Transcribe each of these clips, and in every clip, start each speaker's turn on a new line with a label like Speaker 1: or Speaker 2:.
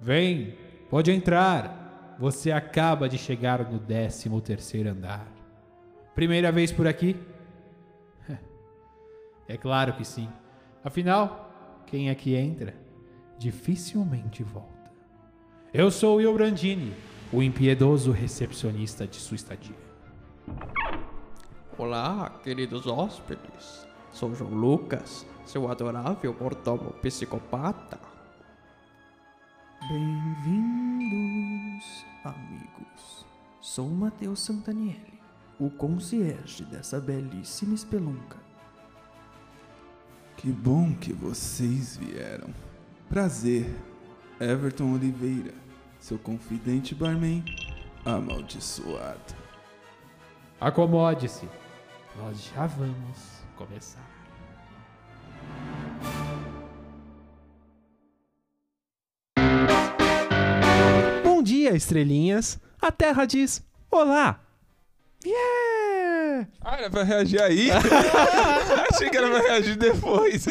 Speaker 1: Vem, pode entrar. Você acaba de chegar no 13 terceiro andar. Primeira vez por aqui? É claro que sim. Afinal, quem aqui entra, dificilmente volta. Eu sou o Brandini, o impiedoso recepcionista de sua estadia.
Speaker 2: Olá, queridos hóspedes. Sou João Lucas, seu adorável mordomo psicopata. Bem-vindos, amigos. Sou Matheus Santanielli, o concierge dessa belíssima espelunca.
Speaker 3: Que bom que vocês vieram. Prazer, Everton Oliveira, seu confidente barman amaldiçoado.
Speaker 1: Acomode-se, nós já vamos começar.
Speaker 4: Bom dia, estrelinhas. A Terra diz: Olá. Yeah!
Speaker 3: Ah, era pra reagir aí? Achei que era pra reagir depois.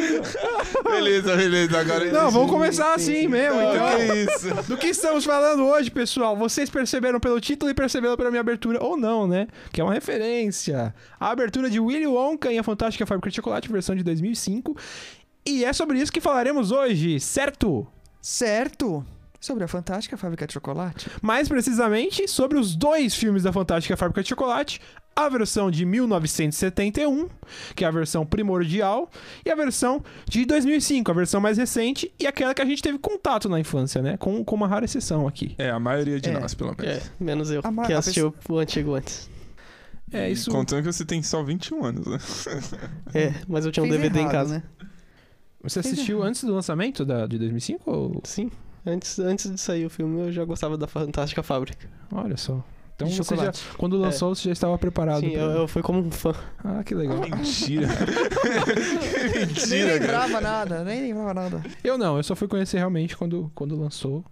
Speaker 3: beleza, beleza, agora
Speaker 4: Não, vamos começar assim mesmo,
Speaker 3: então.
Speaker 4: então.
Speaker 3: Que isso?
Speaker 4: Do que estamos falando hoje, pessoal? Vocês perceberam pelo título e perceberam pela minha abertura, ou não, né? Que é uma referência. A abertura de Willy Wonka em A Fantástica Fábrica de Chocolate, versão de 2005. E é sobre isso que falaremos hoje, certo?
Speaker 5: Certo? Sobre a fantástica fábrica de chocolate?
Speaker 4: Mais precisamente, sobre os dois filmes da Fantástica Fábrica de Chocolate. A versão de 1971, que é a versão primordial, e a versão de 2005, a versão mais recente, e aquela que a gente teve contato na infância, né? Com, com uma rara exceção aqui.
Speaker 3: É, a maioria de
Speaker 5: É,
Speaker 3: nós, pelo menos.
Speaker 6: É, menos eu,
Speaker 5: A ma-
Speaker 6: que
Speaker 5: a
Speaker 6: assistiu o antigo antes. Hum,
Speaker 4: É isso.
Speaker 3: Contando que você tem só 21 anos, né?
Speaker 6: É, mas eu tinha um
Speaker 5: Uhum. Fez
Speaker 6: DVD em
Speaker 5: errado,
Speaker 6: casa.
Speaker 5: né?
Speaker 4: Você
Speaker 5: Fez
Speaker 4: assistiu
Speaker 5: errado.
Speaker 4: antes do lançamento da, de 2005? Ou...
Speaker 6: Sim. Antes, antes de sair o filme, eu já gostava da Fantástica Fábrica.
Speaker 4: Olha só. Então
Speaker 5: De
Speaker 4: você já,
Speaker 5: chocolate.
Speaker 4: quando lançou, você já estava preparado.
Speaker 6: É. Sim,
Speaker 4: pra-
Speaker 6: eu, eu fui como um fã.
Speaker 4: Ah, que legal.
Speaker 3: Mentira. que
Speaker 5: Eu nem
Speaker 3: mentira, cara.
Speaker 5: lembrava nada, nem lembrava nada.
Speaker 4: Eu não, eu só fui conhecer realmente quando, quando lançou.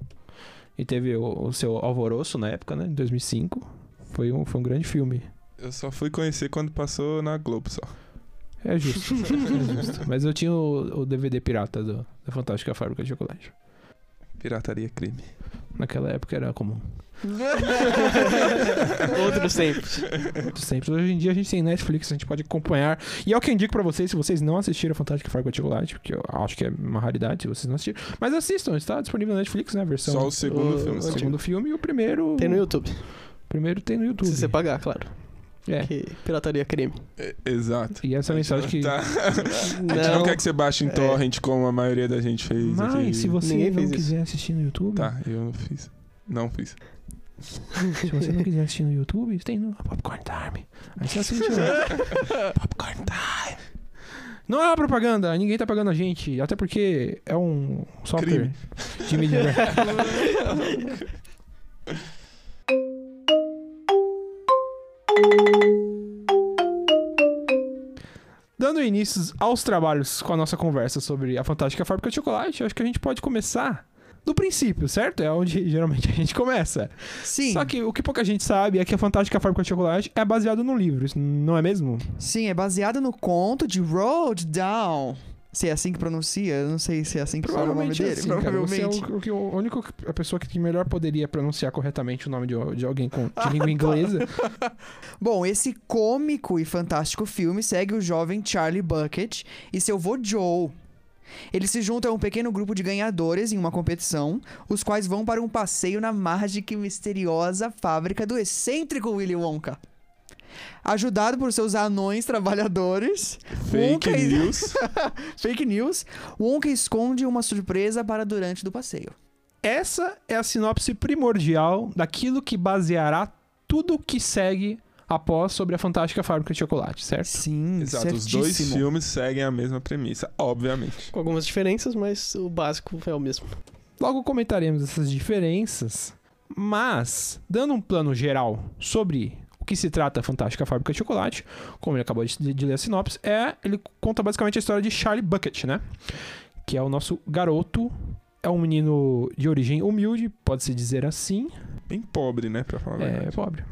Speaker 4: E teve o, o seu alvoroço na época, né? Em 2005. Foi um, foi um grande filme.
Speaker 3: Eu só fui conhecer quando passou na Globo, só.
Speaker 4: É justo. é justo. Mas eu tinha o, o DVD pirata do- da Fantástica Fábrica de Chocolate.
Speaker 3: Pirataria é crime.
Speaker 4: Naquela época era comum.
Speaker 6: Outros tempos.
Speaker 4: Sempre. Hoje em dia a gente tem Netflix, a gente pode acompanhar. E é o que eu indico pra vocês, se vocês não assistiram Fantástica Fábrica de Chocolate, porque eu acho que é uma raridade se vocês não assistiram. Mas assistam, está disponível na Netflix, né? A versão.
Speaker 3: Só o segundo
Speaker 6: o-
Speaker 3: filme.
Speaker 4: o
Speaker 3: só.
Speaker 4: segundo filme e o primeiro.
Speaker 6: Tem no YouTube.
Speaker 4: O primeiro tem no YouTube.
Speaker 6: Se você pagar, claro.
Speaker 4: É.
Speaker 6: Que pirataria é crime.
Speaker 3: É, Exato.
Speaker 4: E essa é a mensagem que.
Speaker 3: Tá. A gente não,
Speaker 6: Não.
Speaker 3: quer que você baixe em
Speaker 6: É.
Speaker 3: torrent como a maioria da gente fez. aqui.
Speaker 4: Mas se você
Speaker 6: Ninguém
Speaker 4: não
Speaker 6: fez isso.
Speaker 4: quiser assistir no YouTube,
Speaker 3: Tá, eu não fiz. Não fiz.
Speaker 4: se você não quiser assistir no YouTube, tem no Popcorn Time. Aí você assiste lá. Popcorn Time. Não é uma propaganda, ninguém tá pagando a gente. Até porque é um software
Speaker 3: Crime.
Speaker 4: de mídia aberta. Dando início aos trabalhos com a nossa conversa sobre a Fantástica Fábrica de Chocolate, eu acho que a gente pode começar do princípio, certo? É onde geralmente a gente começa.
Speaker 5: Sim,
Speaker 4: Só que o que pouca gente sabe é que a Fantástica Fábrica de Chocolate é baseado num livro, isso não é mesmo?
Speaker 5: sim, é baseado no conto de Roald Down. Se é assim que pronuncia, eu não sei se é assim que fala o nome
Speaker 4: Provavelmente é
Speaker 5: dele.
Speaker 4: assim, cara. Você
Speaker 5: provavelmente.
Speaker 4: é o, o, que- o único que- a pessoa que melhor poderia pronunciar corretamente o nome de, de alguém com, de língua inglesa.
Speaker 5: Bom, esse cômico e fantástico filme segue o jovem Charlie Bucket e seu vô Joe. Eles se juntam a um pequeno grupo de ganhadores em uma competição, os quais vão para um passeio na mágica e misteriosa fábrica do excêntrico Willy Wonka. Ajudado por seus anões trabalhadores, um
Speaker 3: Fake
Speaker 6: é
Speaker 5: Nunca-
Speaker 3: news.
Speaker 5: fake news, Wonka esconde uma surpresa para durante do passeio.
Speaker 4: Essa é a sinopse primordial daquilo que baseará tudo que segue após sobre a Fantástica Fábrica de Chocolate, certo?
Speaker 5: Sim,
Speaker 3: Exato, os dois filmes seguem a mesma premissa, obviamente.
Speaker 6: Com algumas diferenças, mas o básico é o mesmo.
Speaker 4: Logo comentaremos essas diferenças, mas dando um plano geral sobre o que se trata a Fantástica Fábrica de Chocolate, como ele acabou de, de ler a sinopse, é ele conta basicamente a história de Charlie Bucket, né? Que é o nosso garoto, é um menino de origem humilde, pode-se dizer assim,
Speaker 3: Bem pobre, né, pra falar a
Speaker 4: É,
Speaker 3: verdade.
Speaker 4: pobre.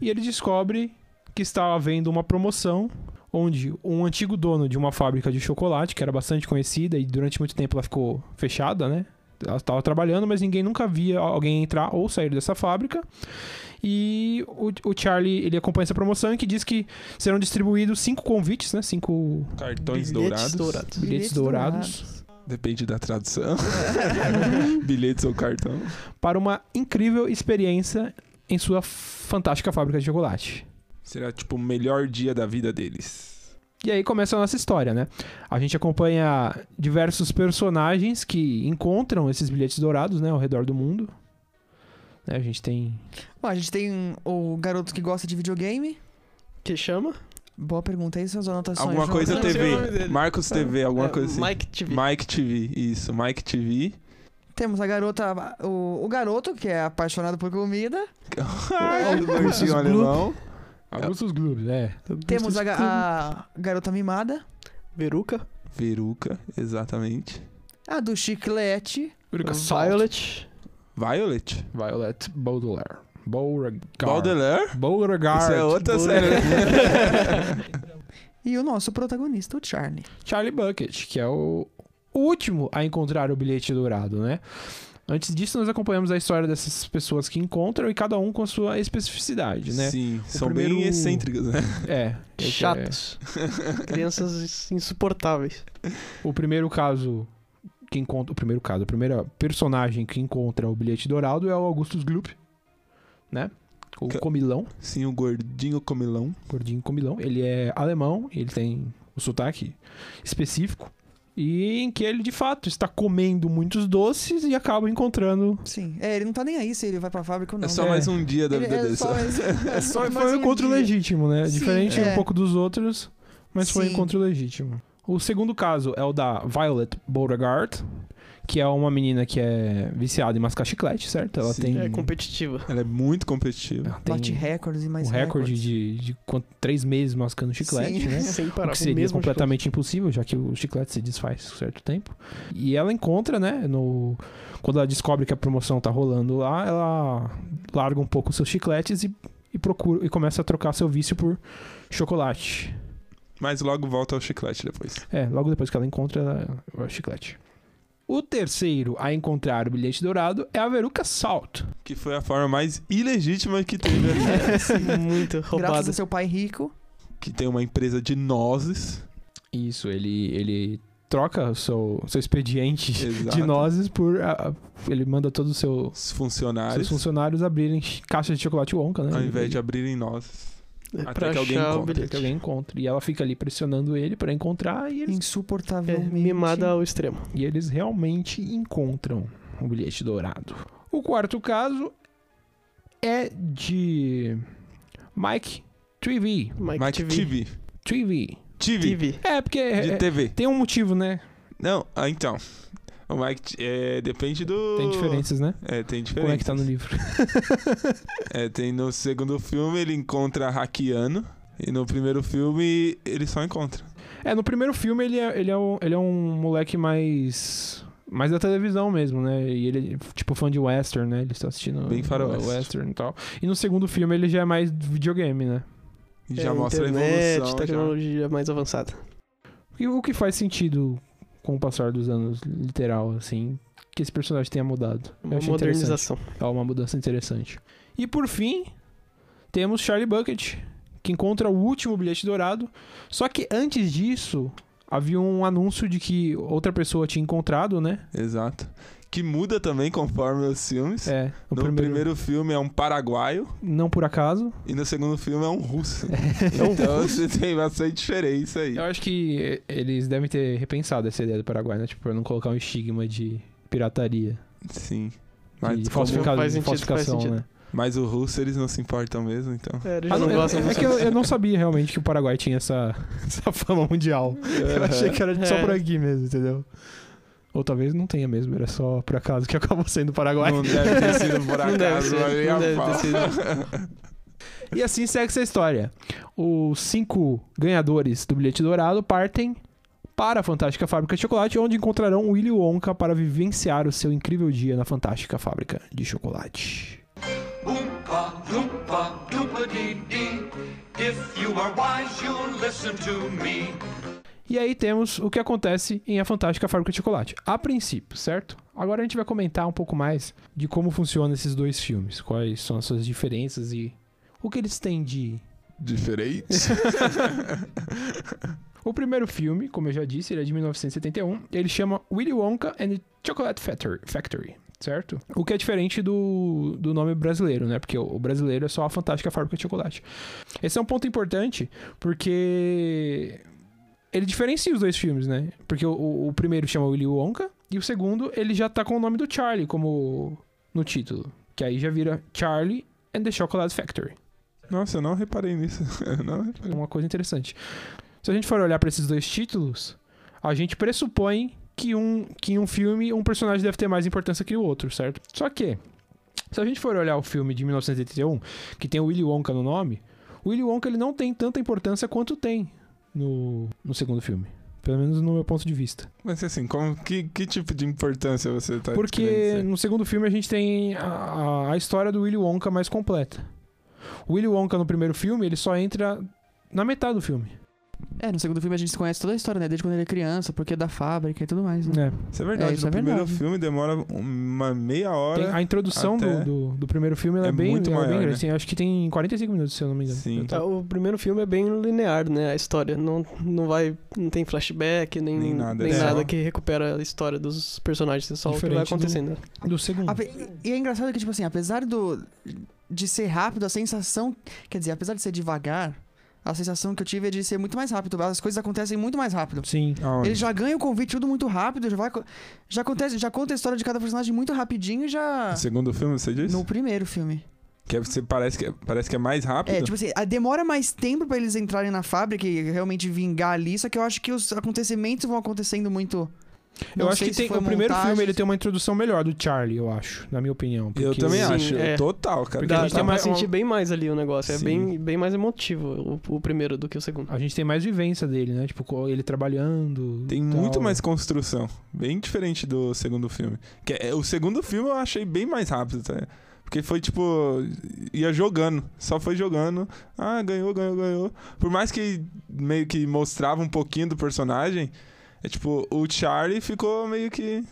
Speaker 4: E ele descobre que estava havendo uma promoção onde um antigo dono de uma fábrica de chocolate, que era bastante conhecida e durante muito tempo ela ficou fechada, né? Ela estava trabalhando, mas ninguém nunca via alguém entrar ou sair dessa fábrica. E o, o Charlie, ele acompanha essa promoção em que diz que serão distribuídos cinco convites, né? Cinco
Speaker 3: Cartões
Speaker 6: Bilhetes
Speaker 3: dourados.
Speaker 6: dourados.
Speaker 4: bilhetes dourados.
Speaker 3: Depende da tradução. Bilhetes ou cartão.
Speaker 4: para uma incrível experiência em sua fantástica fábrica de chocolate.
Speaker 3: Será tipo o melhor dia da vida deles.
Speaker 4: E aí começa a nossa história, né? A gente acompanha diversos personagens que encontram esses bilhetes dourados, né, ao redor do mundo. Né, a gente tem.
Speaker 5: Bom, a gente tem o garoto que gosta de videogame.
Speaker 6: Que chama?
Speaker 5: Boa pergunta, aí suas anotações.
Speaker 3: Alguma
Speaker 5: Jonathan.
Speaker 3: coisa
Speaker 6: não sei o nome
Speaker 3: TV.
Speaker 6: dele.
Speaker 3: Marcos TV, alguma
Speaker 6: É,
Speaker 3: coisa assim.
Speaker 6: Mike TV.
Speaker 3: Mike TV, isso, Mike TV.
Speaker 5: Temos a garota, o, o garoto que é apaixonado por comida.
Speaker 3: do gordinho alemão.
Speaker 4: Augustus Gloobs, é.
Speaker 5: Temos a, ga- a garota mimada.
Speaker 6: Veruca.
Speaker 3: Veruca, exatamente.
Speaker 5: A do chiclete.
Speaker 6: Violet.
Speaker 3: Violet.
Speaker 4: Violet Baudelaire. Beauregard.
Speaker 3: Baudelaire. Isso é
Speaker 4: Beauregard.
Speaker 3: outra série. né?
Speaker 5: E o nosso protagonista, o Charlie.
Speaker 4: Charlie Bucket, que é o último a encontrar o bilhete dourado, né? Antes disso, nós acompanhamos a história dessas pessoas que encontram e cada um com a sua especificidade, né?
Speaker 3: Sim, são
Speaker 4: primeiro-
Speaker 3: bem excêntricas, né?
Speaker 4: É. esse é-
Speaker 6: Chatos. Crianças insuportáveis.
Speaker 4: o primeiro caso que encontra. O primeiro caso, a primeira personagem que encontra o bilhete dourado é o Augustus Gloop, né? O
Speaker 3: Que-
Speaker 4: comilão,
Speaker 3: Sim, o gordinho comilão.
Speaker 4: gordinho comilão. Ele é alemão, ele tem o sotaque específico. E em que ele, de fato, está comendo muitos doces e acaba encontrando
Speaker 5: Sim. É, ele não tá nem aí se ele vai pra fábrica ou não.
Speaker 3: É só
Speaker 5: né?
Speaker 3: mais um dia da
Speaker 5: Ele-
Speaker 3: vida
Speaker 5: é
Speaker 3: deles.
Speaker 5: só mais- é só
Speaker 4: Foi,
Speaker 5: mais
Speaker 4: foi um encontro
Speaker 5: dia.
Speaker 4: legítimo, né?
Speaker 5: Sim,
Speaker 4: Diferente
Speaker 5: é.
Speaker 4: um pouco dos outros, mas foi um
Speaker 5: Sim.
Speaker 4: encontro legítimo. O segundo caso é o da Violet Beauregard, que é uma menina que é viciada em mascar chiclete, certo? Ela
Speaker 3: Sim.
Speaker 4: tem,
Speaker 6: É competitiva.
Speaker 3: Ela é muito competitiva.
Speaker 4: ela tem
Speaker 5: Bate recordes e mais
Speaker 4: o recorde
Speaker 5: recordes.
Speaker 4: de, de quant- três meses mascando chiclete,
Speaker 5: Sim.
Speaker 4: né?
Speaker 6: Sem
Speaker 4: O
Speaker 6: parar.
Speaker 4: que seria
Speaker 6: mesmo
Speaker 4: completamente impossível, já que o chiclete se desfaz um certo tempo. E ela encontra, né? No... Quando ela descobre que a promoção tá rolando lá, ela larga um pouco os seus chicletes e, e procura e começa a trocar seu vício por chocolate.
Speaker 3: Mas logo volta ao chiclete depois.
Speaker 4: É, logo depois que ela encontra ela- o chiclete. O terceiro a encontrar o bilhete dourado é a Veruca Salt.
Speaker 3: Que foi a forma mais ilegítima que teve.
Speaker 6: É, sim, muito
Speaker 5: Graças
Speaker 6: roubada.
Speaker 5: a seu pai rico.
Speaker 3: que tem uma empresa de nozes.
Speaker 4: Isso, ele, ele troca o seu, seu expediente
Speaker 3: Exato.
Speaker 4: de nozes por. a- a- ele manda todo o seu,
Speaker 3: Os
Speaker 4: seus
Speaker 3: funcionários.
Speaker 4: funcionários abrirem ch- caixas de chocolate Wonka, né?
Speaker 3: Ao
Speaker 4: E-
Speaker 3: invés de
Speaker 4: e-
Speaker 3: abrirem nozes.
Speaker 6: É
Speaker 3: Até
Speaker 6: pra
Speaker 3: que alguém
Speaker 6: achar o
Speaker 3: encontre,
Speaker 4: até
Speaker 6: bilhete.
Speaker 4: que alguém encontre. E ela fica ali pressionando ele pra encontrar e eles,
Speaker 6: É,
Speaker 5: Insuportavelmente.
Speaker 6: mimada ao extremo.
Speaker 4: e eles realmente encontram o bilhete dourado. O quarto caso é de Mike Trivy.
Speaker 6: Mike,
Speaker 3: Mike
Speaker 6: TV.
Speaker 3: TV.
Speaker 4: Trivy.
Speaker 3: TV.
Speaker 4: É, porque
Speaker 3: De
Speaker 4: é-
Speaker 3: TV.
Speaker 4: tem um motivo, né?
Speaker 3: Não, ah, então. O Mike T- é, depende do.
Speaker 4: Tem diferenças, né?
Speaker 3: É, tem
Speaker 4: Como é que
Speaker 3: diferença.
Speaker 4: tá no livro?
Speaker 3: É, tem no segundo filme ele encontra Hakiano. E no primeiro filme ele só encontra.
Speaker 4: É, no primeiro filme ele é, ele é, um, ele é um moleque mais. Mais da televisão mesmo, né? E ele, tipo, fã de western, né? Ele está assistindo
Speaker 3: Bem faroeste.
Speaker 4: western e tal. E no segundo filme ele já é mais videogame, né?
Speaker 3: E
Speaker 6: É,
Speaker 3: já mostra a
Speaker 6: internet,
Speaker 3: evolução. já.
Speaker 6: tecnologia mais avançada.
Speaker 4: E o que faz sentido com o passar dos anos, literal, assim, que esse personagem tenha mudado. Eu
Speaker 6: Uma
Speaker 4: achei interessante.
Speaker 6: modernização.
Speaker 4: É uma mudança interessante. E por fim, temos Charlie Bucket, que encontra o último bilhete dourado. Só que antes disso, havia um anúncio de que outra pessoa tinha encontrado, né?
Speaker 3: Exato. Que muda também conforme os filmes.
Speaker 4: É, o
Speaker 3: no primeiro... filme é um paraguaio
Speaker 4: Não por acaso.
Speaker 3: e no segundo filme é um russo.
Speaker 6: É
Speaker 3: então você tem bastante diferença aí.
Speaker 4: Eu acho que eles devem ter repensado essa ideia do Paraguai, né? Tipo, pra não colocar um estigma de pirataria.
Speaker 3: Sim.
Speaker 4: Mas
Speaker 3: Mas,
Speaker 4: de
Speaker 3: como-
Speaker 4: falsifica-
Speaker 6: faz um sentido,
Speaker 4: falsificação,
Speaker 6: faz sentido.
Speaker 4: né?
Speaker 3: mas o russo eles não se importam mesmo, então.
Speaker 6: É, eles
Speaker 4: Ah,
Speaker 6: já
Speaker 4: não,
Speaker 6: não
Speaker 4: é-
Speaker 6: gostam
Speaker 4: é,
Speaker 6: do
Speaker 4: que eu, eu não sabia realmente que o Paraguai tinha essa, essa fama mundial. Eu achei que era só por aqui mesmo, entendeu? Ou talvez não tenha mesmo, era só por acaso que acabou sendo o Paraguai.
Speaker 3: Não deve ter sido por
Speaker 6: Não deve
Speaker 3: acaso,
Speaker 6: ser,
Speaker 3: mas
Speaker 6: não
Speaker 3: ia
Speaker 6: deve ter
Speaker 3: falar.
Speaker 4: E assim segue essa história. Os cinco ganhadores do bilhete dourado partem para a Fantástica Fábrica de Chocolate, onde encontrarão Willy Wonka para vivenciar o seu incrível dia na Fantástica Fábrica de Chocolate.
Speaker 7: Oompa, loompa, doopity dee. If you are wise, you'll listen to me.
Speaker 4: E aí temos o que acontece em A Fantástica Fábrica de Chocolate. A princípio, certo? Agora a gente vai comentar um pouco mais de como funcionam esses dois filmes, quais são as suas diferenças e o que eles têm de.
Speaker 3: Diferente?
Speaker 4: O primeiro filme, como eu já disse, ele é de 1971, ele chama Willy Wonka and the Chocolate Factory, Factory, certo? O que é diferente do, do nome brasileiro, né? Porque o o brasileiro é só a Fantástica Fábrica de Chocolate. Esse é um ponto importante porque ele diferencia os dois filmes, né? Porque o- o, o primeiro chama Willy Wonka e o segundo ele já tá com o nome do Charlie como no título, que aí já vira Charlie and the Chocolate Factory.
Speaker 3: Nossa, eu não reparei nisso. Eu não reparei.
Speaker 4: É uma coisa interessante. Se a gente for olhar pra esses dois títulos, a gente pressupõe que um que em um filme um personagem deve ter mais importância que o outro, certo? Só que se a gente for olhar o filme de 1981, que tem o Willy Wonka no nome, o Willy Wonka ele não tem tanta importância quanto tem no, no segundo filme. Pelo menos no meu ponto de vista.
Speaker 3: Mas assim, como, que, que tipo de importância você tá
Speaker 4: Porque
Speaker 3: querendo dizer?
Speaker 4: no segundo filme a gente tem a- a, a história do Willy Wonka mais completa. O Willy Wonka no primeiro filme, ele só entra na metade do filme.
Speaker 5: É, no segundo filme a gente conhece toda a história, né? Desde quando ele é criança, porque é da fábrica e tudo mais, né?
Speaker 4: né?
Speaker 3: Isso é verdade.
Speaker 5: É, isso
Speaker 3: no
Speaker 5: é
Speaker 3: primeiro
Speaker 5: verdade.
Speaker 3: filme demora uma meia
Speaker 4: Tem-
Speaker 3: hora.
Speaker 4: a introdução do-
Speaker 3: até-
Speaker 4: do, do, primeiro filme ela é,
Speaker 3: é
Speaker 4: bem,
Speaker 3: muito
Speaker 4: ela é
Speaker 3: maior,
Speaker 4: bem grande.
Speaker 3: né?
Speaker 4: Tem- acho que tem 45 minutos, se eu não me engano.
Speaker 3: Sim.
Speaker 4: Eu
Speaker 6: Tá,
Speaker 4: tava-
Speaker 6: o primeiro filme é bem linear, né? A história. Não, não vai. Não tem flashback, nem,
Speaker 3: Nem nada,
Speaker 6: nem
Speaker 3: é
Speaker 6: nada
Speaker 3: só-
Speaker 6: que recupera a história dos personagens. É só o que vai
Speaker 4: Diferente do-
Speaker 6: acontecendo.
Speaker 4: Do segundo.
Speaker 5: Ape- E é engraçado que, tipo assim, apesar do de ser rápido, a sensação. Quer dizer, apesar de ser devagar, a sensação que eu tive é de ser muito mais rápido. As coisas acontecem muito mais rápido.
Speaker 4: Sim.
Speaker 3: Aonde?
Speaker 5: Ele já ganha o convite tudo muito rápido, já vai. co- Já acontece, já conta a história de cada personagem muito rapidinho e já.
Speaker 3: No segundo filme, você disse?
Speaker 5: No primeiro filme.
Speaker 3: Que é- você parece, que é, parece que é mais rápido?
Speaker 5: É, tipo assim, a- demora mais tempo pra eles entrarem na fábrica e realmente vingar ali, só que eu acho que os acontecimentos vão acontecendo muito.
Speaker 4: Eu
Speaker 5: Não
Speaker 4: acho
Speaker 5: sei
Speaker 4: que
Speaker 5: se
Speaker 4: tem,
Speaker 5: foi
Speaker 4: o primeiro
Speaker 5: montagem,
Speaker 4: filme ele tem uma introdução melhor do Charlie, eu acho, na minha opinião.
Speaker 3: eu
Speaker 4: porque-
Speaker 3: também
Speaker 6: Sim,
Speaker 3: acho.
Speaker 6: é.
Speaker 3: Total, cara.
Speaker 4: Porque
Speaker 6: Dá,
Speaker 4: a
Speaker 6: dá
Speaker 4: gente
Speaker 6: pra
Speaker 4: tem mais-
Speaker 6: sentir bem mais um ali o negócio. É
Speaker 3: Sim.
Speaker 6: bem, bem mais emotivo o, o primeiro do que o segundo.
Speaker 4: A gente tem mais vivência dele, né? Tipo, co- ele trabalhando.
Speaker 3: Tem
Speaker 4: e
Speaker 3: muito
Speaker 4: tal.
Speaker 3: mais construção. Bem diferente do segundo filme. Que é, o segundo filme eu achei bem mais rápido, tá? Porque foi tipo. ia jogando. Só foi jogando. Ah, ganhou, ganhou, ganhou. Por mais que meio que mostrava um pouquinho do personagem, é tipo, o Charlie ficou meio que.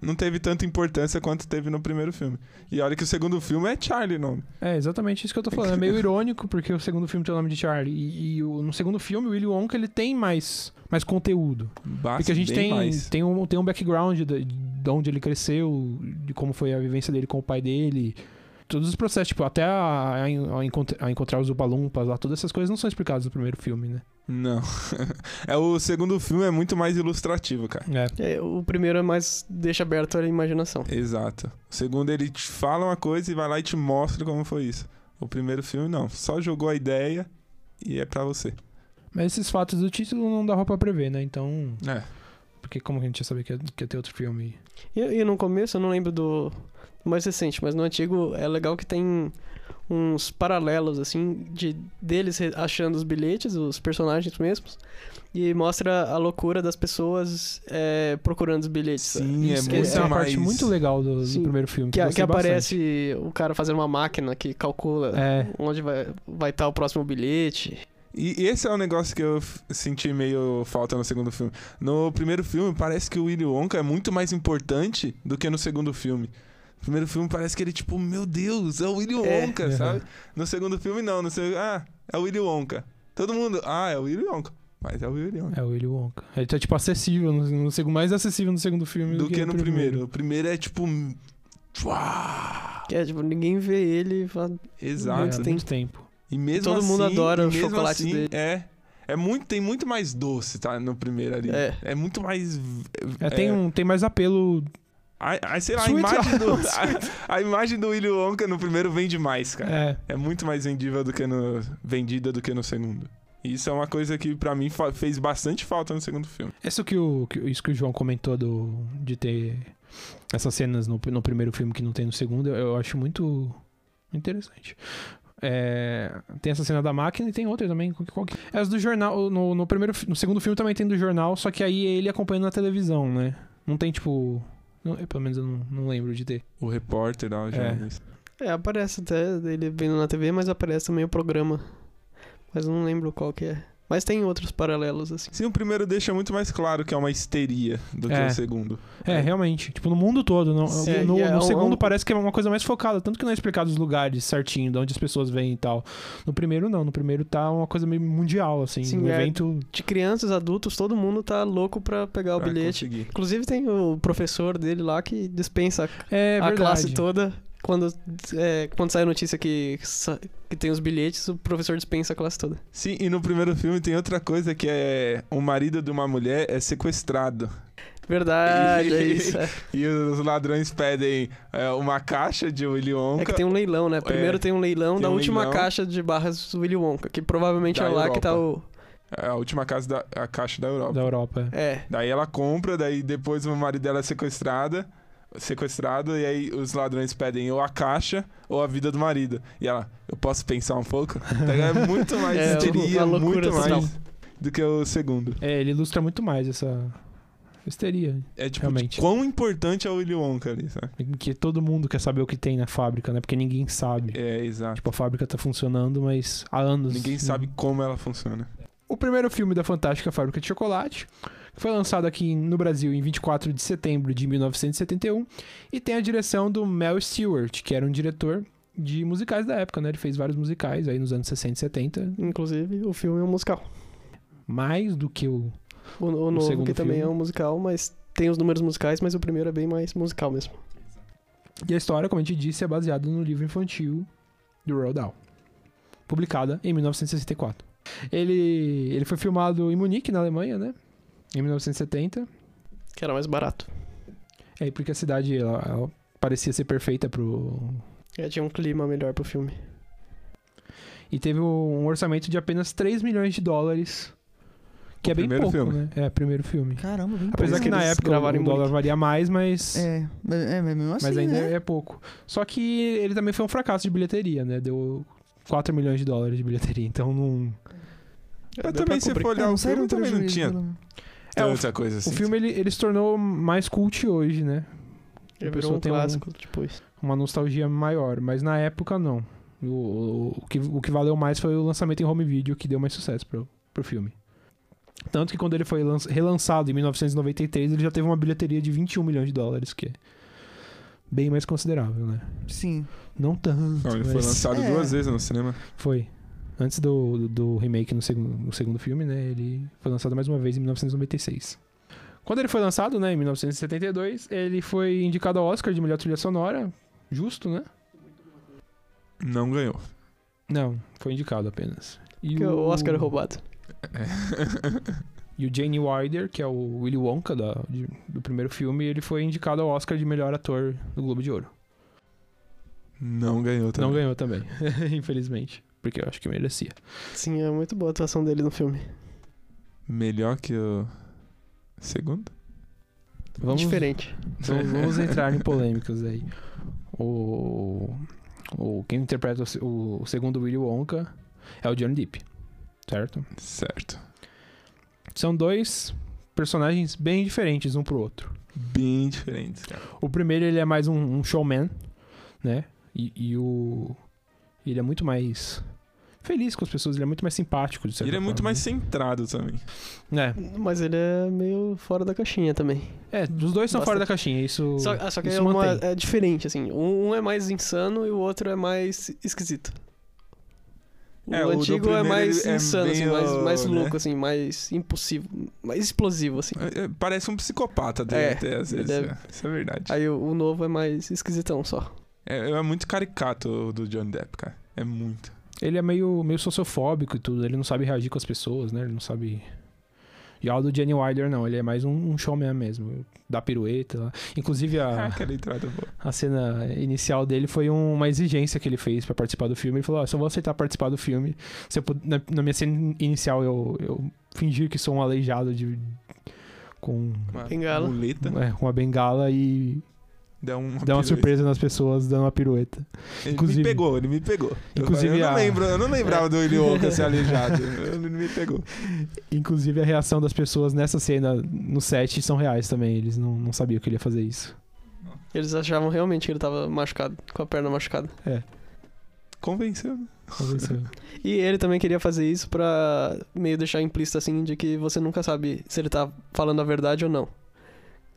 Speaker 3: Não teve tanta importância quanto teve no primeiro filme. E olha que o segundo filme é Charlie o nome.
Speaker 4: É, exatamente isso que eu tô falando. É meio irônico, porque o segundo filme tem o nome de Charlie. E, e o- no segundo filme, o Willy Wonka ele tem mais, mais conteúdo.
Speaker 3: Basta
Speaker 4: Porque a gente
Speaker 3: bem
Speaker 4: tem,
Speaker 3: mais.
Speaker 4: tem, um, tem um background de, de onde ele cresceu, de como foi a vivência dele com o pai dele. Todos os processos, tipo, até a, a, en- a encont- a encontrar os Ubalumpas lá, todas essas coisas não são explicadas no primeiro filme, né?
Speaker 3: Não. é, o segundo filme é muito mais ilustrativo, cara.
Speaker 4: É.
Speaker 6: É, o primeiro é mais. deixa aberto a imaginação.
Speaker 3: Exato. O segundo, ele te fala uma coisa e vai lá e te mostra como foi isso. O primeiro filme, não. Só jogou a ideia e é pra você.
Speaker 4: Mas esses fatos do título não dá pra prever, né? Então.
Speaker 3: É.
Speaker 4: Porque como que a gente ia saber que ia, que ia ter outro filme?
Speaker 6: E, e no começo, eu não lembro do do mais recente, mas no antigo é legal que tem uns paralelos, assim, de deles re- achando os bilhetes, os personagens mesmos, e mostra a loucura das pessoas é, procurando os bilhetes.
Speaker 3: Sim,
Speaker 4: Isso
Speaker 3: é muito
Speaker 4: essa é uma
Speaker 3: mais...
Speaker 4: parte muito legal do, do
Speaker 6: Sim.
Speaker 4: primeiro filme.
Speaker 6: Que,
Speaker 4: Que,
Speaker 6: a-
Speaker 4: eu
Speaker 6: que
Speaker 4: gostei
Speaker 6: aparece o cara fazendo uma máquina que calcula
Speaker 4: bastante. É.
Speaker 6: onde vai estar vai tá o próximo bilhete.
Speaker 3: E esse é um negócio que eu f- senti meio falta no segundo filme. No primeiro filme, parece que o Willy Wonka é muito mais importante do que no segundo filme. No primeiro filme parece que ele, tipo, meu Deus, é o Willy
Speaker 6: É.
Speaker 3: Wonka, sabe? No segundo filme, não. No segundo, ah, é o Willy Wonka. Todo mundo, ah, é o Willy Wonka. Mas é o Willy Wonka.
Speaker 4: É o Willy Wonka. Ele tá, tipo, acessível, no, no, seg- mais acessível no segundo filme
Speaker 3: do que no primeiro. O primeiro é tipo. hum, uau,
Speaker 6: Que é, tipo, ninguém vê ele e fala,
Speaker 3: Exato.
Speaker 4: É,
Speaker 6: Tem-
Speaker 4: muito tempo.
Speaker 3: E mesmo
Speaker 6: Todo
Speaker 3: assim,
Speaker 6: mundo adora
Speaker 3: e
Speaker 6: o
Speaker 3: mesmo
Speaker 6: chocolate
Speaker 3: assim,
Speaker 6: dele.
Speaker 3: É. É muito, tem muito mais doce, tá? No primeiro ali.
Speaker 6: É.
Speaker 3: muito mais.
Speaker 4: É, tem, um, tem mais apelo
Speaker 3: A, a- sei lá, a
Speaker 4: Sweet
Speaker 3: imagem, do, a, a imagem do Willy Wonka no primeiro vende mais, cara.
Speaker 4: É,
Speaker 3: É muito mais vendível do que no. Vendida do que no segundo. E isso é uma coisa que pra mim fa- fez bastante falta no segundo filme.
Speaker 4: isso que o, que- isso que o João comentou do, de ter essas cenas no, no primeiro filme que não tem no segundo, eu, eu acho muito interessante. É, tem essa cena da máquina e tem outra também. Qual, que- qual que- As do jornal. No, no primeiro, fi- no segundo filme também tem do jornal, só que aí é ele acompanha na televisão, né? Não tem tipo. não- eu, pelo menos eu não, não lembro de ter.
Speaker 3: O repórter lá, o jornalista.
Speaker 6: É, aparece até ele vendo na TV, mas aparece também o programa. Mas eu não lembro qual que é. Mas tem outros paralelos, assim.
Speaker 3: Sim, o primeiro deixa muito mais claro que é uma histeria do que
Speaker 4: É.
Speaker 3: o segundo.
Speaker 4: É, realmente. Tipo, no mundo todo. No,
Speaker 6: Sim,
Speaker 4: no-
Speaker 6: e é
Speaker 4: no
Speaker 6: um-
Speaker 4: segundo
Speaker 6: é um-
Speaker 4: parece que é uma coisa mais focada. Tanto que não é explicado os lugares certinho, de onde as pessoas vêm e tal. No primeiro, não. No primeiro tá uma coisa meio mundial, assim.
Speaker 6: Sim,
Speaker 4: um
Speaker 6: é.
Speaker 4: evento.
Speaker 6: De crianças, adultos, todo mundo tá louco pra pegar o
Speaker 3: pra
Speaker 6: bilhete.
Speaker 3: conseguir.
Speaker 6: Inclusive tem o professor dele lá que dispensa a-
Speaker 4: É,
Speaker 6: a
Speaker 4: verdade.
Speaker 6: classe toda. Quando, é, quando sai a notícia que, sa- que tem os bilhetes, o professor dispensa a classe toda.
Speaker 3: Sim, e no primeiro filme tem outra coisa que é o marido de uma mulher é sequestrado.
Speaker 6: Verdade, é isso. É,
Speaker 3: E os ladrões pedem é, uma caixa de Willy Wonka.
Speaker 6: É que tem um leilão, né? Primeiro
Speaker 3: É,
Speaker 6: tem um leilão
Speaker 3: tem
Speaker 6: da
Speaker 3: um
Speaker 6: última
Speaker 3: leilão.
Speaker 6: caixa de barras do Willy Wonka, que provavelmente
Speaker 3: Da
Speaker 6: é lá que tá o.
Speaker 3: É a última casa da, a caixa da Europa.
Speaker 4: Da Europa.
Speaker 6: É.
Speaker 3: Daí ela compra, daí depois o marido dela é sequestrada, sequestrado, e aí os ladrões pedem ou a caixa ou a vida do marido. E ela, eu posso pensar um pouco? Então é muito mais
Speaker 6: É,
Speaker 3: histeria,
Speaker 6: uma loucura
Speaker 3: muito
Speaker 6: total.
Speaker 3: mais do que o segundo.
Speaker 4: É, ele ilustra muito mais essa histeria.
Speaker 3: É tipo,
Speaker 4: Realmente.
Speaker 3: quão importante é o Willy Wonka ali, sabe?
Speaker 4: Em que todo mundo quer saber o que tem na fábrica, né? Porque ninguém sabe.
Speaker 3: É, exato.
Speaker 4: Tipo, a fábrica tá funcionando, mas há anos.
Speaker 3: Ninguém
Speaker 6: hum.
Speaker 3: sabe como ela funciona.
Speaker 4: O primeiro filme da Fantástica Fábrica de Chocolate, que foi lançado aqui no Brasil em 24 de setembro de 1971, e tem a direção do Mel Stewart, que era um diretor de musicais da época, né? Ele fez vários musicais aí nos anos 60 e 70,
Speaker 6: Inclusive, o filme é um musical.
Speaker 4: mais do que o...
Speaker 6: O, o novo,
Speaker 4: segundo
Speaker 6: que também é
Speaker 4: filme.
Speaker 6: um musical, mas tem os números musicais, mas o primeiro é bem mais musical mesmo.
Speaker 4: E a história, como a gente disse, é baseada no livro infantil do Roald Dahl, publicada em 1964. Ele, ele foi filmado em Munique, na Alemanha, né? Em 1970.
Speaker 6: Que era mais barato.
Speaker 4: É, porque a cidade ela- ela parecia ser perfeita pro,
Speaker 6: É, tinha um clima melhor pro filme.
Speaker 4: E teve um orçamento de apenas 3 milhões de dólares. Que é bem
Speaker 3: primeiro
Speaker 4: pouco,
Speaker 3: filme.
Speaker 4: né? É, primeiro filme.
Speaker 5: Caramba, bem
Speaker 4: Apesar
Speaker 6: pouco.
Speaker 4: que na
Speaker 6: Eles
Speaker 4: época
Speaker 6: gravaram
Speaker 4: o
Speaker 6: muito.
Speaker 4: dólar varia mais, mas,
Speaker 5: É, mas- é, mas mesmo assim,
Speaker 4: mas ainda
Speaker 5: né?
Speaker 4: é pouco. Só que ele também foi um fracasso de bilheteria, né? Deu 4 milhões de dólares de bilheteria, então não...
Speaker 6: É,
Speaker 3: Mas
Speaker 6: deu pra
Speaker 3: também, se
Speaker 6: cobrir.
Speaker 3: for olhar
Speaker 5: não
Speaker 3: o filme,
Speaker 5: saíram
Speaker 3: também não
Speaker 5: prejuízo,
Speaker 3: tinha
Speaker 5: pelo menos.
Speaker 4: É, o-
Speaker 3: tanta coisa assim.
Speaker 4: o filme ele, ele se tornou mais cult hoje, né?
Speaker 6: Ele
Speaker 4: a
Speaker 6: virou
Speaker 4: pessoa
Speaker 6: um
Speaker 4: tem um-
Speaker 6: clássico depois.
Speaker 4: Uma nostalgia maior, mas na época não. O, o- o que, o que valeu mais foi o lançamento em home video, que deu mais sucesso pro, pro filme. Tanto que quando ele foi lanç- relançado em 1993, ele já teve uma bilheteria de 21 milhões de dólares, que é bem mais considerável, né?
Speaker 5: Sim.
Speaker 4: Não tanto.
Speaker 3: Não, ele foi
Speaker 4: mas
Speaker 3: lançado
Speaker 5: É.
Speaker 3: duas vezes no cinema.
Speaker 4: foi. Antes do, do, do remake no segundo, no segundo filme, né? Ele foi lançado mais uma vez em 1996. Quando ele foi lançado, né, em 1972, ele foi indicado ao Oscar de melhor trilha sonora, justo, né?
Speaker 3: Não ganhou.
Speaker 4: Não, foi indicado apenas. E
Speaker 6: Que o Oscar é roubado.
Speaker 4: E o Jane Wilder, que é o Willy Wonka da- de- do primeiro filme, ele foi indicado ao Oscar de melhor ator do Globo de Ouro.
Speaker 3: Não ganhou também.
Speaker 4: Não ganhou também, infelizmente. Porque eu acho que merecia.
Speaker 6: Sim, é muito boa a atuação dele no filme.
Speaker 3: Melhor que o segundo?
Speaker 4: Vamos,
Speaker 6: Diferente.
Speaker 4: vamos- vamos entrar em polêmicas aí. O, o- quem interpreta o se- o, segundo Willy Wonka é o Johnny Depp, certo?
Speaker 3: Certo.
Speaker 4: São dois personagens bem diferentes um pro outro.
Speaker 3: Bem diferentes, cara.
Speaker 4: O primeiro ele é mais um, um showman, né? E, e o. Ele é muito mais feliz com as pessoas, ele é muito mais simpático, de certa
Speaker 3: Ele é muito
Speaker 4: forma,
Speaker 3: mais centrado também.
Speaker 4: né?
Speaker 6: Mas ele é meio fora da caixinha também.
Speaker 4: É. é, os dois são fora da
Speaker 6: Bastante.
Speaker 4: caixinha, isso.
Speaker 6: Só, ah, só que
Speaker 4: isso
Speaker 6: é, uma-
Speaker 4: mantém.
Speaker 6: é diferente, assim. Um, um é mais insano e o outro é mais esquisito. O
Speaker 3: É, o do
Speaker 6: antigo é
Speaker 3: primeiro,
Speaker 6: mais
Speaker 3: ele é
Speaker 6: insano, assim,
Speaker 3: meio,
Speaker 6: mais, mais
Speaker 3: né?
Speaker 6: louco, assim, mais impossível, mais explosivo, assim.
Speaker 3: É, é, Parece um psicopata dele
Speaker 6: É,
Speaker 3: até, às
Speaker 6: ele
Speaker 3: vezes.
Speaker 6: é-
Speaker 3: é. Isso é verdade.
Speaker 6: Aí o, o novo é mais esquisitão só.
Speaker 3: É, é muito caricato o do John Depp, cara. É muito.
Speaker 4: Ele é meio, meio sociofóbico e tudo, ele não sabe reagir com as pessoas, né? Ele não sabe. Já o do Jenny Wilder, não, ele é mais um, um showman mesmo. Dá pirueta. lá. Inclusive,
Speaker 3: Ah,
Speaker 4: a,
Speaker 3: aquela entrada boa.
Speaker 4: a cena inicial dele foi um- uma exigência que ele fez pra participar do filme. Ele falou: ó, só vou aceitar participar do filme se eu pud- na, na minha cena inicial eu, eu fingir que sou um aleijado de com
Speaker 3: Uma
Speaker 6: Bengala.
Speaker 3: muleta.
Speaker 4: é, com uma bengala e
Speaker 3: Dá uma,
Speaker 4: dar uma
Speaker 3: pirueta.
Speaker 4: surpresa nas pessoas dando uma pirueta.
Speaker 3: Ele
Speaker 4: Inclusive-
Speaker 3: me pegou, ele me pegou. Eu
Speaker 4: Inclusive
Speaker 3: falei, eu,
Speaker 4: a-
Speaker 3: não lembro, eu não lembrava do Willy Wonka ser aleijado. Ele me pegou.
Speaker 4: Inclusive a reação das pessoas nessa cena no set são reais também. Eles não, não sabiam que ele ia fazer isso.
Speaker 6: Eles achavam realmente que ele tava machucado, com a perna machucada.
Speaker 3: Convenceu, né?
Speaker 6: E ele também queria fazer isso pra meio deixar implícito assim de que você nunca sabe se ele tá falando a verdade ou não.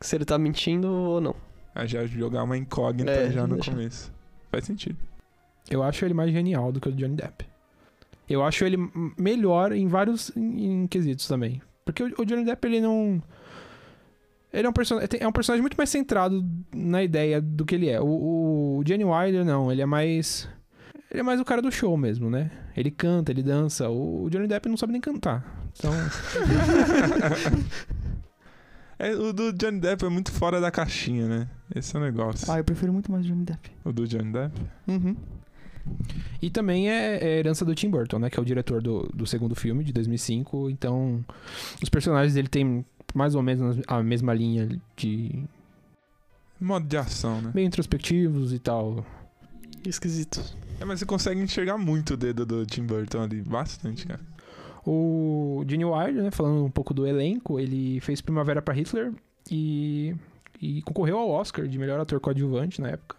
Speaker 6: Se ele tá mentindo ou não.
Speaker 3: Ah, já jogar uma incógnita
Speaker 6: É,
Speaker 3: já no
Speaker 6: deixa.
Speaker 3: começo. Faz sentido.
Speaker 4: Eu acho ele mais genial do que o Johnny Depp. Eu acho ele m- melhor em vários em- em quesitos também. Porque o o Johnny Depp, ele não. Ele é um, person... é um personagem muito mais centrado na ideia do que ele é. O, o Jenny Wilder, não. Ele é mais. Ele é mais o cara do show mesmo, né? Ele canta, ele dança. O o Johnny Depp não sabe nem cantar. Então.
Speaker 3: É, o do Johnny Depp é muito fora da caixinha, né? Esse é o negócio.
Speaker 5: Ah, eu prefiro muito mais o Johnny Depp.
Speaker 3: O do Johnny Depp.
Speaker 5: Uhum.
Speaker 4: E também é, é herança do Tim Burton, né? Que é o diretor do, do segundo filme, de 2005. Então, os personagens dele têm mais ou menos a mesma linha de
Speaker 3: Modo de ação, né?
Speaker 4: meio introspectivos e tal.
Speaker 6: Esquisito.
Speaker 3: É, mas você consegue enxergar muito o dedo do Tim Burton ali. Bastante, cara.
Speaker 4: O Gene Wilder, né, falando um pouco do elenco, ele fez Primavera para Hitler e, e concorreu ao Oscar de melhor ator coadjuvante na época.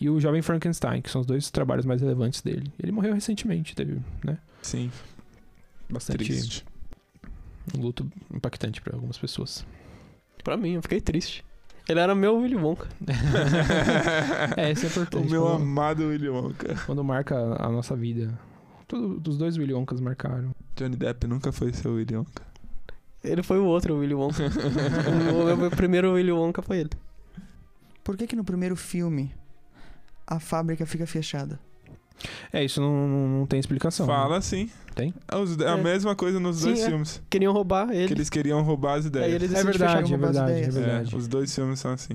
Speaker 4: E o Jovem Frankenstein, que são os dois trabalhos mais relevantes dele. Ele morreu recentemente, teve né,
Speaker 3: Sim.
Speaker 4: bastante
Speaker 3: Triste.
Speaker 4: um luto impactante para algumas pessoas.
Speaker 6: Pra mim, eu fiquei triste. Ele era meu Willy Wonka.
Speaker 4: É, isso é importante.
Speaker 3: O meu
Speaker 4: quando,
Speaker 3: amado Willy Wonka.
Speaker 4: quando marca a nossa vida. Tudo, os dois Willy Wonkas marcaram.
Speaker 3: Johnny Depp nunca foi seu Willy Wonka.
Speaker 6: Ele foi o outro Willy Wonka. o é meu- meu primeiro Willy Wonka foi ele.
Speaker 5: Por que que no primeiro filme a fábrica fica fechada?
Speaker 4: É, isso não, não, não tem explicação. né?
Speaker 3: Fala sim.
Speaker 4: Tem?
Speaker 3: Os- a
Speaker 6: É.
Speaker 3: mesma coisa nos
Speaker 6: Sim,
Speaker 3: dois
Speaker 6: é.
Speaker 3: filmes.
Speaker 6: Queriam roubar
Speaker 3: Que
Speaker 6: ele.
Speaker 3: eles queriam roubar as ideias.
Speaker 6: Aí ele
Speaker 4: É
Speaker 6: decidiu fechar.
Speaker 4: verdade, é
Speaker 5: algumas
Speaker 4: verdade, é
Speaker 5: ideias.
Speaker 3: É,
Speaker 4: verdade.
Speaker 3: os dois filmes são assim.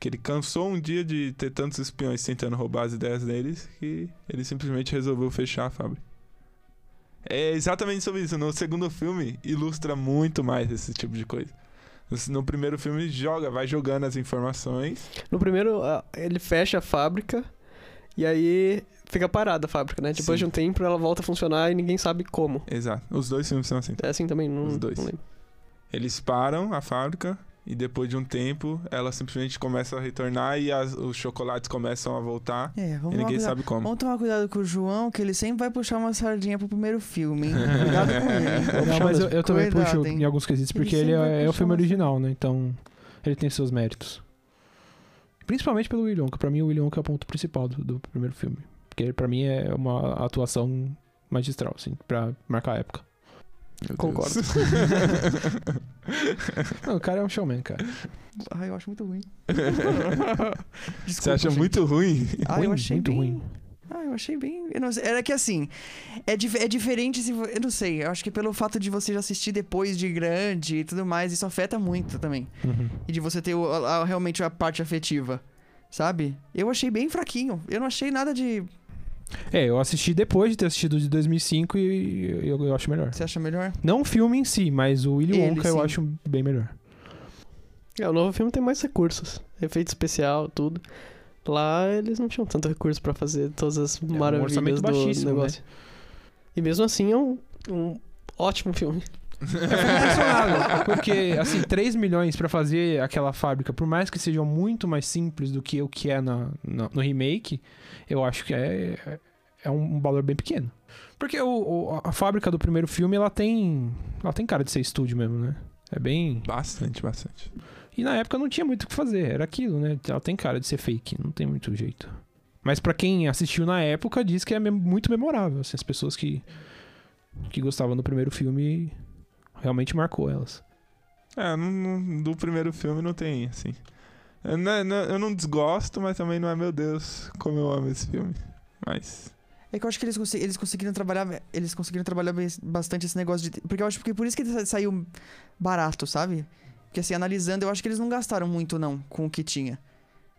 Speaker 3: Que ele cansou um dia de ter tantos espiões tentando roubar as ideias deles que ele simplesmente resolveu fechar a fábrica. É exatamente sobre isso. No segundo filme, ilustra muito mais esse tipo de coisa. No primeiro filme, joga, vai jogando as informações.
Speaker 6: No primeiro, a- ele fecha a fábrica e aí fica parada a fábrica, né? Depois
Speaker 3: Sim.
Speaker 6: de um tempo ela volta a funcionar e ninguém sabe como.
Speaker 3: Exato. Os dois filmes são assim.
Speaker 6: É assim também, não,
Speaker 3: Os dois.
Speaker 6: não lembro.
Speaker 3: Eles param a fábrica e depois de um tempo, ela simplesmente começa a retornar e as- os chocolates começam a voltar.
Speaker 5: É, vamos
Speaker 3: E
Speaker 5: lá.
Speaker 3: ninguém sabe como.
Speaker 5: Vamos tomar cuidado com o João, que ele sempre vai puxar uma sardinha pro primeiro filme, hein? Cuidado com ele. hein? Vou
Speaker 4: Não,
Speaker 5: puxar
Speaker 4: mas eu,
Speaker 5: mesmo.
Speaker 4: eu também
Speaker 5: Cuidado,
Speaker 4: puxo
Speaker 5: hein?
Speaker 4: em alguns quesitos,
Speaker 5: Ele
Speaker 4: porque ele,
Speaker 5: sempre vai
Speaker 4: é, é o
Speaker 5: puxar
Speaker 4: filme
Speaker 5: umas-
Speaker 4: original, né? Então, ele tem seus méritos. Principalmente pelo William, que pra mim o William é o ponto principal do, do primeiro filme. Porque pra mim é uma atuação magistral, assim, pra marcar a época.
Speaker 6: Concordo.
Speaker 4: Não, o cara é um showman, cara.
Speaker 5: Ai, eu acho muito ruim.
Speaker 3: Você acha muito ruim?
Speaker 5: Ah, eu
Speaker 4: Ruim,
Speaker 5: achei
Speaker 4: muito
Speaker 5: bem...
Speaker 4: ruim.
Speaker 5: Ah, eu achei bem. Eu não sei. Era que assim. É, dif- é diferente se. vo- Eu não sei. Eu acho que pelo fato de você já assistir depois de grande e tudo mais, isso afeta muito também.
Speaker 4: Uhum.
Speaker 5: E de você ter o- a- a- realmente a parte afetiva. Sabe? Eu achei bem fraquinho. Eu não achei nada de.
Speaker 4: É, eu assisti depois de ter assistido o de 2005 e eu, eu acho melhor.
Speaker 5: Você acha melhor?
Speaker 4: Não o filme em si, mas o Willy
Speaker 5: Ele,
Speaker 4: Wonka eu
Speaker 5: sim.
Speaker 4: acho bem melhor.
Speaker 6: É, o novo filme tem mais recursos. Efeito especial, tudo. Lá eles não tinham tanto recurso pra fazer todas as
Speaker 4: um
Speaker 6: maravilhas
Speaker 4: orçamento
Speaker 6: do
Speaker 4: baixíssimo,
Speaker 6: negócio. E mesmo assim é um, um ótimo filme.
Speaker 4: Eu fico impressionado, porque, assim, 3 milhões pra fazer aquela fábrica, por mais que sejam muito mais simples do que o que é na, na- no remake, eu acho que é, é um valor bem pequeno. Porque o- o- a fábrica do primeiro filme, ela tem, ela tem cara de ser estúdio mesmo, né? É bem...
Speaker 3: Bastante, bastante.
Speaker 4: E na época não tinha muito o que fazer, era aquilo, né? Ela tem cara de ser fake, não tem muito jeito. Mas pra quem assistiu na época, diz que é mem- muito memorável. assim, as pessoas que, que gostavam do primeiro filme realmente marcou elas.
Speaker 3: É, não- não- do primeiro filme não tem, assim. Eu não, não- eu não desgosto, mas também não é, meu Deus, como eu amo esse filme. Mas.
Speaker 5: É que eu acho que eles, consi- eles conseguiram trabalhar. Eles conseguiram trabalhar bes- bastante esse negócio de. Porque eu acho que por isso que sa- saiu barato, sabe? Porque assim, analisando, eu acho que eles não gastaram muito, não, com o que tinha.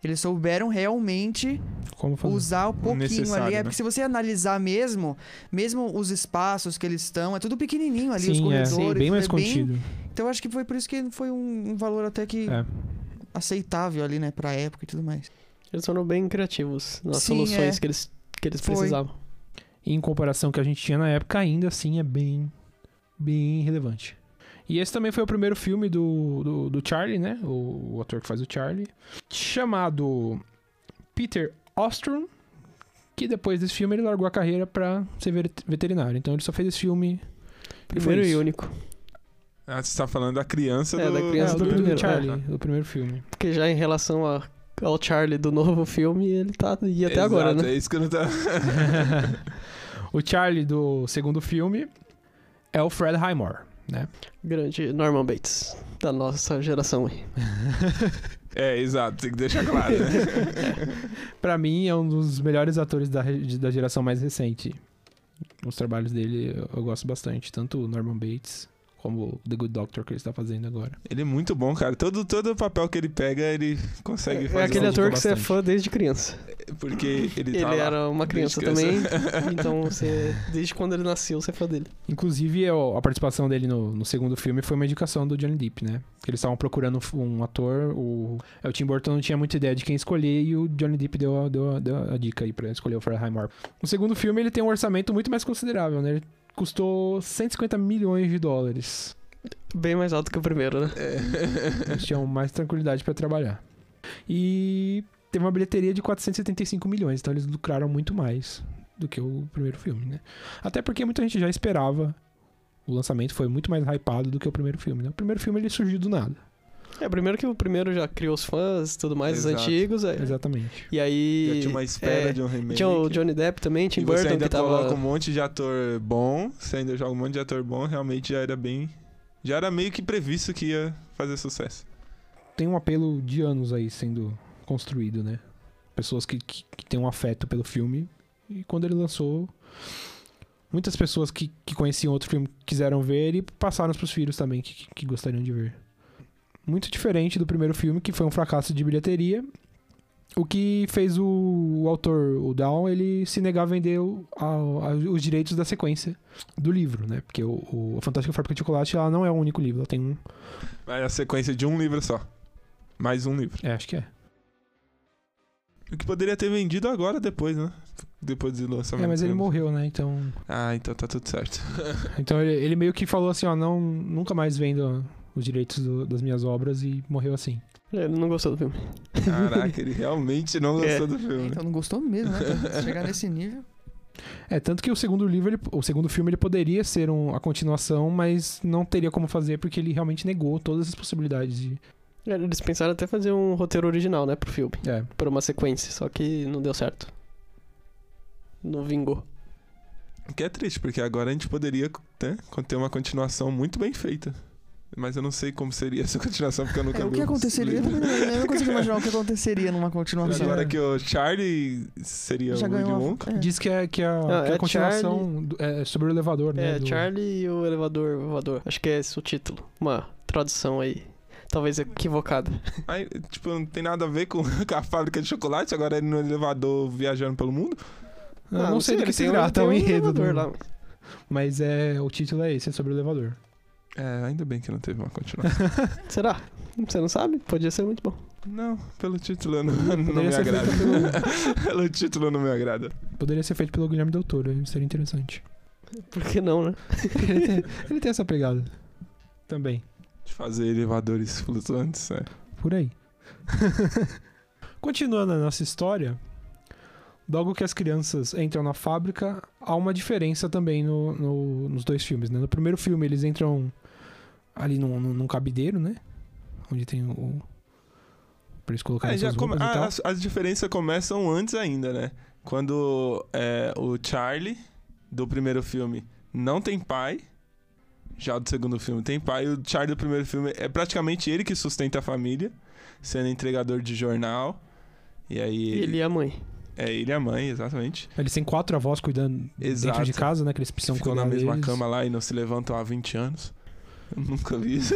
Speaker 5: Eles souberam realmente
Speaker 4: Como fazer?
Speaker 5: usar um pouquinho
Speaker 3: necessário,
Speaker 5: ali. É
Speaker 3: né?
Speaker 5: porque se você analisar mesmo, mesmo os espaços que eles estão, é tudo pequenininho ali, os
Speaker 4: Sim, é,
Speaker 5: corredores.
Speaker 4: bem
Speaker 5: é
Speaker 4: mais contido.
Speaker 5: Então eu acho que foi por isso que foi um, um valor até que
Speaker 4: É.
Speaker 5: aceitável ali, né, pra época e tudo mais.
Speaker 6: Eles foram bem criativos nas
Speaker 5: Sim,
Speaker 6: soluções
Speaker 5: é.
Speaker 6: que eles, que eles
Speaker 5: Foi.
Speaker 6: precisavam.
Speaker 4: E em comparação que a gente tinha na época, ainda assim é bem, bem relevante. E esse também foi o primeiro filme do, do, do Charlie, né? O, o ator que faz o Charlie. Chamado Peter Ostrom, que depois desse filme ele largou a carreira pra ser vet- veterinário. Então ele só fez esse filme.
Speaker 6: Primeiro
Speaker 4: foi
Speaker 6: e
Speaker 4: isso.
Speaker 6: único.
Speaker 3: Ah, você tá falando da criança
Speaker 6: É,
Speaker 3: do...
Speaker 6: da
Speaker 4: É,
Speaker 6: criança
Speaker 4: o
Speaker 6: do
Speaker 4: do,
Speaker 6: primeiro, é.
Speaker 4: do Charlie, do primeiro filme.
Speaker 6: Porque já em relação a- ao Charlie do novo filme, ele tá. E até agora,
Speaker 3: Exato, É
Speaker 6: né?
Speaker 3: isso que eu não tava...
Speaker 4: o Charlie do segundo filme é o Fred Highmore, né?
Speaker 6: Grande Norman Bates, da nossa geração. aí.
Speaker 3: É, exato, tem que deixar claro.
Speaker 6: é?
Speaker 3: né?
Speaker 4: Pra mim é um dos melhores atores da, re- da geração mais recente. Os trabalhos dele eu, eu gosto bastante, tanto o Norman Bates como o The Good Doctor que ele está fazendo agora.
Speaker 3: ele é muito bom, cara. Todo, todo papel que ele pega, ele consegue fazer.
Speaker 6: É aquele
Speaker 3: um-
Speaker 4: sentido
Speaker 6: ator que você é
Speaker 4: bastante.
Speaker 6: fã desde criança.
Speaker 3: Porque ele
Speaker 6: Ele
Speaker 3: tá lá.
Speaker 6: era uma criança
Speaker 3: desde
Speaker 6: também, então você. Desde quando ele nasceu, você é fã dele.
Speaker 4: Inclusive, eu- a participação dele no, no segundo filme foi uma indicação do Johnny Depp, né? Porque eles estavam procurando um f- um ator, o, é, o Tim Burton não tinha muita ideia de quem escolher e o Johnny Depp deu, a- deu a- deu a dica aí pra escolher o Fred Highmore. O segundo filme, ele tem um orçamento muito mais considerável, né? Ele custou 150 milhões de dólares.
Speaker 6: Bem mais alto que o primeiro, né?
Speaker 3: É.
Speaker 4: Eles tinham mais tranquilidade pra trabalhar. E teve uma bilheteria de 475 milhões, então eles lucraram muito mais do que o primeiro filme, né? Até porque muita gente já esperava. O lançamento foi muito mais hypado do que o primeiro filme, né? O primeiro filme ele surgiu do nada.
Speaker 6: É, primeiro que o primeiro já criou os fãs e tudo mais,
Speaker 3: Exato.
Speaker 6: os antigos. é.
Speaker 4: Exatamente.
Speaker 6: E aí.
Speaker 3: Já tinha uma espera
Speaker 6: é,
Speaker 3: de um remake.
Speaker 6: tinha o Johnny Depp também, Tim
Speaker 3: e você
Speaker 6: Burton,
Speaker 3: ainda
Speaker 6: que
Speaker 3: coloca um
Speaker 6: tava.
Speaker 3: monte de ator bom, você ainda joga um monte de ator bom, realmente já era bem... Já era meio que previsto que ia fazer sucesso.
Speaker 4: Tem um apelo de anos aí sendo construído, né? Pessoas que, que, que têm um afeto pelo filme. E quando ele lançou, muitas pessoas que, que conheciam outro filme quiseram ver e passaram pros filhos também que, que- que gostariam de ver. Muito diferente do primeiro filme, que foi um fracasso de bilheteria. O que fez o, o autor, o Down, ele se negar a vender o- a- a- os direitos da sequência do livro, né? Porque o, o a Fantástica Fábrica de Chocolate ela não é o único livro, ela tem um.
Speaker 3: Mas a sequência de um livro só. Mais um livro.
Speaker 4: É, acho que é.
Speaker 3: O que poderia ter vendido agora, depois, né? Depois do lançamento.
Speaker 4: É, mas ele
Speaker 3: do livro.
Speaker 4: morreu, né? Então.
Speaker 3: Ah, então tá tudo certo.
Speaker 4: Então ele, ele meio que falou assim, ó, não, nunca mais vendo os direitos do- das minhas obras e morreu assim.
Speaker 6: É, Ele não gostou do filme.
Speaker 3: um- Caraca, ele realmente não gostou
Speaker 6: É.
Speaker 3: do filme.
Speaker 5: Então não gostou mesmo, né? Pra chegar nesse nível.
Speaker 4: É, tanto que o segundo livro, ele- o segundo filme, ele poderia ser um- a continuação, mas não teria como fazer porque ele realmente negou todas as possibilidades de.
Speaker 6: É, Eles pensaram até fazer um roteiro original, né, pro filme.
Speaker 4: É.
Speaker 6: Por uma sequência, só que não deu certo. Não vingou.
Speaker 3: O que é triste, porque agora a gente poderia né, ter uma continuação muito bem feita. Mas eu não sei como seria essa continuação, porque eu nunca
Speaker 5: É,
Speaker 3: vi
Speaker 5: o
Speaker 3: um
Speaker 5: que
Speaker 3: os
Speaker 5: aconteceria? Eu
Speaker 3: livros.
Speaker 5: também não- eu não consigo imaginar o que aconteceria numa continuação.
Speaker 3: Agora que o Charlie seria
Speaker 5: Já
Speaker 3: o Willy
Speaker 5: ganhou uma-
Speaker 3: Wonka.
Speaker 5: é.
Speaker 4: Diz que é, que a,
Speaker 6: Ah,
Speaker 4: que a
Speaker 6: é
Speaker 4: continuação do- é sobre o elevador, né?
Speaker 6: É,
Speaker 4: do-
Speaker 6: Charlie e o elevador voador. Acho que é esse o título. Uma tradução aí. Talvez equivocada.
Speaker 3: Aí, tipo, não tem nada a ver com com a fábrica de chocolate, agora ele no elevador viajando pelo mundo.
Speaker 4: Eu Ah, não, sei do
Speaker 6: ele
Speaker 4: que se
Speaker 6: tem um-
Speaker 4: trata
Speaker 6: tem
Speaker 4: o
Speaker 6: um
Speaker 4: enredo do...
Speaker 6: elevador lá.
Speaker 4: Mas é, o título é esse, é sobre o elevador.
Speaker 3: É, ainda bem que não teve uma continuação.
Speaker 6: Será? Você não sabe? Podia ser muito bom.
Speaker 3: não, pelo título eu não, não me
Speaker 4: ser feito
Speaker 3: agrada. pelo título não me agrada.
Speaker 4: Poderia ser feito pelo Guilherme Del Toro, seria interessante.
Speaker 6: Por que não, né?
Speaker 4: ele, tem, ele tem essa pegada. Também.
Speaker 3: De fazer elevadores flutuantes, é.
Speaker 4: Por aí. Continuando a nossa história, logo que as crianças entram na fábrica, há uma diferença também no- no- nos dois filmes. Né? No primeiro filme, eles entram ali num, num- num cabideiro, né? Onde tem o. o- pra eles colocarem
Speaker 3: É, já
Speaker 4: suas
Speaker 3: come-
Speaker 4: roupas e
Speaker 3: ah,
Speaker 4: tal.
Speaker 3: as, as diferenças começam antes ainda, né? Quando é, o Charlie, do primeiro filme, não tem pai. Já do segundo filme tem pai. O Charlie do primeiro filme é praticamente ele que sustenta a família, sendo entregador de jornal. E aí
Speaker 6: Ele e a mãe.
Speaker 3: é ele e a mãe, exatamente.
Speaker 4: Eles têm quatro avós cuidando
Speaker 3: ah, Exato.
Speaker 4: dentro de casa, né? Que eles precisam
Speaker 3: Ficam
Speaker 4: cuidar
Speaker 3: na mesma
Speaker 4: deles.
Speaker 3: cama lá e não se levantam há 20 anos. Eu nunca vi isso.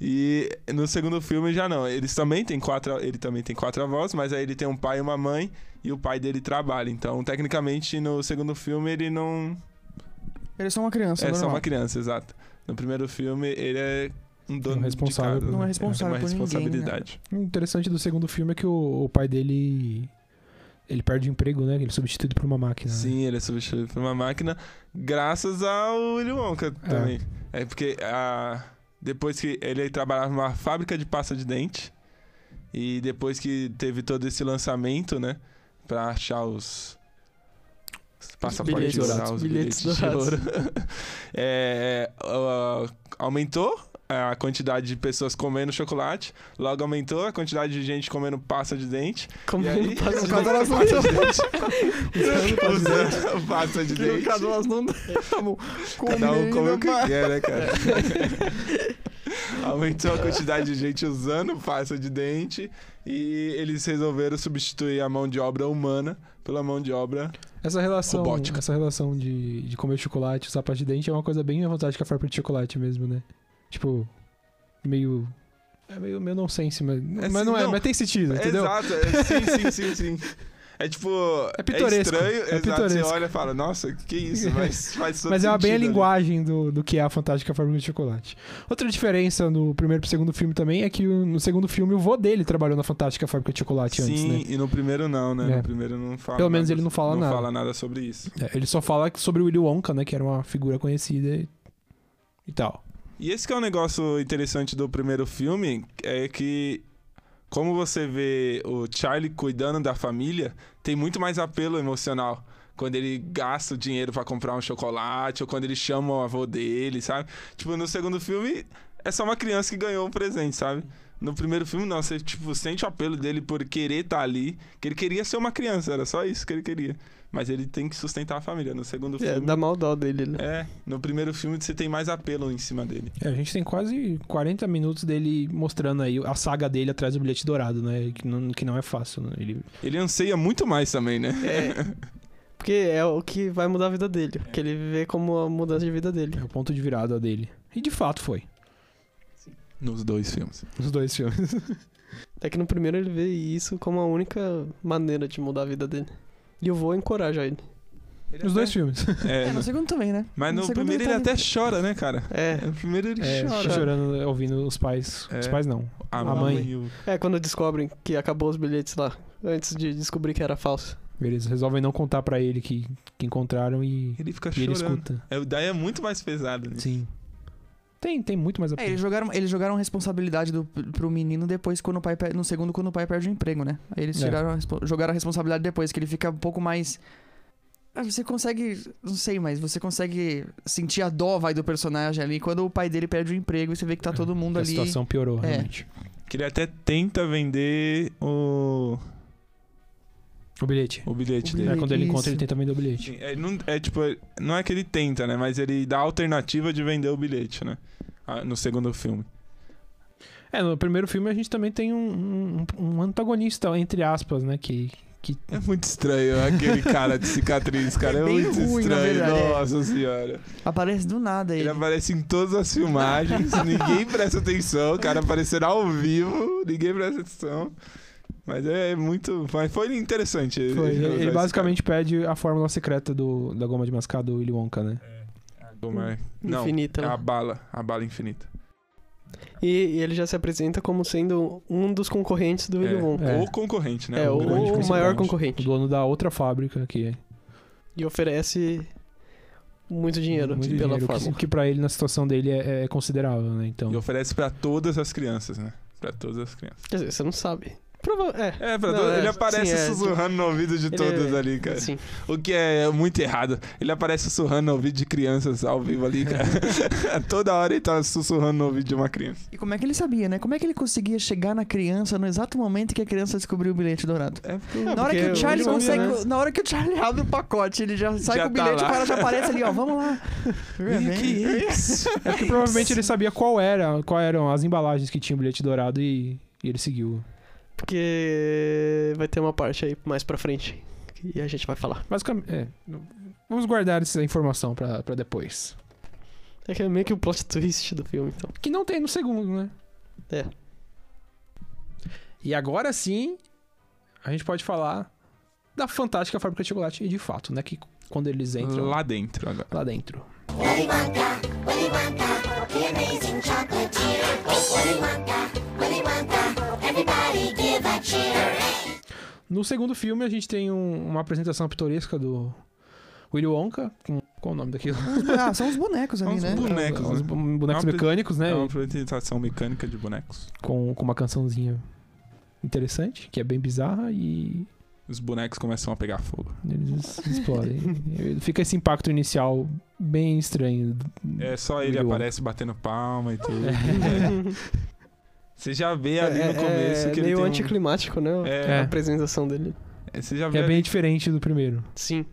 Speaker 3: e no segundo filme já não. Eles também têm quatro. Ele também tem quatro avós, mas aí ele tem um pai e uma mãe, e o pai dele trabalha. Então, tecnicamente, no segundo filme ele não.
Speaker 5: Ele é só uma criança,
Speaker 3: é só
Speaker 5: normal.
Speaker 3: uma criança, exato. No primeiro filme, ele é um dono
Speaker 4: Um responsável
Speaker 3: de casa,
Speaker 4: por-
Speaker 5: Não é
Speaker 3: né?
Speaker 5: responsável
Speaker 3: Tem uma
Speaker 5: por ninguém,
Speaker 3: responsabilidade.
Speaker 4: O interessante do segundo filme é que o, o pai dele. Ele perde o emprego, né? Ele é substituído por uma máquina. né?
Speaker 3: Sim, ele é substituído por uma máquina, graças ao Willy Wonka também. É porque a... depois que ele trabalhava numa fábrica de pasta de dente, e depois que teve todo esse lançamento, né? pra achar os. os Passaportes
Speaker 6: bilhetes dourados,
Speaker 3: os
Speaker 6: bilhetes
Speaker 3: bilhetes de
Speaker 6: dourados.
Speaker 3: ouro. É, ah, aumentou a quantidade de pessoas comendo chocolate, logo aumentou a quantidade de gente comendo passa de dente.
Speaker 6: Como
Speaker 3: E aí,
Speaker 6: não passa
Speaker 3: usando
Speaker 6: de
Speaker 5: elas não
Speaker 3: pasta de dente. Usando pasta de
Speaker 5: No
Speaker 3: dente.
Speaker 5: caso, elas não estavam
Speaker 3: Cada um comeu o
Speaker 5: comendo
Speaker 3: que
Speaker 5: pa-
Speaker 4: É,
Speaker 3: quer, né, cara? Aumentou a quantidade de gente usando pasta de dente e eles resolveram substituir a mão de obra humana pela mão de obra.
Speaker 4: Essa relação,
Speaker 3: Robótica.
Speaker 4: essa relação de, de comer chocolate, usar parte de dente é uma coisa bem à vontade que a farpa de chocolate mesmo, né? Tipo, meio. É meio, meio nonsense, mas, mas
Speaker 3: assim,
Speaker 4: não é,
Speaker 3: não.
Speaker 4: mas tem sentido, entendeu?
Speaker 3: Exato, é, sim, sim, sim, sim. É tipo.
Speaker 4: É pitoresco,
Speaker 3: estranho,
Speaker 4: é
Speaker 3: exato. Você
Speaker 4: pitoresco.
Speaker 3: olha e fala, nossa, que isso, mas faz todo
Speaker 4: Mas é uma bem a
Speaker 3: sentido, né?
Speaker 4: linguagem do, do que é a Fantástica Fábrica de Chocolate. Outra diferença no primeiro pro segundo filme também é que o- no segundo filme o vô dele trabalhou na Fantástica Fábrica de Chocolate antes,
Speaker 3: Sim,
Speaker 4: né?
Speaker 3: e no primeiro não, né?
Speaker 4: É.
Speaker 3: No primeiro não fala.
Speaker 4: Pelo menos
Speaker 3: nada-
Speaker 4: ele não fala nada.
Speaker 3: Não fala nada sobre isso.
Speaker 4: É, ele só fala sobre o Willy Wonka, né? Que era uma figura conhecida e, e tal.
Speaker 3: E esse que é um negócio interessante do primeiro filme, é que como você vê o Charlie cuidando da família, tem muito mais apelo emocional. Quando ele gasta o dinheiro pra comprar um chocolate, ou quando ele chama o avô dele, sabe? Tipo, no segundo filme, é só uma criança que ganhou um presente, sabe? No primeiro filme, não, você tipo, sente o apelo dele por querer estar ali, que ele queria ser uma criança, era só isso que ele queria. Mas ele tem que sustentar a família. No segundo
Speaker 6: É,
Speaker 3: filme.
Speaker 6: dá maldade dele, né?
Speaker 3: É, no primeiro filme você tem mais apelo em cima dele.
Speaker 4: É, a gente tem quase 40 minutos dele mostrando aí a saga dele atrás do bilhete dourado, né? Que não, que não é fácil. né? Ele
Speaker 3: Ele anseia muito mais também, né?
Speaker 6: É. Porque é o que vai mudar a vida dele. Que ele vê como a mudança de vida dele.
Speaker 4: é o ponto de virada dele. E de fato foi.
Speaker 3: Nos dois filmes.
Speaker 4: Os dois filmes.
Speaker 6: É que no primeiro ele vê isso como a única maneira de mudar a vida dele. E eu vou encorajar ele.
Speaker 4: Os dois filmes.
Speaker 3: É,
Speaker 5: É, no segundo também, né?
Speaker 3: mas no
Speaker 5: segundo
Speaker 3: primeiro ele
Speaker 5: tá-
Speaker 3: até chora, né, cara?
Speaker 6: É.
Speaker 3: No primeiro ele
Speaker 4: É,
Speaker 3: chora.
Speaker 4: chorando, ouvindo os pais. Os
Speaker 3: É.
Speaker 4: pais não.
Speaker 3: A,
Speaker 4: A mãe.
Speaker 3: e o-
Speaker 6: É quando descobrem que acabou os bilhetes lá. Antes de descobrir que era falso.
Speaker 4: Eles resolvem não contar pra ele que, que encontraram e, tá
Speaker 3: Ele fica
Speaker 4: e ele
Speaker 3: chorando.
Speaker 4: escuta.
Speaker 3: É, daí é muito mais pesado. Né?
Speaker 4: Sim. Tem, tem muito mais
Speaker 5: É, eles jogaram, eles jogaram a responsabilidade do, pro menino depois, quando o pai per- no segundo, quando o pai perde o emprego, né? Aí eles
Speaker 4: É.
Speaker 5: tiraram a respo- jogaram a responsabilidade depois, que ele fica um pouco mais. Ah, Você consegue. Não sei, mas você consegue sentir a dó, vai, do personagem ali. Quando o pai dele perde o emprego, você vê que tá todo mundo
Speaker 4: A
Speaker 5: ali.
Speaker 4: situação piorou,
Speaker 5: É.
Speaker 4: realmente.
Speaker 3: Que ele até tenta vender o,
Speaker 4: O bilhete.
Speaker 3: o bilhete
Speaker 5: O
Speaker 3: dele.
Speaker 4: É,
Speaker 5: bilhete.
Speaker 4: quando ele encontra,
Speaker 5: Isso.
Speaker 4: ele tenta vender o bilhete.
Speaker 3: Sim, é, não, é tipo, não é que ele tenta, né? Mas ele dá a alternativa de vender o bilhete, né? Ah, No segundo filme.
Speaker 4: É, no primeiro filme a gente também tem um, um, um antagonista, entre aspas, né? Que, que
Speaker 3: É muito estranho aquele cara de cicatriz, cara. É,
Speaker 5: Bem
Speaker 3: muito
Speaker 5: ruim, na
Speaker 3: estranho.
Speaker 5: verdade, é.
Speaker 3: Nossa senhora.
Speaker 5: Aparece do nada ele.
Speaker 3: Ele aparece em todas as filmagens, ninguém presta atenção, o cara aparecendo ao vivo, ninguém presta atenção. Mas é muito. Mas foi interessante. ele-
Speaker 4: Foi, ele,
Speaker 3: usar
Speaker 4: basicamente pede a fórmula secreta do, da goma de mascar do Willy Wonka, né?
Speaker 3: esse cara. Como é? Não,
Speaker 6: Infinita.
Speaker 3: é
Speaker 6: né?
Speaker 3: a bala, a bala infinita.
Speaker 6: E, e ele já se apresenta como sendo um dos concorrentes do Willy
Speaker 3: é,
Speaker 6: Wonka.
Speaker 4: É.
Speaker 3: Ou concorrente, né?
Speaker 6: É,
Speaker 4: o
Speaker 6: o,
Speaker 4: grande
Speaker 6: o
Speaker 4: principal.
Speaker 6: maior
Speaker 4: O
Speaker 6: concorrente.
Speaker 4: dono da outra fábrica que é
Speaker 6: E oferece muito dinheiro
Speaker 4: muito
Speaker 6: pela
Speaker 4: dinheiro, que,
Speaker 6: fórmula.
Speaker 4: que pra ele, na situação dele, é, é considerável, né? Então,
Speaker 3: E oferece pra todas as crianças, né? Pra todas as crianças.
Speaker 6: Quer dizer, você não sabe. Prova é.
Speaker 3: É, pra
Speaker 6: Não,
Speaker 3: todas.
Speaker 6: é,
Speaker 3: ele aparece
Speaker 6: sim, é,
Speaker 3: sussurrando no ouvido de
Speaker 6: ele
Speaker 3: todas
Speaker 6: é-
Speaker 3: ali, cara.
Speaker 6: Sim.
Speaker 3: O que é muito errado. Ele aparece sussurrando no ouvido de crianças ao vivo ali, cara. Toda hora ele tá sussurrando no ouvido de uma criança.
Speaker 5: E como é que ele sabia, né? Como é que ele conseguia chegar na criança no exato momento que a criança descobriu o bilhete dourado?
Speaker 3: É porque
Speaker 5: na hora que
Speaker 6: porque
Speaker 5: o Charlie
Speaker 6: ele sabia,
Speaker 5: consegue.
Speaker 6: né?
Speaker 5: Na hora que o Charlie abre o pacote, ele já sai
Speaker 3: Já
Speaker 5: com o
Speaker 3: tá
Speaker 5: bilhete,
Speaker 3: lá.
Speaker 5: o cara já aparece ali, ó, vamos lá.
Speaker 3: Ih, que isso?
Speaker 4: é que provavelmente ele sabia qual era, qual eram as embalagens que tinha o bilhete dourado e, e ele seguiu.
Speaker 6: Porque vai ter uma parte aí mais pra frente. E a gente vai falar.
Speaker 4: Basicamente, é, vamos guardar essa informação pra, pra depois.
Speaker 6: É que é meio que o plot twist do filme, então.
Speaker 4: Que não tem no segundo, né?
Speaker 6: É.
Speaker 4: E agora sim, a gente pode falar da fantástica fábrica de chocolate, e de fato, né? Que quando eles entram lá,
Speaker 3: Lá dentro agora.
Speaker 4: dentro. No segundo filme, a gente tem um- uma apresentação pitoresca do Willy Wonka, com qual o nome daquilo?
Speaker 5: Ah, são os bonecos ali,
Speaker 3: Uns
Speaker 5: né?
Speaker 3: bonecos,
Speaker 4: Os
Speaker 3: né?
Speaker 4: bonecos
Speaker 3: É uma apre-
Speaker 4: mecânicos, né?
Speaker 3: É uma apresentação mecânica de bonecos.
Speaker 4: com, com uma cançãozinha interessante, que é bem bizarra e
Speaker 3: os bonecos começam a pegar fogo.
Speaker 4: Eles explodem. Fica esse impacto inicial bem estranho.
Speaker 3: É só ele
Speaker 4: Ligou.
Speaker 3: aparece batendo palma e tudo. Você já vê É. ali
Speaker 6: é,
Speaker 3: no começo
Speaker 6: é
Speaker 3: que ele
Speaker 6: meio
Speaker 3: tem um-
Speaker 6: anticlimático, né?
Speaker 3: É.
Speaker 6: A apresentação dele.
Speaker 3: Você já vê
Speaker 4: É
Speaker 3: ali
Speaker 4: bem diferente do primeiro.
Speaker 6: Sim.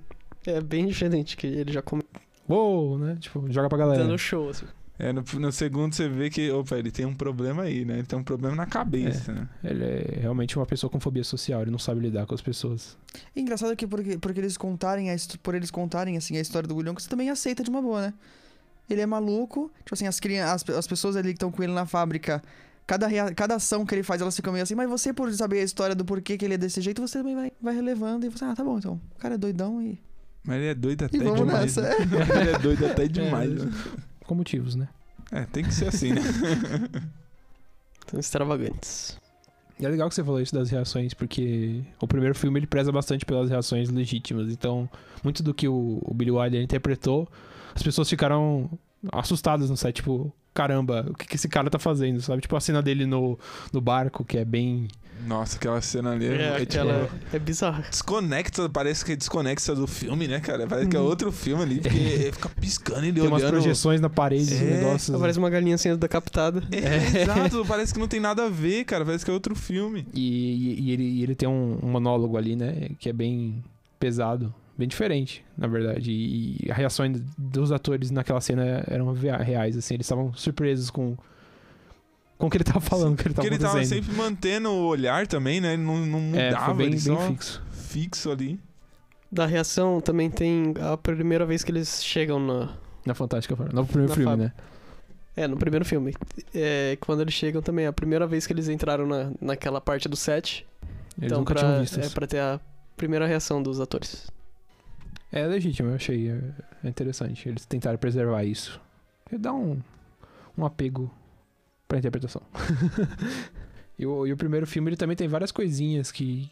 Speaker 6: É bem diferente, que ele já começa
Speaker 4: Uou, né? Tipo, joga pra galera.
Speaker 6: dando show, assim.
Speaker 3: É, no, no segundo você vê que, opa, ele tem um problema aí, né? Ele tem um problema na cabeça, né?
Speaker 4: Ele é realmente uma pessoa com fobia social, ele não sabe lidar com as pessoas.
Speaker 5: E engraçado que porque, porque eles contarem a his- por eles contarem assim a história do Gulhão, que você também aceita de uma boa, né? Ele é maluco, tipo assim, as, crian- as, pe- as pessoas ali que estão com ele na fábrica, cada, rea- cada ação que ele faz, elas ficam meio assim, mas você, por saber a história do porquê que ele é desse jeito, você também vai, vai relevando e você, ah, tá bom, então, o cara é doidão e.
Speaker 3: Mas ele é doido até
Speaker 5: E vamos
Speaker 3: demais.
Speaker 5: nessa.
Speaker 3: né? ele é doido até demais.
Speaker 4: É.
Speaker 3: né?
Speaker 4: Com motivos, né?
Speaker 3: É, tem que ser assim, né?
Speaker 6: São extravagantes.
Speaker 4: E é legal que você falou isso das reações, porque o primeiro filme ele preza bastante pelas reações legítimas. Então, muito do que o, o Billy Wilder interpretou, as pessoas ficaram assustadas no set, tipo, caramba, o que, que esse cara tá fazendo, sabe? Tipo, a cena dele no, no barco, que é bem.
Speaker 3: Nossa, aquela cena ali
Speaker 6: É,
Speaker 3: é, tipo,
Speaker 6: aquela. É bizarra.
Speaker 3: Desconecta, parece que é desconecta do filme, né, cara? Parece que é outro filme ali, porque ele fica piscando ele
Speaker 4: Uhum. Tem umas
Speaker 3: olhando.
Speaker 4: projeções na parede,
Speaker 3: É,
Speaker 4: negócios.
Speaker 6: Parece uma galinha sendo decapitada.
Speaker 4: né?
Speaker 3: É, exato, parece que não tem nada a ver, cara. Parece que é outro filme.
Speaker 4: Tá E, e- e ele, e ele tem um, um monólogo ali, né? Que é bem pesado, bem diferente, na verdade. E, e a reação dos atores naquela cena eram via- reais, assim. Eles estavam surpresos com, com o que ele tava falando, o que ele tava
Speaker 3: Porque ele
Speaker 4: acontecendo.
Speaker 3: tava sempre mantendo o olhar também, né? Ele não, não
Speaker 4: É,
Speaker 3: mudava,
Speaker 4: foi bem,
Speaker 3: ele
Speaker 4: bem
Speaker 3: só
Speaker 4: fixo.
Speaker 3: fixo ali.
Speaker 6: Da reação também tem a primeira vez que eles chegam na.
Speaker 4: Na Fantástica Fora. No primeiro
Speaker 6: Na
Speaker 4: filme,
Speaker 6: fáb-
Speaker 4: né?
Speaker 6: É, no primeiro filme. É, quando eles chegam também, é a primeira vez que eles entraram na, naquela parte do set.
Speaker 4: Eles
Speaker 6: então,
Speaker 4: nunca
Speaker 6: pra,
Speaker 4: tinham visto
Speaker 6: é
Speaker 4: isso.
Speaker 6: pra ter a primeira reação dos atores.
Speaker 4: É, legítimo, eu achei é, é interessante. Eles tentaram preservar isso. Porque dá um, um apego pra interpretação. e, o, e o primeiro filme, ele também tem várias coisinhas que...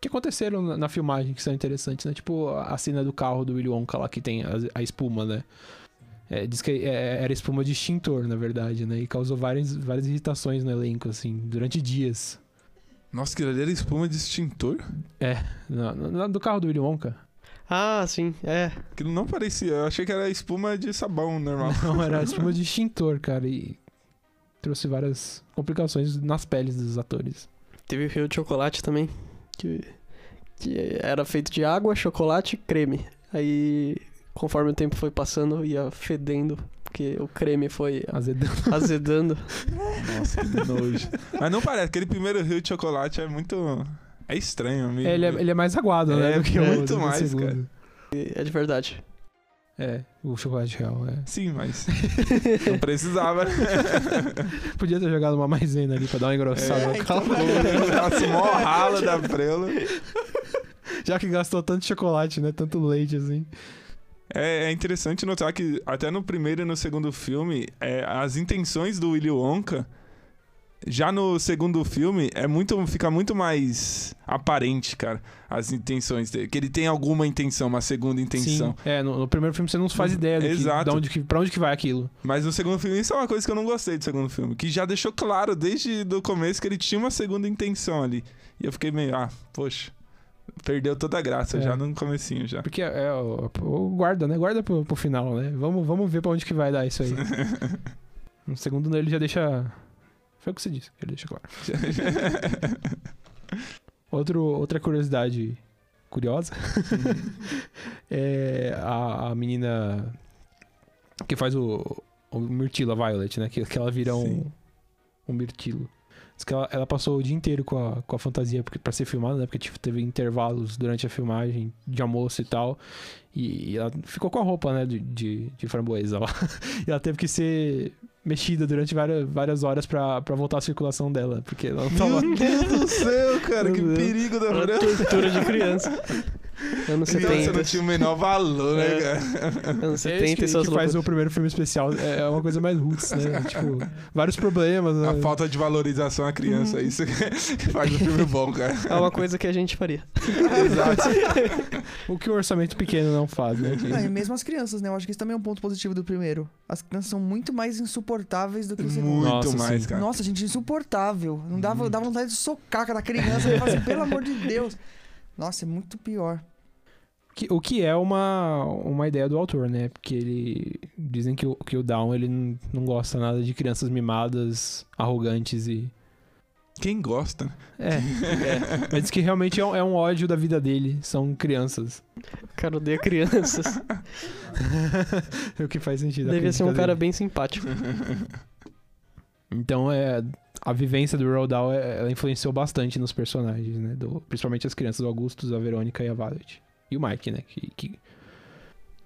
Speaker 4: Que aconteceram na, na filmagem que são interessantes, né? Tipo a a cena do carro do Willy Wonka lá que tem a, a espuma, né? É, diz que é- era espuma de extintor, na verdade, né? E causou várias, várias irritações no elenco, assim, durante dias.
Speaker 3: Nossa, aquilo ali era espuma de extintor?
Speaker 4: Na- na- na- do carro do Willy Wonka.
Speaker 6: Ah, sim, é.
Speaker 3: Aquilo não parecia. Eu achei que era espuma de sabão normal.
Speaker 4: Não, era espuma de extintor, cara, e trouxe várias complicações nas peles dos atores.
Speaker 6: Teve o Rio de Chocolate também, que, que era feito de água, chocolate e creme. Aí, conforme o tempo foi passando, ia fedendo, porque o creme foi
Speaker 4: Azedando.
Speaker 6: azedando.
Speaker 3: Nossa, que nojo. Mas não parece. Aquele primeiro rio de chocolate é muito. É estranho, amigo.
Speaker 4: Ele é, ele é mais aguado, né?
Speaker 3: É,
Speaker 4: do que o-
Speaker 3: muito
Speaker 4: do que o
Speaker 3: mais,
Speaker 4: segundo.
Speaker 6: E é de verdade.
Speaker 4: É, o chocolate real, é.
Speaker 3: Sim, mas. Não precisava.
Speaker 4: Podia ter jogado uma maisena ali pra dar uma engrossada.
Speaker 3: É, então, Nossa, mó rala da prela. né?
Speaker 4: Já que gastou tanto chocolate, né? Tanto leite, assim.
Speaker 3: É, é interessante notar que até no primeiro e no segundo filme, é, as intenções do Willy Wonka, já no segundo filme, é muito, fica muito mais aparente, cara, as intenções dele. Que ele tem alguma intenção, uma segunda intenção.
Speaker 4: Sim. É, no, no primeiro filme você não faz ideia do que,
Speaker 3: Exato.
Speaker 4: da onde que, pra onde que vai aquilo.
Speaker 3: Mas no segundo filme, isso é uma coisa que eu não gostei do segundo filme. Que já deixou claro desde o começo que ele tinha uma segunda intenção ali. E eu fiquei meio, ah, poxa, perdeu toda a graça
Speaker 4: É.
Speaker 3: já no comecinho já.
Speaker 4: Porque é, é o, o guarda, né? Guarda pro, pro final, né? Vamos, vamos ver pra onde que vai dar isso aí. no segundo ele já deixa. Foi o que você disse, ele deixa claro. Outro, outra curiosidade curiosa é a, a menina que faz o, o Mirtilo, a Violet, né? Que, que ela vira um,
Speaker 3: Sim.
Speaker 4: um Mirtilo. Diz que ela, ela passou o dia inteiro com a, com a fantasia porque, pra ser filmada, né? Porque tipo, teve intervalos durante a filmagem de almoço e tal. E, e ela ficou com a roupa, né? De, de, de framboesa lá. E ela teve que ser mexida durante várias, várias horas pra, pra voltar à circulação dela. Porque ela não tava...
Speaker 3: Meu Deus do céu, cara, que
Speaker 6: Meu Deus.
Speaker 3: perigo da
Speaker 6: Era
Speaker 3: Branca.
Speaker 6: tortura de criança. Anos
Speaker 3: Então você
Speaker 6: 70.
Speaker 3: não tinha o menor valor, né,
Speaker 6: É.
Speaker 3: cara?
Speaker 6: Anos
Speaker 4: É isso
Speaker 6: 70 e
Speaker 4: que,
Speaker 6: suas
Speaker 4: que faz
Speaker 6: loucuras.
Speaker 4: o primeiro filme especial. É é uma coisa mais roots, né? tipo, vários problemas.
Speaker 3: A
Speaker 4: né?
Speaker 3: falta de valorização à criança, é isso que faz o filme bom, cara.
Speaker 6: É uma coisa que a gente faria.
Speaker 4: O que o orçamento pequeno não faz, né?
Speaker 3: Uhum.
Speaker 5: Ah, e mesmo as crianças, né? Eu acho que isso também é um ponto positivo do primeiro. As crianças são muito mais insuportáveis do que o segundo.
Speaker 3: Muito
Speaker 4: Nossa,
Speaker 3: mais,
Speaker 4: sim.
Speaker 3: cara.
Speaker 5: Nossa, gente, insuportável. Não dava, dava vontade de socar aquela criança e falar assim, pelo amor de Deus. Nossa, é muito pior.
Speaker 4: Que- o que é uma, uma ideia do autor, né? Porque ele. Dizem que o, que o Down ele n- não gosta nada de crianças mimadas, arrogantes e.
Speaker 3: Quem gosta, né?
Speaker 4: É. Mas diz que realmente é um, é um ódio da vida dele, são crianças.
Speaker 6: Cara, odeia crianças.
Speaker 4: o que faz sentido. a
Speaker 6: Devia ser um
Speaker 4: crítica
Speaker 6: cara
Speaker 4: dele.
Speaker 6: bem simpático.
Speaker 4: Então é. A vivência do Roald Dahl é- ela influenciou bastante nos personagens, né? Do- principalmente as crianças, o Augustus, a Verônica e a Violet. E o Mike, né? Que, que,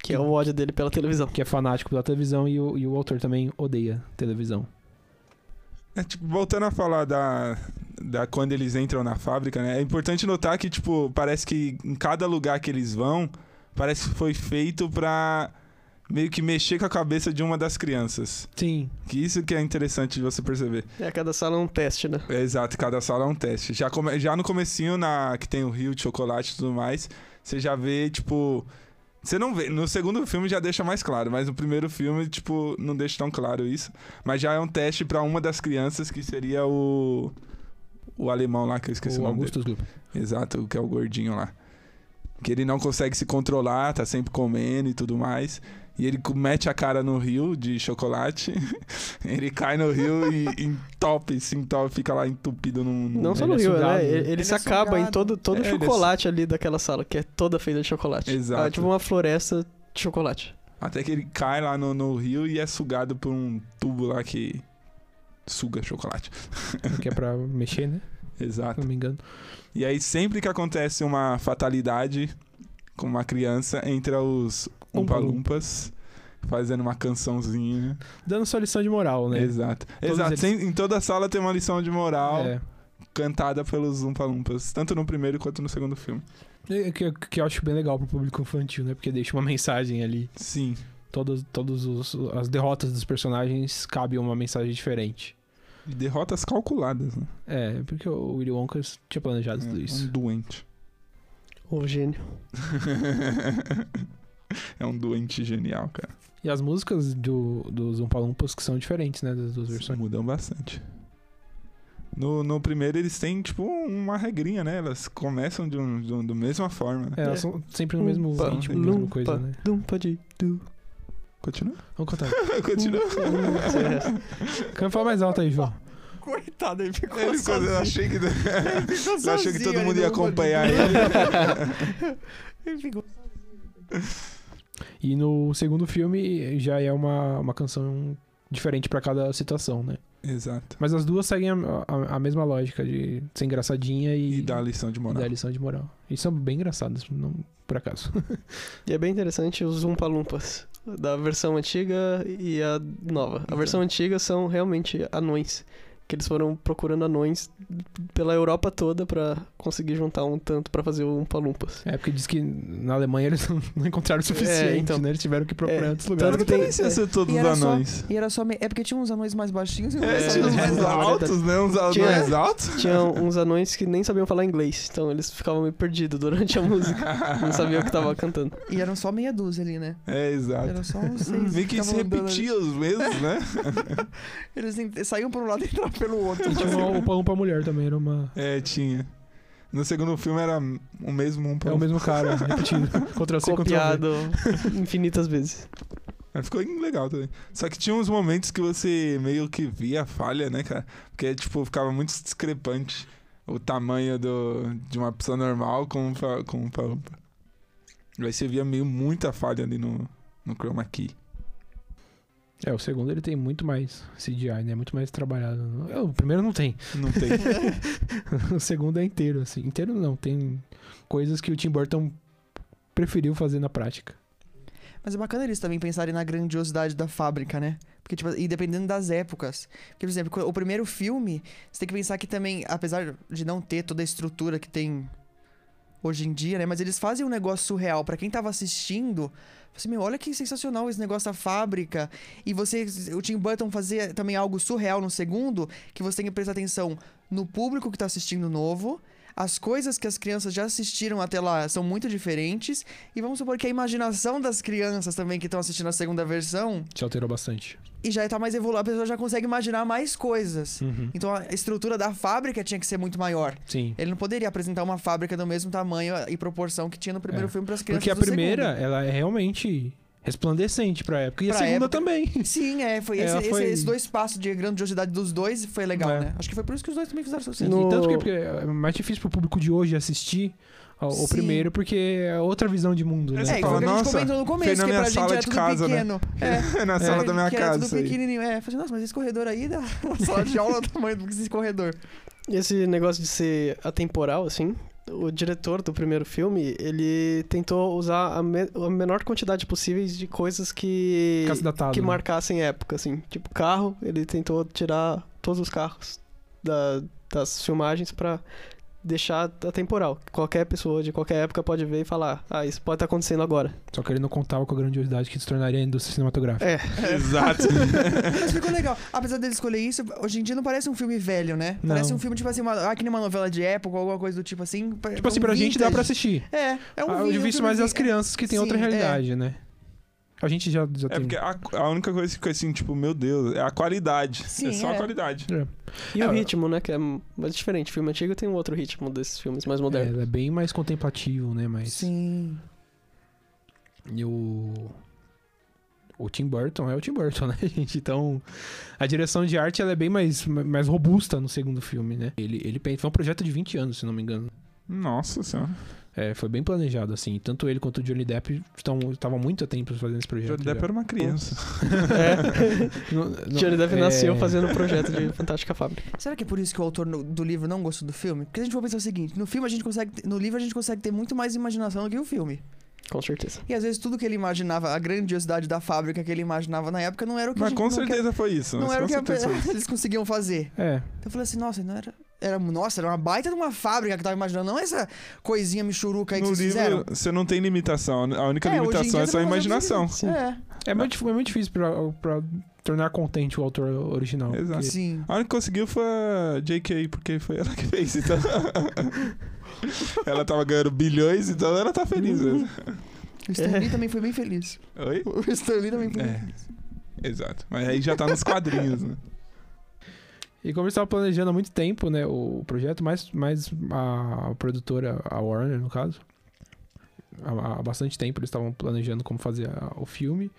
Speaker 6: Que é o ódio dele pela televisão.
Speaker 4: que é fanático pela televisão e o, e o autor também odeia televisão.
Speaker 3: É, tipo, voltando a falar da, da quando eles entram na fábrica, né? É importante notar que, tipo, parece que em cada lugar que eles vão, parece que foi feito pra meio que mexer com a cabeça de uma das crianças.
Speaker 4: Sim.
Speaker 3: Que isso que é interessante de você perceber.
Speaker 6: É, cada sala é um teste, né?
Speaker 3: É, exato, cada sala é um teste. Já, come- já no comecinho, na... que tem o rio de chocolate e tudo mais, você já vê, tipo... Você não vê. No segundo filme já deixa mais claro, mas no primeiro filme, tipo, não deixa tão claro isso. Mas já é um teste pra uma das crianças, que seria o... O alemão lá, que eu esqueci o,
Speaker 4: o
Speaker 3: nome
Speaker 4: Augustus Gloop.
Speaker 3: dele. Exato, o que é o gordinho lá. Que ele não consegue se controlar, tá sempre comendo e tudo mais. E ele co- mete a cara no rio de chocolate. ele cai no rio e e entope, se entope, fica lá entupido num. num-
Speaker 6: Não só
Speaker 4: Ele
Speaker 6: no
Speaker 4: é
Speaker 6: Rio,
Speaker 4: sugado,
Speaker 6: né?
Speaker 4: né?
Speaker 6: Ele, ele
Speaker 5: Ele
Speaker 6: se
Speaker 5: é
Speaker 6: acaba em
Speaker 5: sugado.
Speaker 6: todo, todo
Speaker 3: um É, ele é
Speaker 6: chocolate ali daquela sala, que é toda feita de chocolate.
Speaker 3: Exato.
Speaker 6: É tipo uma floresta de chocolate.
Speaker 3: Até que ele cai lá no, no rio e é sugado por um tubo lá que suga chocolate.
Speaker 4: que é pra mexer, né? Se
Speaker 3: Exato.
Speaker 4: não me engano.
Speaker 3: E aí sempre que acontece uma fatalidade com uma criança, entra os
Speaker 4: Umpa
Speaker 3: Umpa-Lumpas fazendo uma cançãozinha.
Speaker 4: Dando sua lição de moral, né?
Speaker 3: Exato.
Speaker 4: Todos
Speaker 3: Exato.
Speaker 4: eles.
Speaker 3: Sem- em toda sala tem uma lição de moral
Speaker 4: É.
Speaker 3: cantada pelos Umpa-Lumpas, tanto no primeiro quanto no segundo filme.
Speaker 4: É, Que, que eu acho bem legal pro público infantil, né? Porque deixa uma mensagem ali.
Speaker 3: Sim.
Speaker 4: Todas todos os- as derrotas dos personagens cabem uma mensagem diferente.
Speaker 3: E derrotas calculadas, né?
Speaker 4: É, porque o Willy Wonka tinha planejado tudo
Speaker 3: É,
Speaker 4: isso.
Speaker 3: Um doente.
Speaker 6: O Um gênio.
Speaker 3: é um doente genial, cara.
Speaker 4: E as músicas do, dos Umpalumpas que são diferentes, né? Das duas versões.
Speaker 3: Mudam bastante. No, no primeiro eles têm, tipo, uma regrinha, né? Elas começam de, um, de, um- da mesma forma. né?
Speaker 4: É, elas são sempre no mesmo
Speaker 6: Umpa,
Speaker 4: ritmo, na mesma
Speaker 6: lumpa.
Speaker 4: coisa, né?
Speaker 6: Dumpa de du.
Speaker 3: Continua?
Speaker 4: Vamos cantar.
Speaker 3: Continua.
Speaker 4: Canta falar mais alto aí, João.
Speaker 5: Coitado, ele ficou
Speaker 3: Ele ficou- eu achei que, eu achei que todo mundo ia acompanhar ele.
Speaker 5: Ele ficou...
Speaker 4: E no segundo filme já é uma, uma canção diferente pra cada situação, né?
Speaker 3: Exato.
Speaker 4: Mas as duas seguem a, a- a mesma lógica de ser engraçadinha e,
Speaker 3: E dá a lição de
Speaker 4: e
Speaker 3: moral.
Speaker 4: dar lição de moral. E são bem engraçadas, não, por acaso.
Speaker 6: E é bem interessante os Umpalumpas. Da versão antiga e a nova. A versão antiga são realmente anões. Que eles foram procurando anões pela Europa toda pra conseguir juntar um tanto pra fazer o Umpalumpas.
Speaker 4: É porque diz que na Alemanha eles não- não encontraram o suficiente,
Speaker 6: É, então.
Speaker 4: né? Eles tiveram que procurar
Speaker 6: É,
Speaker 4: outros
Speaker 6: tanto
Speaker 4: lugares.
Speaker 6: que tem-
Speaker 3: Tem licença todos
Speaker 5: E
Speaker 3: os
Speaker 5: era só- um
Speaker 3: anões.
Speaker 5: E era só... Me... É porque tinha uns anões mais baixinhos e uns
Speaker 3: É,
Speaker 5: anões
Speaker 3: tinha uns
Speaker 5: mais
Speaker 3: mais
Speaker 6: tinha-
Speaker 5: altos.
Speaker 3: altos, né? Uns anões
Speaker 6: Tinha-
Speaker 3: altos.
Speaker 6: Tinha uns anões que nem sabiam falar inglês, então eles ficavam meio perdidos durante a música. Não sabiam o que tava cantando.
Speaker 5: E eram só meia dúzia ali, né?
Speaker 3: É, exato.
Speaker 5: Era só uns seis.
Speaker 3: Meio Hum, que se
Speaker 5: ficavam andando ali.
Speaker 3: repetia os mesmos, né?
Speaker 5: Eles nem- saíam por um lado e entravam pelo outro.
Speaker 4: E tinha uma Upa Lumpa Mulher também, era uma...
Speaker 3: É, tinha. No segundo filme era o mesmo um pra
Speaker 4: É o
Speaker 3: um.
Speaker 4: mesmo cara, repetindo. Contra C, contra
Speaker 6: Copiado infinitas vezes.
Speaker 3: Mas ficou legal também. Só que tinha uns momentos que você meio que via a falha, né, cara? Porque, tipo, ficava muito discrepante o tamanho do, de uma pessoa normal com um pa- com um palumpa. Aí você via meio muita falha ali no, no chroma key.
Speaker 4: É, o segundo ele tem muito mais CGI, né? Muito mais trabalhado. É, O primeiro não tem.
Speaker 3: Não tem.
Speaker 4: o segundo é inteiro, assim. Inteiro não, tem coisas que o Tim Burton preferiu fazer na prática.
Speaker 5: Mas é bacana eles também pensarem na grandiosidade da fábrica, né? Porque, tipo, e dependendo das épocas. Porque, por exemplo, quando- o primeiro filme, você tem que pensar que também, apesar de não ter toda a estrutura que tem hoje em dia, né? Mas eles fazem um negócio surreal. Pra quem tava assistindo, Assim, meu, olha que sensacional esse negócio da fábrica. E você, o Tim Burton fazia também algo surreal no segundo, que você tem que prestar atenção no público que tá assistindo novo. As coisas que as crianças já assistiram até lá são muito diferentes. E vamos supor que a imaginação das crianças também que estão assistindo a segunda versão
Speaker 4: Se alterou bastante.
Speaker 5: e já tá mais evoluída, a pessoa já consegue imaginar mais coisas.
Speaker 3: Uhum.
Speaker 5: Então a estrutura da fábrica tinha que ser muito maior.
Speaker 4: Sim.
Speaker 5: Ele não poderia apresentar uma fábrica do mesmo tamanho e proporção que tinha no primeiro
Speaker 4: É.
Speaker 5: filme pras crianças.
Speaker 4: Porque a
Speaker 5: do segundo.
Speaker 4: primeira, ela é realmente resplandecente pra época. E a
Speaker 5: Pra
Speaker 4: segunda
Speaker 5: época-
Speaker 4: também.
Speaker 5: Sim, é, foi,
Speaker 4: É,
Speaker 5: esse, esse-
Speaker 4: foi-
Speaker 5: esses dois passos de grandiosidade dos dois foi legal,
Speaker 4: É.
Speaker 5: né? Acho que foi por isso que os dois também fizeram sucesso.
Speaker 6: No-
Speaker 4: E tanto que porque é mais difícil pro público de hoje assistir ao- o
Speaker 5: Sim.
Speaker 4: primeiro, porque é outra visão de mundo,
Speaker 3: É,
Speaker 4: né?
Speaker 5: É,
Speaker 3: você
Speaker 5: que foi o
Speaker 3: fala,
Speaker 5: que a gente
Speaker 3: "Nossa,
Speaker 5: comentou no
Speaker 3: fez
Speaker 5: começo,
Speaker 3: na
Speaker 5: que
Speaker 3: minha
Speaker 5: pra gente
Speaker 3: sala
Speaker 5: é
Speaker 3: de
Speaker 5: tudo
Speaker 3: casa, né?"
Speaker 5: pequeno. É.
Speaker 3: na sala da minha
Speaker 5: que Era
Speaker 3: casa.
Speaker 5: tudo
Speaker 3: isso aí.
Speaker 5: pequenininho. É, eu falei, nossa, mas esse corredor aí da sala de aula é o tamanho do que esse corredor.
Speaker 6: Esse negócio de ser atemporal, assim, o diretor do primeiro filme, ele tentou usar a, me- a menor quantidade possível de coisas que,
Speaker 4: Ficasse datado,
Speaker 6: que
Speaker 4: né?
Speaker 6: marcassem época, assim. Tipo, carro, ele tentou tirar todos os carros da- das filmagens pra deixar atemporal. Qualquer pessoa de qualquer época pode ver e falar, ah, isso pode estar acontecendo agora.
Speaker 4: Só que ele não contava com a grandiosidade que se tornaria a indústria cinematográfica.
Speaker 6: É,
Speaker 3: Exato.
Speaker 5: Mas ficou legal. Apesar dele escolher isso, hoje em dia não parece um filme velho, né?
Speaker 4: Não.
Speaker 5: Parece um filme, tipo assim, uma, ah, que nem uma novela de época ou alguma coisa do tipo assim.
Speaker 4: Tipo assim, pra gente dá pra assistir.
Speaker 5: É, é um
Speaker 4: Ah,
Speaker 5: vi-
Speaker 4: eu visto
Speaker 5: um filme
Speaker 4: mais
Speaker 5: vi-
Speaker 4: as crianças que têm
Speaker 5: Sim,
Speaker 4: outra
Speaker 5: é.
Speaker 4: realidade, né? A gente já, já
Speaker 3: É
Speaker 4: tem.
Speaker 3: porque a, a única coisa que fica assim, tipo, meu Deus, é a qualidade.
Speaker 5: Sim,
Speaker 3: é só a
Speaker 5: é.
Speaker 3: qualidade.
Speaker 6: e
Speaker 4: É,
Speaker 6: o ritmo, né, que é mais diferente. Filme antigo tem um outro ritmo desses filmes mais modernos.
Speaker 4: É, é bem mais contemplativo, né? Mas.
Speaker 5: Sim.
Speaker 4: E o. O Tim Burton é o Tim Burton, né, gente? Então, a direção de arte ela é bem mais, mais robusta no segundo filme, né? Ele, ele pen- foi um projeto de 20 anos, se não me engano.
Speaker 3: Nossa senhora.
Speaker 4: É, foi bem planejado, assim. Tanto ele quanto o Johnny Depp estão- estavam muito atentos fazendo esse projeto.
Speaker 3: Johnny Depp
Speaker 4: já.
Speaker 3: era uma criança.
Speaker 4: Não- não-
Speaker 6: Johnny Depp
Speaker 4: é,
Speaker 6: nasceu fazendo o projeto de Fantástica Fábrica.
Speaker 5: Será que é por isso que o autor no- do livro não gostou do filme? Porque se a gente for pensar o seguinte, no filme a gente consegue. ter- No livro a gente consegue ter muito mais imaginação do que o filme.
Speaker 6: Com certeza.
Speaker 5: E às vezes tudo que ele imaginava, a grandiosidade da fábrica que ele imaginava na época não era o que a
Speaker 3: Mas
Speaker 5: gente-
Speaker 3: com
Speaker 5: não que-
Speaker 3: certeza foi isso.
Speaker 5: Não
Speaker 3: mas
Speaker 5: era o
Speaker 3: com
Speaker 5: que a-
Speaker 3: certeza foi isso.
Speaker 5: eles conseguiam fazer.
Speaker 4: É,
Speaker 5: Então eu falei assim, nossa, não era. Era, nossa, era uma baita de uma fábrica que eu tava imaginando, não essa coisinha michuruca aí que
Speaker 3: No
Speaker 5: vocês
Speaker 3: livro,
Speaker 5: fizeram.
Speaker 3: você não tem limitação. A única
Speaker 5: É, hoje em
Speaker 3: limitação
Speaker 5: dia
Speaker 3: é
Speaker 5: você
Speaker 3: só a
Speaker 5: não faz
Speaker 3: imaginação.
Speaker 6: Sim.
Speaker 5: É,
Speaker 4: é, muito, dif- é muito difícil pra, pra tornar contente o autor original.
Speaker 3: Exato.
Speaker 4: porque-
Speaker 5: sim.
Speaker 3: A única que conseguiu foi a JK, porque foi ela que fez, então. ela tava ganhando bilhões, então ela tá feliz. né?
Speaker 4: É.
Speaker 5: O Stan Lee também foi bem feliz.
Speaker 3: Oi?
Speaker 5: O Stan Lee também foi bem
Speaker 3: É. Exato. Mas aí já tá nos quadrinhos, né?
Speaker 4: E como eles estavam planejando há muito tempo, né, o projeto, mais, mais a produtora, a Warner, no caso, há, há bastante tempo eles estavam planejando como fazer a- o filme.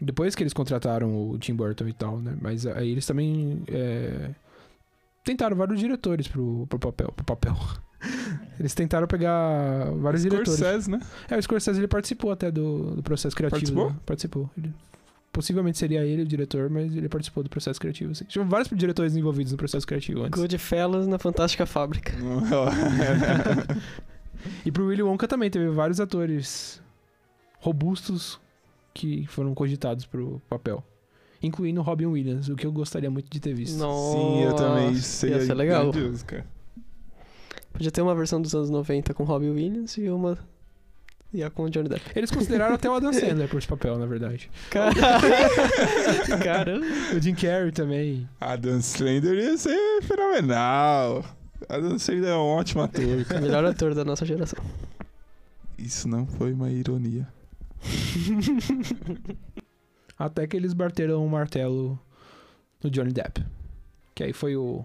Speaker 4: Depois que eles contrataram o Tim Burton e tal, né, mas aí eles também é, tentaram vários diretores pro, pro papel, pro papel. Eles tentaram pegar vários diretores.
Speaker 3: Scorsese, né?
Speaker 4: É, o Scorsese ele participou até do, do processo criativo.
Speaker 3: Participou?
Speaker 4: né? Participou. Ele- possivelmente seria ele o diretor, mas ele participou do processo criativo. Assim. Tinha vários diretores envolvidos no processo criativo antes.
Speaker 6: Goodfellas na Fantástica Fábrica.
Speaker 4: E pro Willy Wonka também teve vários atores robustos que foram cogitados pro papel. Incluindo o Robin Williams, o que eu gostaria muito de ter visto.
Speaker 6: Nossa.
Speaker 3: Sim, eu também. Isso
Speaker 6: ia ser legal.
Speaker 3: grandioso, cara.
Speaker 6: Podia ter uma versão dos anos 90 com Robbie Williams e uma. E a com o Johnny Depp.
Speaker 4: Eles consideraram até o Adam Sandler por esse papel, na verdade.
Speaker 6: Caramba.
Speaker 4: O Jim Carrey também.
Speaker 3: Adam Slender ia ser fenomenal. Adam Slender é um ótimo ator, cara.
Speaker 6: Melhor ator da nossa geração.
Speaker 3: Isso não foi uma ironia.
Speaker 4: Até que eles bateram um martelo no Johnny Depp. Que aí foi o,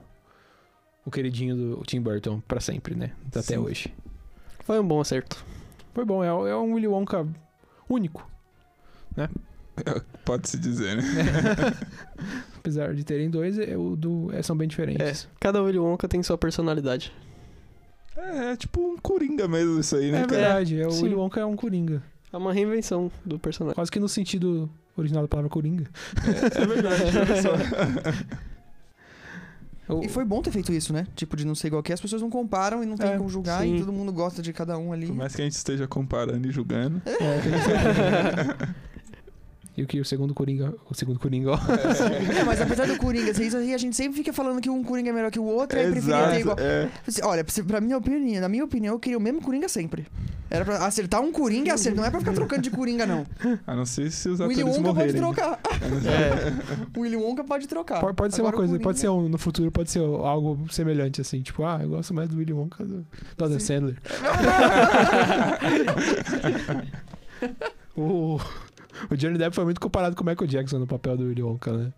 Speaker 4: o queridinho do Tim Burton pra sempre, né? Até
Speaker 3: Sim.
Speaker 4: hoje.
Speaker 6: Foi um bom acerto.
Speaker 4: Foi bom, é, é um Willy Wonka único.
Speaker 3: Pode-se dizer, né?
Speaker 4: Apesar de terem dois, é, o do, é, são bem
Speaker 6: É,
Speaker 4: diferentes.
Speaker 6: cada Willy Wonka tem sua personalidade.
Speaker 3: É, é tipo um coringa mesmo isso aí,
Speaker 4: É,
Speaker 3: né, cara?
Speaker 4: verdade, é, o
Speaker 6: Sim.
Speaker 4: Willy Wonka é um coringa.
Speaker 6: É uma reinvenção do personagem.
Speaker 4: Quase que no sentido original da palavra coringa.
Speaker 3: É, é verdade, olha só.
Speaker 4: O-
Speaker 5: E foi bom ter feito isso, né? Tipo, de não ser igual que é, as pessoas não comparam e não tem
Speaker 4: É,
Speaker 5: como julgar
Speaker 6: sim.
Speaker 5: e todo mundo gosta de cada um ali.
Speaker 3: Por mais que a gente esteja comparando e julgando.
Speaker 4: é, E o que o segundo coringa. O segundo coringa, ó.
Speaker 5: É, mas apesar do Coringa ser isso aí, a gente sempre fica falando que um Coringa é melhor
Speaker 4: tipo,
Speaker 5: que o outro, aí preferia ter igual.
Speaker 3: é.
Speaker 5: Assim, Olha, pra- pra minha opinião, na minha opinião, eu queria o mesmo Coringa sempre. Era pra acertar um coringa e acerta. Não é pra ficar trocando de coringa, não.
Speaker 3: A não ser se os
Speaker 5: O Willy
Speaker 3: atores
Speaker 5: Wonka pode
Speaker 3: morrerem. né? É.
Speaker 5: trocar. O Willy Wonka pode trocar.
Speaker 4: Pode, pode ser uma
Speaker 5: Agora o
Speaker 4: coisa,
Speaker 5: Coringa-
Speaker 4: pode ser um, no futuro, pode ser algo semelhante, assim, tipo, ah, eu gosto mais do Willy Wonka do do Adam Sandler. o, o Johnny Depp foi muito comparado com o Michael Jackson no papel do Willy Wonka, né?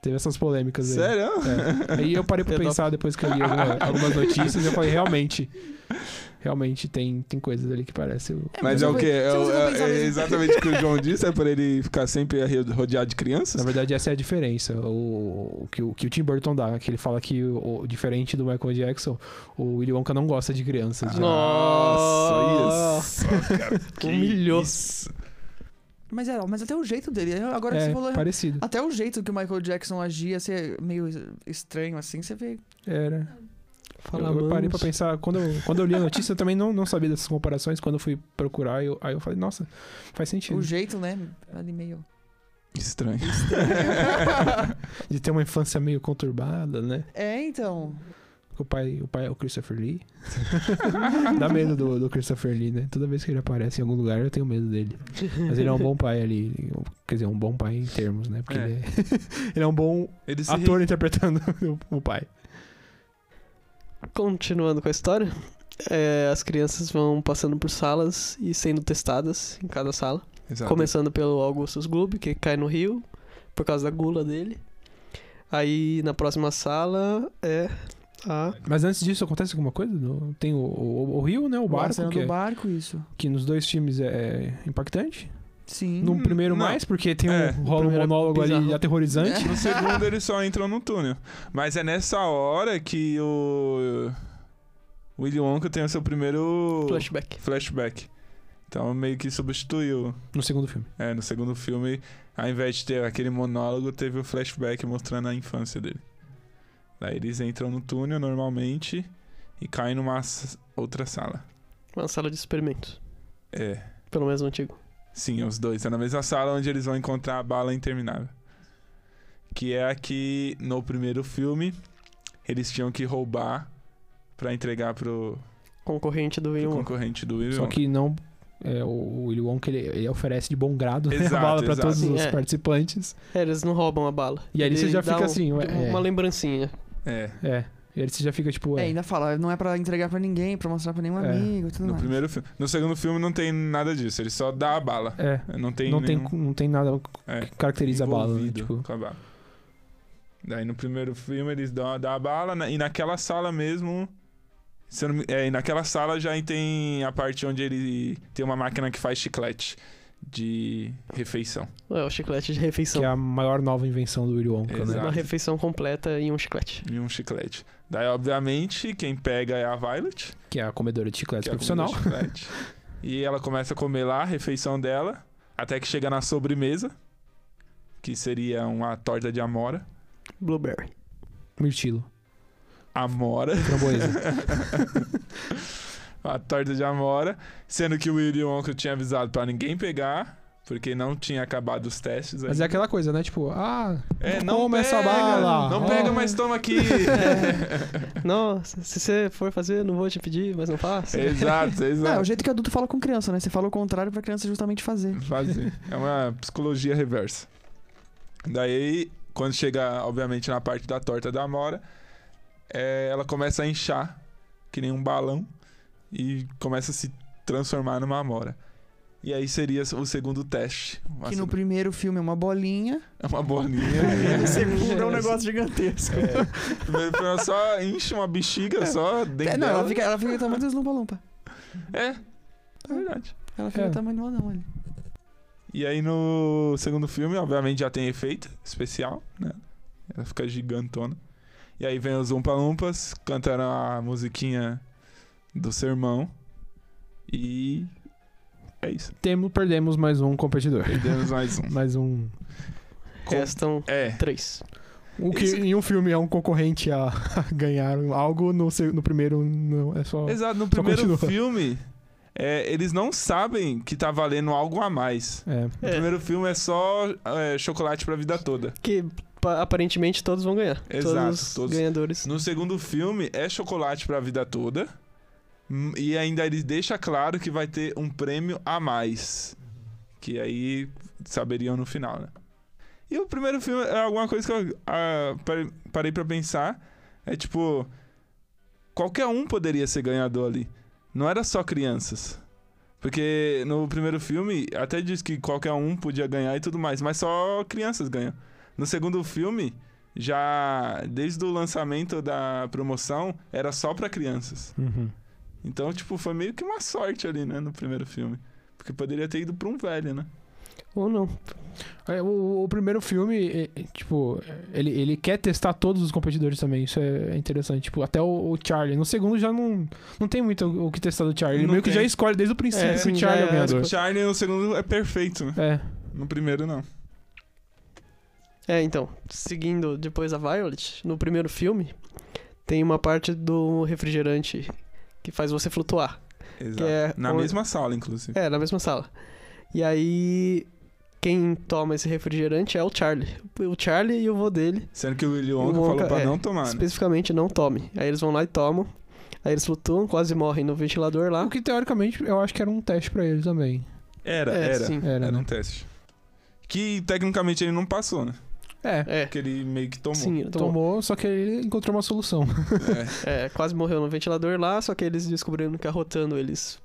Speaker 4: Teve essas polêmicas aí.
Speaker 3: Sério?
Speaker 4: É. Aí eu parei pra
Speaker 2: Pedófilo.
Speaker 4: pensar depois que eu li alguma- algumas notícias e eu falei, realmente, realmente tem, tem coisas ali que parecem o...
Speaker 3: Mas é o
Speaker 5: você
Speaker 3: quê?
Speaker 5: vai-
Speaker 3: É,
Speaker 5: você
Speaker 3: o-
Speaker 5: vai
Speaker 3: é-
Speaker 5: pensar
Speaker 3: é
Speaker 5: mesmo.
Speaker 3: exatamente o que o João disse, é pra ele ficar sempre arre- rodeado de crianças?
Speaker 4: Na verdade, essa é a diferença. O, o que, o que o Tim Burton dá, que ele fala que, o, o- diferente do Michael Jackson, o Willy Wonka não gosta de crianças. né?
Speaker 6: Nossa.
Speaker 3: isso, cara. que
Speaker 6: Humilhou.
Speaker 3: isso.
Speaker 5: Mas, é, mas até o jeito dele. Agora que
Speaker 4: um- é,
Speaker 5: você falou.
Speaker 4: parecido.
Speaker 5: Até o jeito que o Michael Jackson agia, ser meio estranho assim, você vê.
Speaker 4: Era. Eu,
Speaker 6: Fala,
Speaker 4: eu
Speaker 6: mano.
Speaker 4: parei pra pensar, quando eu, quando eu li a notícia, eu também não, não sabia dessas comparações. Quando eu fui procurar, eu, aí eu falei, nossa, faz sentido.
Speaker 5: O jeito, né? Ali meio.
Speaker 3: Estranho.
Speaker 4: De ter uma infância meio conturbada, né?
Speaker 5: É, então.
Speaker 4: O pai, o pai é o Christopher Lee. Dá medo do, do Christopher Lee, né? Toda vez que ele aparece em algum lugar, eu tenho medo dele. Mas ele é um bom pai ali. ele- Quer dizer, um bom pai em termos, né? Porque
Speaker 3: É.
Speaker 4: Ele, é, ele é um bom
Speaker 3: Ele se
Speaker 4: ator interpretando o, o pai.
Speaker 6: Continuando com a história, é, as crianças vão passando por salas e sendo testadas em cada sala.
Speaker 3: Exato.
Speaker 6: Começando pelo Augustus Globe, que cai no rio, por causa da gula dele. Aí na próxima sala é a.
Speaker 4: Mas antes disso, acontece alguma coisa? No- tem o, o- o Rio, né? O
Speaker 5: a
Speaker 4: barco,
Speaker 5: cena
Speaker 4: que,
Speaker 5: do
Speaker 4: é-
Speaker 5: barco, isso.
Speaker 4: que nos dois times é impactante.
Speaker 5: Sim.
Speaker 4: No primeiro
Speaker 3: Hum, não.
Speaker 4: mais, porque tem um,
Speaker 3: É,
Speaker 4: rola um
Speaker 6: primeiro é
Speaker 4: monólogo ali
Speaker 6: bizarro.
Speaker 4: aterrorizante.
Speaker 3: No segundo, eles só entram no túnel. Mas é nessa hora que o. o Willy Wonka tem o seu primeiro.
Speaker 6: Flashback.
Speaker 3: flashback. Então meio que substituiu.
Speaker 4: No segundo filme.
Speaker 3: É, no segundo filme, ao invés de ter aquele monólogo, teve o flashback mostrando a infância dele. Daí eles entram no túnel normalmente e caem numa s- outra sala.
Speaker 6: Uma sala de experimentos.
Speaker 3: É.
Speaker 6: Pelo menos no antigo.
Speaker 3: Sim, os dois. É na mesma sala onde eles vão encontrar a bala interminável. Que é a que no primeiro filme eles tinham que roubar pra entregar pro,
Speaker 6: Concorrente do
Speaker 3: pro
Speaker 6: um. William. Wonka.
Speaker 3: concorrente do William.
Speaker 4: Só que não. é, o Willy Wonka ele, ele oferece de bom grado né, a
Speaker 3: Exato,
Speaker 4: bala pra
Speaker 3: exato.
Speaker 4: todos
Speaker 6: Sim,
Speaker 4: os
Speaker 6: é.
Speaker 4: participantes.
Speaker 6: É, eles não roubam a bala.
Speaker 4: E aí
Speaker 6: Ele
Speaker 4: você já
Speaker 6: dá
Speaker 4: fica
Speaker 6: um-
Speaker 4: assim, ué,
Speaker 6: Uma
Speaker 4: é.
Speaker 6: lembrancinha.
Speaker 3: É.
Speaker 4: É. E aí você já fica tipo.
Speaker 5: É,
Speaker 4: ué,
Speaker 5: ainda fala, não é pra entregar pra ninguém, pra mostrar pra nenhum
Speaker 4: É.
Speaker 5: amigo e tudo
Speaker 3: No
Speaker 5: mais.
Speaker 3: primeiro filme. No segundo filme não tem nada disso, ele só dá a bala.
Speaker 4: é.
Speaker 3: Não tem
Speaker 4: não, tem,
Speaker 3: nenhum-
Speaker 4: não tem nada que
Speaker 3: é,
Speaker 4: caracteriza a bala. né,
Speaker 3: envolvido
Speaker 4: Tipo,
Speaker 3: com a bala. Daí no primeiro filme eles dão, dão a bala na- e naquela sala mesmo. se eu não me- é, e naquela sala já tem a parte onde ele tem uma máquina que faz chiclete de refeição.
Speaker 6: É o chiclete de refeição.
Speaker 4: que é a maior nova invenção do Willy Wonka, né?
Speaker 3: Exato.
Speaker 6: Uma refeição completa e um chiclete.
Speaker 3: E um chiclete. Daí, obviamente, quem pega é a Violet,
Speaker 4: Que é a comedora de chicletes
Speaker 3: que é a comida
Speaker 4: profissional.
Speaker 3: de chiclete. e ela começa a comer lá a refeição dela, até que chega na sobremesa, que seria uma torta de amora.
Speaker 6: Blueberry.
Speaker 4: Mirtilo.
Speaker 3: Amora.
Speaker 4: Framboesa.
Speaker 3: a torta de amora, sendo que o Willy Wonka tinha avisado pra ninguém pegar, porque não tinha acabado os testes.
Speaker 4: Mas é
Speaker 3: ainda.
Speaker 4: aquela coisa, né? Tipo, ah,
Speaker 3: É,
Speaker 4: Toma essa bala! É.
Speaker 3: Não
Speaker 4: Ó.
Speaker 3: pega, mas toma aqui.
Speaker 6: Nossa, se você for fazer, não vou te pedir, mas não faça.
Speaker 3: exato,
Speaker 5: Não, é o
Speaker 3: exato.
Speaker 5: jeito que adulto fala com criança, né? Você fala o contrário pra criança justamente fazer.
Speaker 3: Fazer. É uma psicologia reversa. Daí, quando chega, obviamente, na parte da torta da amora, é, ela começa a inchar, que nem um balão, e começa a se transformar numa amora. E aí seria o segundo teste.
Speaker 5: que no primeiro filme é uma bolinha.
Speaker 3: É uma bolinha.
Speaker 5: No segundo é um negócio gigantesco.
Speaker 3: Primeiro filme, ela só enche uma bexiga só dentro
Speaker 5: É, não,
Speaker 3: dela.
Speaker 5: ela fica, ela fica do tamanho dos lumpa-lumpa.
Speaker 3: É, é verdade.
Speaker 5: Ela fica
Speaker 4: É.
Speaker 5: do tamanho do anão ali.
Speaker 3: E aí no segundo filme, obviamente, já tem efeito especial, né? Ela fica gigantona. E aí vem os Umpa Lumpas cantando a musiquinha do sermão. E é isso.
Speaker 4: temos, perdemos mais um competidor.
Speaker 3: Perdemos mais um.
Speaker 4: Mais um.
Speaker 6: Restam
Speaker 3: É,
Speaker 6: três.
Speaker 4: O que
Speaker 3: Isso-
Speaker 4: em um filme é um concorrente a, a ganhar algo, no, se- no primeiro não, é só.
Speaker 3: exato. No primeiro
Speaker 4: continua.
Speaker 3: filme, é, eles não sabem que tá valendo algo a mais.
Speaker 4: É.
Speaker 3: No
Speaker 6: É.
Speaker 3: primeiro filme é só é, chocolate pra vida toda.
Speaker 6: Que pa- aparentemente todos vão ganhar.
Speaker 3: Exato,
Speaker 6: todos os
Speaker 3: todos.
Speaker 6: ganhadores.
Speaker 3: No segundo filme, é chocolate pra vida toda. Hum, E ainda eles deixa claro que vai ter um prêmio a mais. Que aí saberiam no final, né? E o primeiro filme é alguma coisa que eu ah, pare- parei pra pensar. É tipo. Qualquer um poderia ser ganhador ali. Não era só crianças. Porque no primeiro filme até diz que qualquer um podia ganhar e tudo mais, mas só crianças ganham. No segundo filme, já desde o lançamento da promoção, era só pra crianças.
Speaker 4: Uhum.
Speaker 3: Então, tipo, foi meio que uma sorte ali, né, no primeiro filme. Porque poderia ter ido pra um velho, né?
Speaker 6: Ou não.
Speaker 4: É, o, o primeiro filme, é, é, tipo, ele, ele quer testar todos os competidores também. Isso é interessante. Tipo, até o, o Charlie. No segundo já não, não tem muito o que testar do Charlie. Ele
Speaker 3: Não
Speaker 4: meio que
Speaker 3: tem.
Speaker 4: já escolhe desde o princípio
Speaker 6: É,
Speaker 4: que
Speaker 6: sim,
Speaker 4: o Charlie é,
Speaker 6: já
Speaker 4: o
Speaker 6: é,
Speaker 4: ganhador.
Speaker 3: O Tipo, Charlie no segundo é perfeito, né?
Speaker 4: É.
Speaker 3: No primeiro, não.
Speaker 6: É, então, seguindo depois a Violet, no primeiro filme, tem uma parte do refrigerante que faz você flutuar.
Speaker 3: Exato.
Speaker 6: é
Speaker 3: Na
Speaker 6: onde-
Speaker 3: mesma sala, inclusive.
Speaker 6: É, na mesma sala. E aí, quem toma esse refrigerante é o Charlie. O Charlie e o vô dele
Speaker 3: Sendo que o Willy Wonka,
Speaker 6: O Wonka,
Speaker 3: falou pra
Speaker 6: é,
Speaker 3: não tomar, né?
Speaker 6: Especificamente, não tome. Aí eles vão lá e tomam. Aí eles flutuam, quase morrem no ventilador lá.
Speaker 4: É O que teoricamente eu acho que era um teste pra ele também.
Speaker 3: Era,
Speaker 6: É,
Speaker 3: era.
Speaker 6: sim.
Speaker 4: Era,
Speaker 3: Era
Speaker 4: né?
Speaker 3: um teste. Que tecnicamente ele não passou, né?
Speaker 4: É.
Speaker 6: É,
Speaker 3: Porque ele meio que tomou.
Speaker 6: sim, ele tomou.
Speaker 4: Tomou, só que ele encontrou uma solução.
Speaker 3: É.
Speaker 6: É, quase morreu no ventilador lá, só que eles descobriram que arrotando eles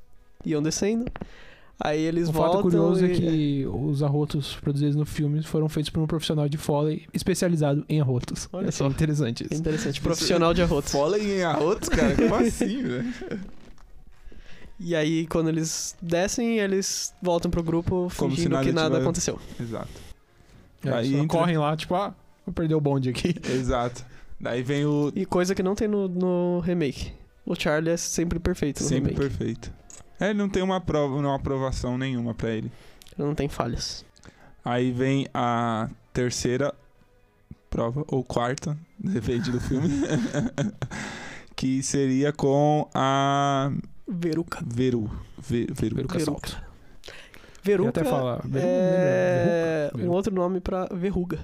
Speaker 6: iam descendo. Aí eles
Speaker 4: Um
Speaker 6: voltam.
Speaker 4: fato curioso
Speaker 6: e-
Speaker 4: é que os arrotos produzidos no filme foram feitos por um profissional de Foley especializado em arrotos.
Speaker 6: Olha
Speaker 4: é
Speaker 6: só.
Speaker 4: interessante isso.
Speaker 6: Interessante, profissional de arroto.
Speaker 3: Fola em arrotos, cara. Como assim, velho?
Speaker 6: E aí, quando eles descem, eles voltam pro grupo
Speaker 3: Como se
Speaker 6: fingindo
Speaker 3: nada
Speaker 6: que nada
Speaker 3: tivesse-
Speaker 6: aconteceu.
Speaker 3: Exato.
Speaker 4: É,
Speaker 3: Aí
Speaker 4: só
Speaker 3: entra-
Speaker 4: correm lá, tipo, ah, vou perder o bonde aqui.
Speaker 3: Exato. Daí vem o
Speaker 6: E coisa que não tem no, no remake. O Charlie é sempre perfeito no
Speaker 3: sempre
Speaker 6: remake.
Speaker 3: perfeito. É, ele não tem uma prova, uma aprovação nenhuma pra ele.
Speaker 6: Ele Não tem falhas.
Speaker 3: Aí vem a terceira prova, ou quarta, depende do filme. que seria com a
Speaker 6: Veruca.
Speaker 3: Veru. Ve- Veru.
Speaker 4: Veruca
Speaker 6: Veruca.
Speaker 4: Salt.
Speaker 6: Veruca
Speaker 4: até fala, Veru-
Speaker 6: é
Speaker 4: Veruca? Veruca.
Speaker 6: um outro nome pra verruga.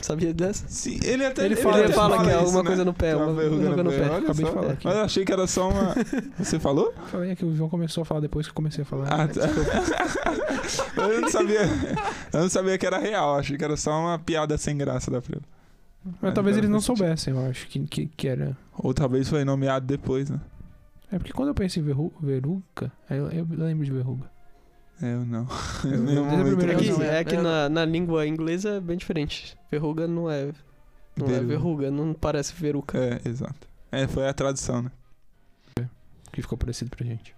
Speaker 6: Sabia dessa?
Speaker 3: Sim, ele até
Speaker 6: Ele
Speaker 3: até
Speaker 6: fala, ele fala que é
Speaker 3: isso,
Speaker 6: alguma
Speaker 3: né?
Speaker 6: coisa no pé,
Speaker 3: Tem uma
Speaker 6: uma
Speaker 3: verruga
Speaker 6: verruga no pé.
Speaker 3: Olha
Speaker 4: Acabei de
Speaker 3: só.
Speaker 4: falar aqui.
Speaker 3: Mas eu achei que era só uma. Você falou?
Speaker 4: Falei é que o João começou a falar depois que eu comecei a falar.
Speaker 3: Ah, tá. eu não sabia. Eu não sabia que era real. Achei que era só uma piada sem graça da Frila.
Speaker 4: Mas
Speaker 3: Ah,
Speaker 4: talvez
Speaker 3: então
Speaker 4: eles não
Speaker 3: faz sentido.
Speaker 4: soubessem, eu acho, que, que, que era.
Speaker 3: Ou talvez foi nomeado depois, né?
Speaker 4: É porque quando eu penso em verru- veruca, aí eu, eu lembro de verruga.
Speaker 3: Eu É, não.
Speaker 4: Eu
Speaker 3: Em nenhum
Speaker 4: lembro
Speaker 3: momento
Speaker 4: primeiro
Speaker 3: eu
Speaker 6: É que,
Speaker 4: Não,
Speaker 3: pensei.
Speaker 4: é-
Speaker 6: é que na, na língua inglesa é bem diferente. Verruga não é, não é
Speaker 3: Veru.
Speaker 6: verruga, não parece veruca.
Speaker 3: É, exato. É, foi a tradução, né?
Speaker 4: Que ficou parecido pra gente.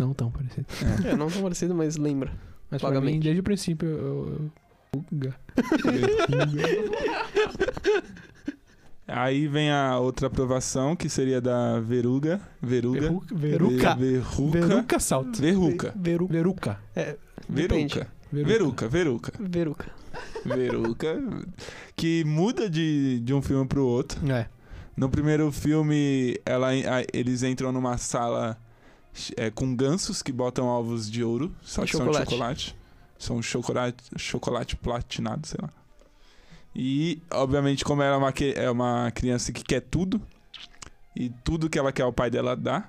Speaker 4: Não tão parecido.
Speaker 6: É, não tão parecido, mas lembra.
Speaker 4: Mas pra
Speaker 6: Vagamente.
Speaker 4: mim, desde o princípio, eu... eu- Verruga.
Speaker 3: É. Aí vem a outra aprovação, que seria da Veruga. Veruga.
Speaker 4: Verruca. Veruca.
Speaker 3: Veruca.
Speaker 4: Veruca Salto.
Speaker 3: Verruca.
Speaker 6: Veruca.
Speaker 4: Veruca.
Speaker 6: É, depende.
Speaker 3: Veruca. Veruca. Veruca.
Speaker 6: Veruca.
Speaker 3: Veruca. Que muda de, de um filme pro outro.
Speaker 4: É.
Speaker 3: No primeiro filme, ela, a- eles entram numa sala é, com gansos que botam ovos de ouro, só
Speaker 6: E
Speaker 3: que são de
Speaker 6: chocolate.
Speaker 3: chocolate. São chocolate, chocolate platinado, sei lá. E, obviamente, como ela é uma, que- é uma criança que quer tudo, e tudo que ela quer o pai dela dá,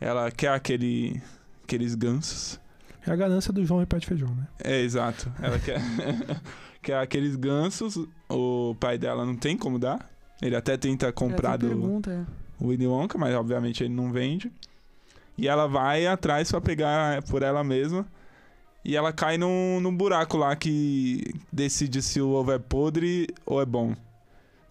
Speaker 3: ela quer aquele, aqueles gansos.
Speaker 4: É a ganância do João e Pé de Feijão, né?
Speaker 3: É, exato. Ela quer, quer aqueles gansos, o pai dela não tem como dar. Ele até tenta comprar do,
Speaker 5: é Pergunta.
Speaker 3: o Willy Wonka, mas obviamente ele não vende. E ela vai atrás pra pegar por ela mesma. E ela cai num, num buraco lá que decide se o ovo é podre ou é bom.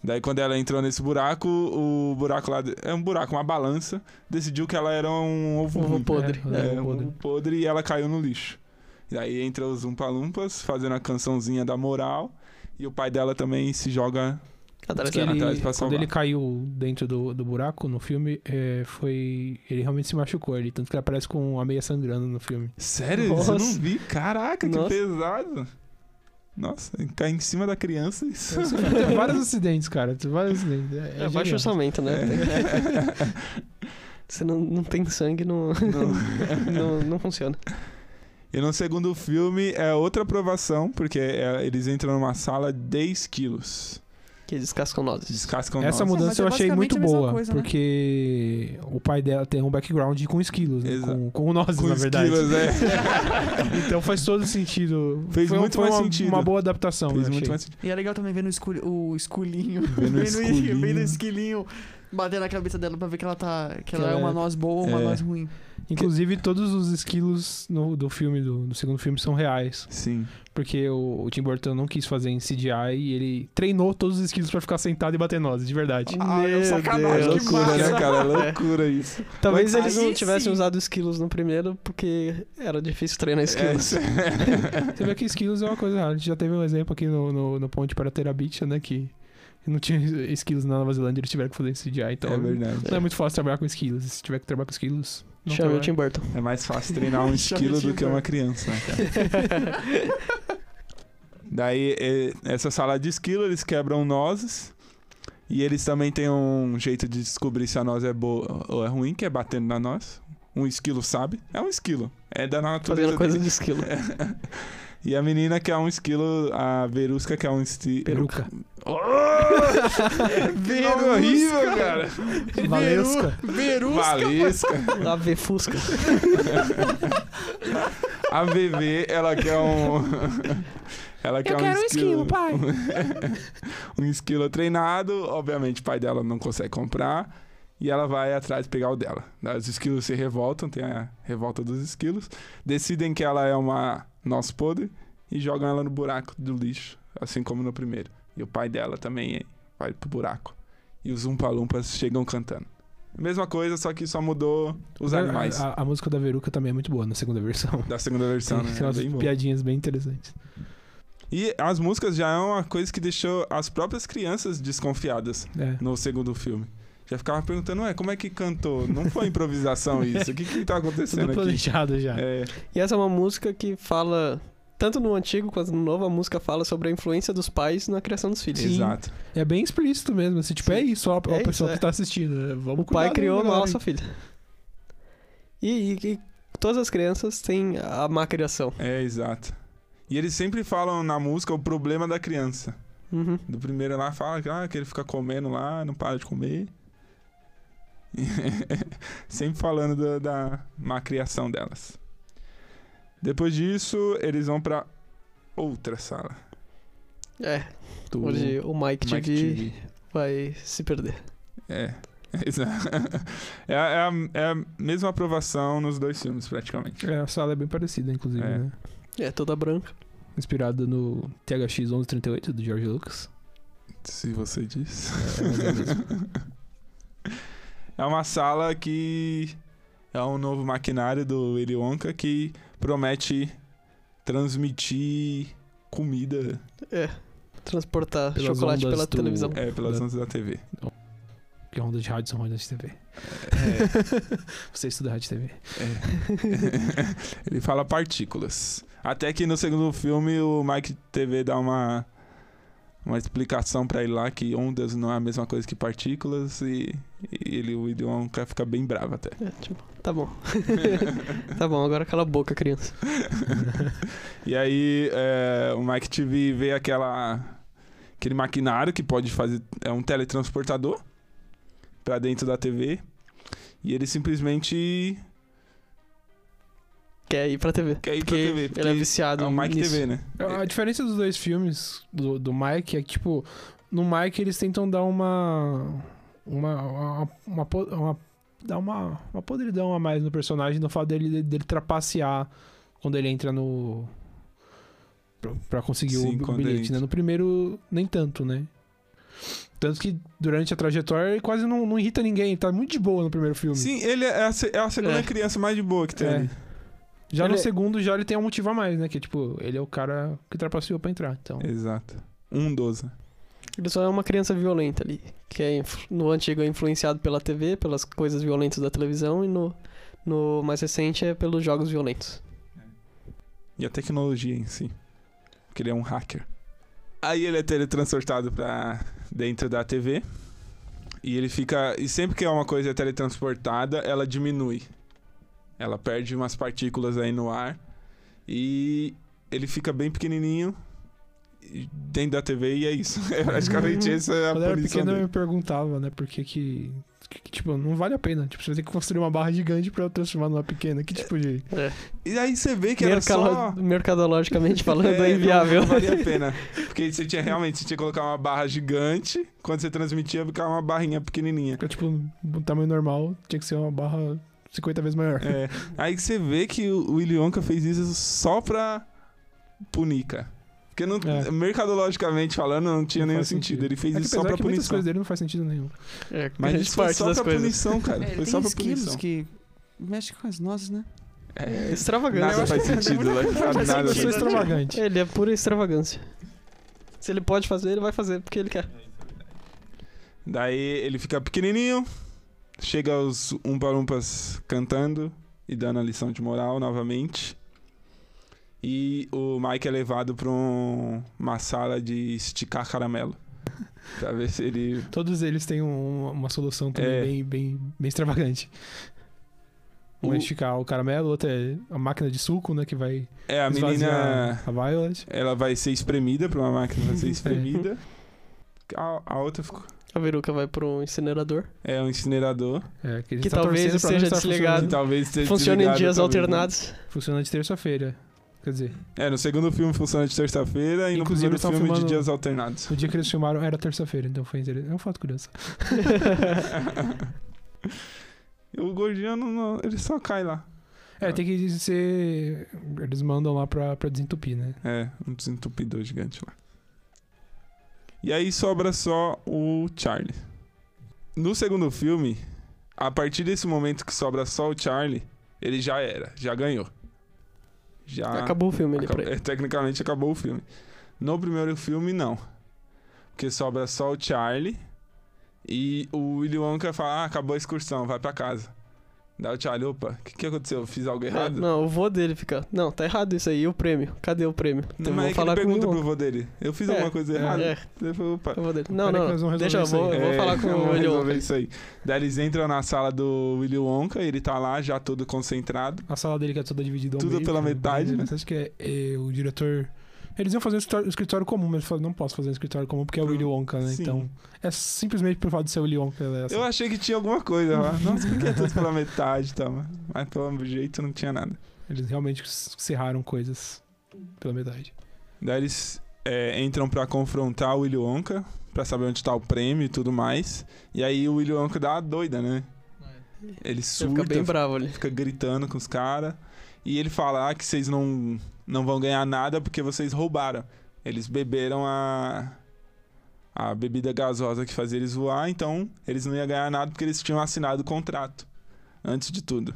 Speaker 3: Daí quando ela entrou nesse buraco, o buraco lá. É um buraco, uma balança. Decidiu que ela era um ovo,
Speaker 6: Ovo
Speaker 3: ruim.
Speaker 6: podre.
Speaker 4: É,
Speaker 3: É,
Speaker 4: ovo
Speaker 3: um
Speaker 4: podre.
Speaker 3: ovo podre e ela caiu no lixo. E daí entra os Umpalumpas fazendo a cançãozinha da moral. E o pai dela também se joga.
Speaker 5: Tá
Speaker 6: Atrás
Speaker 4: Porque
Speaker 3: Ela
Speaker 6: dela.
Speaker 3: é atrás
Speaker 4: ele,
Speaker 3: pra
Speaker 4: quando
Speaker 3: salvar.
Speaker 4: ele caiu dentro do, do buraco no filme, é, foi. Ele realmente se machucou. Ele, tanto que ele aparece com a meia sangrando no filme.
Speaker 3: Sério? Isso eu
Speaker 6: Nossa.
Speaker 3: não vi. Caraca, que
Speaker 6: Nossa.
Speaker 3: pesado. Nossa, cair em cima da criança. Isso.
Speaker 4: Tem vários acidentes, cara. Tem vários acidentes. É,
Speaker 6: É,
Speaker 4: é
Speaker 6: baixo
Speaker 4: genial.
Speaker 6: orçamento, né? Se não, não tem sangue, não, não, não funciona.
Speaker 3: E no segundo filme é outra aprovação, porque é- eles entram numa sala 10 quilos.
Speaker 6: que descascam nozes.
Speaker 3: Descascam
Speaker 4: Essa
Speaker 3: nós.
Speaker 5: mas
Speaker 4: mudança
Speaker 5: é
Speaker 4: eu achei muito
Speaker 5: basicamente a mesma
Speaker 4: boa,
Speaker 5: coisa, né?
Speaker 4: porque o pai dela tem um background com esquilos, né?
Speaker 3: Exato.
Speaker 4: com, com nozes,
Speaker 3: Com
Speaker 4: na verdade.
Speaker 3: esquilas, é.
Speaker 4: Então faz todo sentido.
Speaker 3: Fez
Speaker 4: foi, um-
Speaker 3: muito
Speaker 4: foi
Speaker 3: mais
Speaker 4: uma,
Speaker 3: sentido.
Speaker 4: Uma boa adaptação.
Speaker 3: Fez
Speaker 4: eu
Speaker 3: muito
Speaker 4: achei.
Speaker 3: mais sentido.
Speaker 5: E é legal também ver no escul- o esculinho.
Speaker 3: Vendo um
Speaker 5: Vendo um
Speaker 3: esculinho.
Speaker 5: vendo o esquilinho bater na cabeça dela pra ver que ela tá. Que, ela é
Speaker 4: ela
Speaker 5: uma
Speaker 4: é-
Speaker 5: noz boa ou uma
Speaker 3: é.
Speaker 5: noz ruim.
Speaker 4: Inclusive, todos os esquilos no- do filme, do, do segundo filme, são reais.
Speaker 3: Sim.
Speaker 4: Porque o, o Tim Burton não quis fazer em CGI e ele treinou todos os esquilos pra ficar sentado e bater nozes, de verdade.
Speaker 5: Ah, é um
Speaker 6: Meu
Speaker 5: sacanagem,
Speaker 6: Deus.
Speaker 5: que
Speaker 3: Loucura, né,
Speaker 5: massa.
Speaker 4: É.
Speaker 3: cara? Loucura isso.
Speaker 4: Então,
Speaker 6: Talvez
Speaker 3: Mas
Speaker 6: eles
Speaker 3: aí
Speaker 6: não tivessem
Speaker 3: sim.
Speaker 6: usado esquilos no primeiro, porque era difícil
Speaker 3: É,
Speaker 6: treinar esquilos.
Speaker 4: Você vê que esquilos é uma coisa rara. A gente já teve um exemplo aqui no, no, no Ponte para Terabithia, né? Que não tinha esquilos na Nova Zelândia, eles tiveram que fazer em CGI. Então,
Speaker 3: É verdade.
Speaker 4: não é muito fácil trabalhar com esquilos. Se tiver que trabalhar com esquilos, não
Speaker 6: Chama o
Speaker 4: trabalha.
Speaker 6: Tim Burton.
Speaker 3: É mais fácil treinar um esquilo do que uma criança, né, cara? Daí, é, essa sala de esquilo, eles quebram nozes. E eles também têm um jeito de descobrir se a noz é boa ou é ruim, que é batendo na noz. Um esquilo sabe. É um esquilo. É da natureza
Speaker 6: Fazendo coisa
Speaker 3: dele.
Speaker 6: de esquilo.
Speaker 3: E a menina quer um esquilo, a Verusca quer um esquilo.
Speaker 4: Peruca.
Speaker 3: Verusca. horrível, cara.
Speaker 4: Valesca.
Speaker 3: Valesca.
Speaker 6: Lá ver Fusca.
Speaker 3: A VV, ela quer um. ela quer
Speaker 5: quero
Speaker 3: um
Speaker 5: um
Speaker 3: esquilo,
Speaker 5: esquilo, pai.
Speaker 3: um esquilo treinado. Obviamente, o pai dela não consegue comprar. E ela vai atrás pegar o dela. Daí Os esquilos se revoltam, tem a revolta dos esquilos. Decidem que ela é uma nosso podre e jogam ela no buraco do lixo, assim como no primeiro. E o pai dela também vai pro buraco. E os umpalumpas chegam cantando. Mesma coisa, só que só mudou os animais.
Speaker 4: É, A, a- a música da Veruca também é muito boa na segunda versão.
Speaker 3: Da segunda versão, né?
Speaker 4: Tem umas
Speaker 3: Bem bom.
Speaker 4: piadinhas bem interessantes.
Speaker 3: E as músicas já é uma coisa que deixou as próprias crianças desconfiadas
Speaker 4: É.
Speaker 3: no segundo filme. Já ficava perguntando, ué, como é que cantou? Não foi improvisação isso? O que que tá
Speaker 4: Tudo
Speaker 3: acontecendo aqui?
Speaker 4: planejado já.
Speaker 3: É,
Speaker 6: E essa é uma música que fala, tanto no antigo quanto no novo, a música fala sobre a influência dos pais na criação dos filhos.
Speaker 3: exato.
Speaker 4: É bem explícito mesmo. Assim, tipo,
Speaker 6: Sim.
Speaker 4: é isso, ó, ó,
Speaker 6: É
Speaker 4: o pessoal
Speaker 6: isso, é.
Speaker 4: que tá assistindo. né? Vamos
Speaker 6: O pai
Speaker 4: cuidar,
Speaker 6: criou
Speaker 4: né,
Speaker 6: mal a
Speaker 4: galera?
Speaker 6: sua filha. E, e- e todas as crianças têm a má criação.
Speaker 3: É, exato. E eles sempre falam na música o problema da criança.
Speaker 6: Uhum.
Speaker 3: Do primeiro lá fala que, ah, que ele fica comendo lá, não para de comer. Sempre falando da, da má criação delas. Depois disso, eles vão pra outra sala.
Speaker 6: É,
Speaker 3: Do
Speaker 6: onde o Mike,
Speaker 3: Mike
Speaker 6: TV,
Speaker 3: TV.
Speaker 6: vai se perder.
Speaker 3: É. Exato. É, a- é, a, é a mesma aprovação nos dois filmes, praticamente.
Speaker 4: É, a sala é bem parecida, inclusive,
Speaker 3: É.
Speaker 4: né?
Speaker 6: É toda branca.
Speaker 4: Inspirada no THX 1138 do George Lucas.
Speaker 3: Se você diz.
Speaker 4: é mesmo.
Speaker 3: É uma sala que é um novo maquinário do Willy Wonka que promete transmitir comida
Speaker 6: É. Transportar
Speaker 4: Pelas
Speaker 6: chocolate
Speaker 4: ondas
Speaker 6: pela
Speaker 4: do-
Speaker 6: televisão.
Speaker 3: é, pelas ondas da TV.
Speaker 4: Que é onda de rádio são ondas de
Speaker 6: É.
Speaker 4: TV. Você estuda rádio e TV.
Speaker 3: Ele fala partículas. Até que no segundo filme o Mike TV dá uma uma explicação pra ele lá que ondas não é a mesma coisa que partículas e, e ele o Willy Wonka fica bem bravo até.
Speaker 6: É, tipo, tá bom. tá bom, agora cala a boca, criança.
Speaker 3: E aí é, o Mike TV vê aquela aquele maquinário que pode fazer é um teletransportador pra dentro da TV e ele simplesmente
Speaker 6: Quer ir pra TV.
Speaker 3: quer ir pra
Speaker 6: Porque
Speaker 3: TV
Speaker 6: ele é viciado
Speaker 3: é o Mike
Speaker 6: nisso.
Speaker 3: TV, né?
Speaker 4: A diferença dos dois filmes do, do Mike é que, tipo, no Mike eles tentam dar uma. Uma. Uma. uma, po- uma- dar uma, uma podridão a mais no personagem no fato dele, dele trapacear quando ele entra no. pra- Pra conseguir
Speaker 3: Sim,
Speaker 4: o
Speaker 3: quando
Speaker 4: bilhete,
Speaker 3: ele
Speaker 4: né? No primeiro, nem tanto, né? Tanto que durante a trajetória ele quase não, não irrita ninguém, ele tá muito de boa no primeiro filme.
Speaker 3: Sim, ele é a, se- é a segunda
Speaker 6: É.
Speaker 3: criança mais de boa que tem.
Speaker 4: É.
Speaker 3: ali.
Speaker 4: Já no
Speaker 3: é
Speaker 6: Ele-
Speaker 4: segundo, já ele tem um motivo a mais, né? Que tipo, ele é o cara que trapaceou pra entrar. Então.
Speaker 3: Exato. Um 12.
Speaker 6: Ele só é uma criança violenta ali. Que é, influ- no antigo é influenciado pela TV, pelas coisas violentas da televisão, e no, no mais recente é pelos jogos violentos.
Speaker 3: E a tecnologia em si. Porque ele é um hacker. Aí ele é teletransportado pra dentro da TV. E ele fica. E sempre que uma coisa é teletransportada, ela diminui. Ela perde umas partículas aí no ar. E ele fica bem pequenininho. dentro da TV e é isso. É praticamente essa é a
Speaker 4: Uhum. Quando eu era
Speaker 3: punição
Speaker 4: pequeno eu
Speaker 3: dele.
Speaker 4: me perguntava, né, por que que... que- que, Tipo, não vale a pena. Tipo, você vai ter que construir uma barra gigante pra eu transformar numa pequena.
Speaker 3: É.
Speaker 4: Que tipo de.
Speaker 3: E aí você vê que era
Speaker 6: Mercalo...
Speaker 3: só...
Speaker 6: Mercadologicamente falando, é,
Speaker 3: não-
Speaker 6: inviável.
Speaker 3: Não, então, valia a pena. Porque você tinha realmente, você tinha que colocar uma barra gigante, quando você transmitia, ficava uma barrinha pequenininha.
Speaker 4: Porque, tipo, um tamanho normal tinha que ser uma barra 50 vezes maior.
Speaker 3: É. Aí que você vê que o o Ilionka fez isso só pra punir, cara. Porque não-
Speaker 4: É.
Speaker 3: mercadologicamente falando, não tinha
Speaker 4: Não
Speaker 3: nenhum
Speaker 4: faz
Speaker 3: sentido.
Speaker 4: sentido.
Speaker 3: Ele fez
Speaker 4: É que
Speaker 3: isso só
Speaker 4: apesar
Speaker 3: pra
Speaker 4: que muitas
Speaker 3: punição.
Speaker 4: coisas dele não faz sentido nenhum.
Speaker 6: É,
Speaker 3: Mas
Speaker 6: grande
Speaker 3: isso foi
Speaker 6: parte
Speaker 3: só
Speaker 6: das
Speaker 3: pra
Speaker 6: coisas.
Speaker 3: punição, cara.
Speaker 5: É, ele
Speaker 3: foi
Speaker 5: tem
Speaker 3: só pra
Speaker 5: esquilos
Speaker 3: punição.
Speaker 5: que mexe com as nozes, né?
Speaker 3: É,
Speaker 6: Extravagância.
Speaker 3: nada faz sentido, né?
Speaker 6: faz
Speaker 3: Nada
Speaker 4: Eu sou
Speaker 6: sentido,
Speaker 3: faz
Speaker 6: né?
Speaker 4: extravagante.
Speaker 6: Ele é pura extravagância. Se ele pode fazer, ele vai fazer, porque ele quer.
Speaker 3: Daí ele fica pequenininho, chega os umparumpas cantando e dando a lição de moral novamente. E o Mike é levado pra um- uma sala de esticar caramelo. pra ver se ele.
Speaker 4: Todos eles têm um- uma solução também
Speaker 3: É.
Speaker 4: bem, bem, bem extravagante. Um
Speaker 3: O-
Speaker 4: é esticar o caramelo, outro é a máquina de suco, né? Que vai
Speaker 3: É, a menina.
Speaker 4: esvaziar a Violet.
Speaker 3: Ela vai ser espremida pra uma máquina, vai ser espremida. A, a outra ficou.
Speaker 6: A Veruca vai pro incinerador.
Speaker 3: É um incinerador.
Speaker 4: É, que, ele
Speaker 6: Que
Speaker 4: está
Speaker 6: talvez
Speaker 4: torcendo pra não
Speaker 6: ele seja
Speaker 4: estar
Speaker 6: desligado.
Speaker 3: Que
Speaker 4: funcionando.
Speaker 3: talvez seja
Speaker 6: Funciona em
Speaker 3: desligado
Speaker 6: dias
Speaker 3: também. né?
Speaker 6: alternados.
Speaker 4: Funciona de terça-feira. Quer dizer,
Speaker 3: É, no segundo filme funciona de terça-feira e
Speaker 4: Inclusive,
Speaker 3: no
Speaker 4: eles tão
Speaker 3: primeiro filme de
Speaker 4: filmando-
Speaker 3: dias alternados.
Speaker 4: o dia que eles filmaram era terça-feira, então foi interessante. É um fato curioso.
Speaker 3: o gordinho não, não- ele só cai lá. Ah.
Speaker 4: É, tem que ser. Eles mandam lá pra, pra desentupir, né?
Speaker 3: É, um desentupidor gigante lá. E aí sobra só o Charlie. No segundo filme, a partir desse momento que sobra só o Charlie, ele já era, já ganhou. Já
Speaker 6: Acabou o filme ali
Speaker 3: Ah, acabou-
Speaker 6: pra ele.
Speaker 3: é, tecnicamente acabou o filme. No primeiro filme não. Porque sobra só o Charlie e o Willy Wonka fala: "Ah, acabou a excursão, vai pra casa". Dá o Charlie, opa, o que, que aconteceu? Eu Fiz algo
Speaker 6: É,
Speaker 3: errado?
Speaker 6: não, o vô dele fica. Não, tá errado isso aí. E o prêmio? Cadê o prêmio? Então,
Speaker 3: Mas
Speaker 6: vou
Speaker 3: é que ele
Speaker 6: falar com
Speaker 3: pergunta
Speaker 6: o
Speaker 3: pro
Speaker 6: Willion.
Speaker 3: vô tá dele. Eu fiz
Speaker 6: É,
Speaker 3: alguma coisa errada?
Speaker 6: É,
Speaker 3: Ele falou, opa.
Speaker 6: o vô dele. Não,
Speaker 4: Peraí que
Speaker 6: não.
Speaker 4: nós vamos resolver
Speaker 6: Deixa eu
Speaker 4: isso aí.
Speaker 6: vou, eu vou
Speaker 3: É,
Speaker 6: falar com
Speaker 3: vamos
Speaker 6: o
Speaker 3: resolver
Speaker 6: William.
Speaker 3: isso aí. Daí eles entram na sala do Willy Wonka, ele tá lá já todo concentrado.
Speaker 4: A sala dele que é toda dividida ao
Speaker 3: Tudo
Speaker 4: meio,
Speaker 3: pela
Speaker 4: né?
Speaker 3: metade, né?
Speaker 4: Mas acho que é, é, o diretor. Eles iam fazer um escritório, escritório comum, mas falaram, não posso fazer um escritório comum porque é o
Speaker 3: Pro-
Speaker 4: Willy Wonka, né?
Speaker 3: Sim.
Speaker 4: Então, é simplesmente por fato de ser o Willy Wonka. né? Assim,
Speaker 3: Eu achei que tinha alguma coisa lá. Nossa, por que é tudo pela metade e tal? mas- Mas pelo jeito não tinha nada.
Speaker 4: Eles realmente cerraram coisas pela metade.
Speaker 3: Daí eles é, entram pra confrontar o Willy Wonka, pra saber onde tá o prêmio e tudo mais. E aí o Willy Wonka dá uma doida, né? Ele
Speaker 6: Ele fica
Speaker 3: surta,
Speaker 6: bem bravo ali.
Speaker 3: fica gritando com os caras. E ele fala ah, que vocês não, não vão ganhar nada porque vocês roubaram. Eles beberam a, a bebida gasosa que fazia eles voar, então eles não iam ganhar nada porque eles tinham assinado o contrato. Antes de tudo.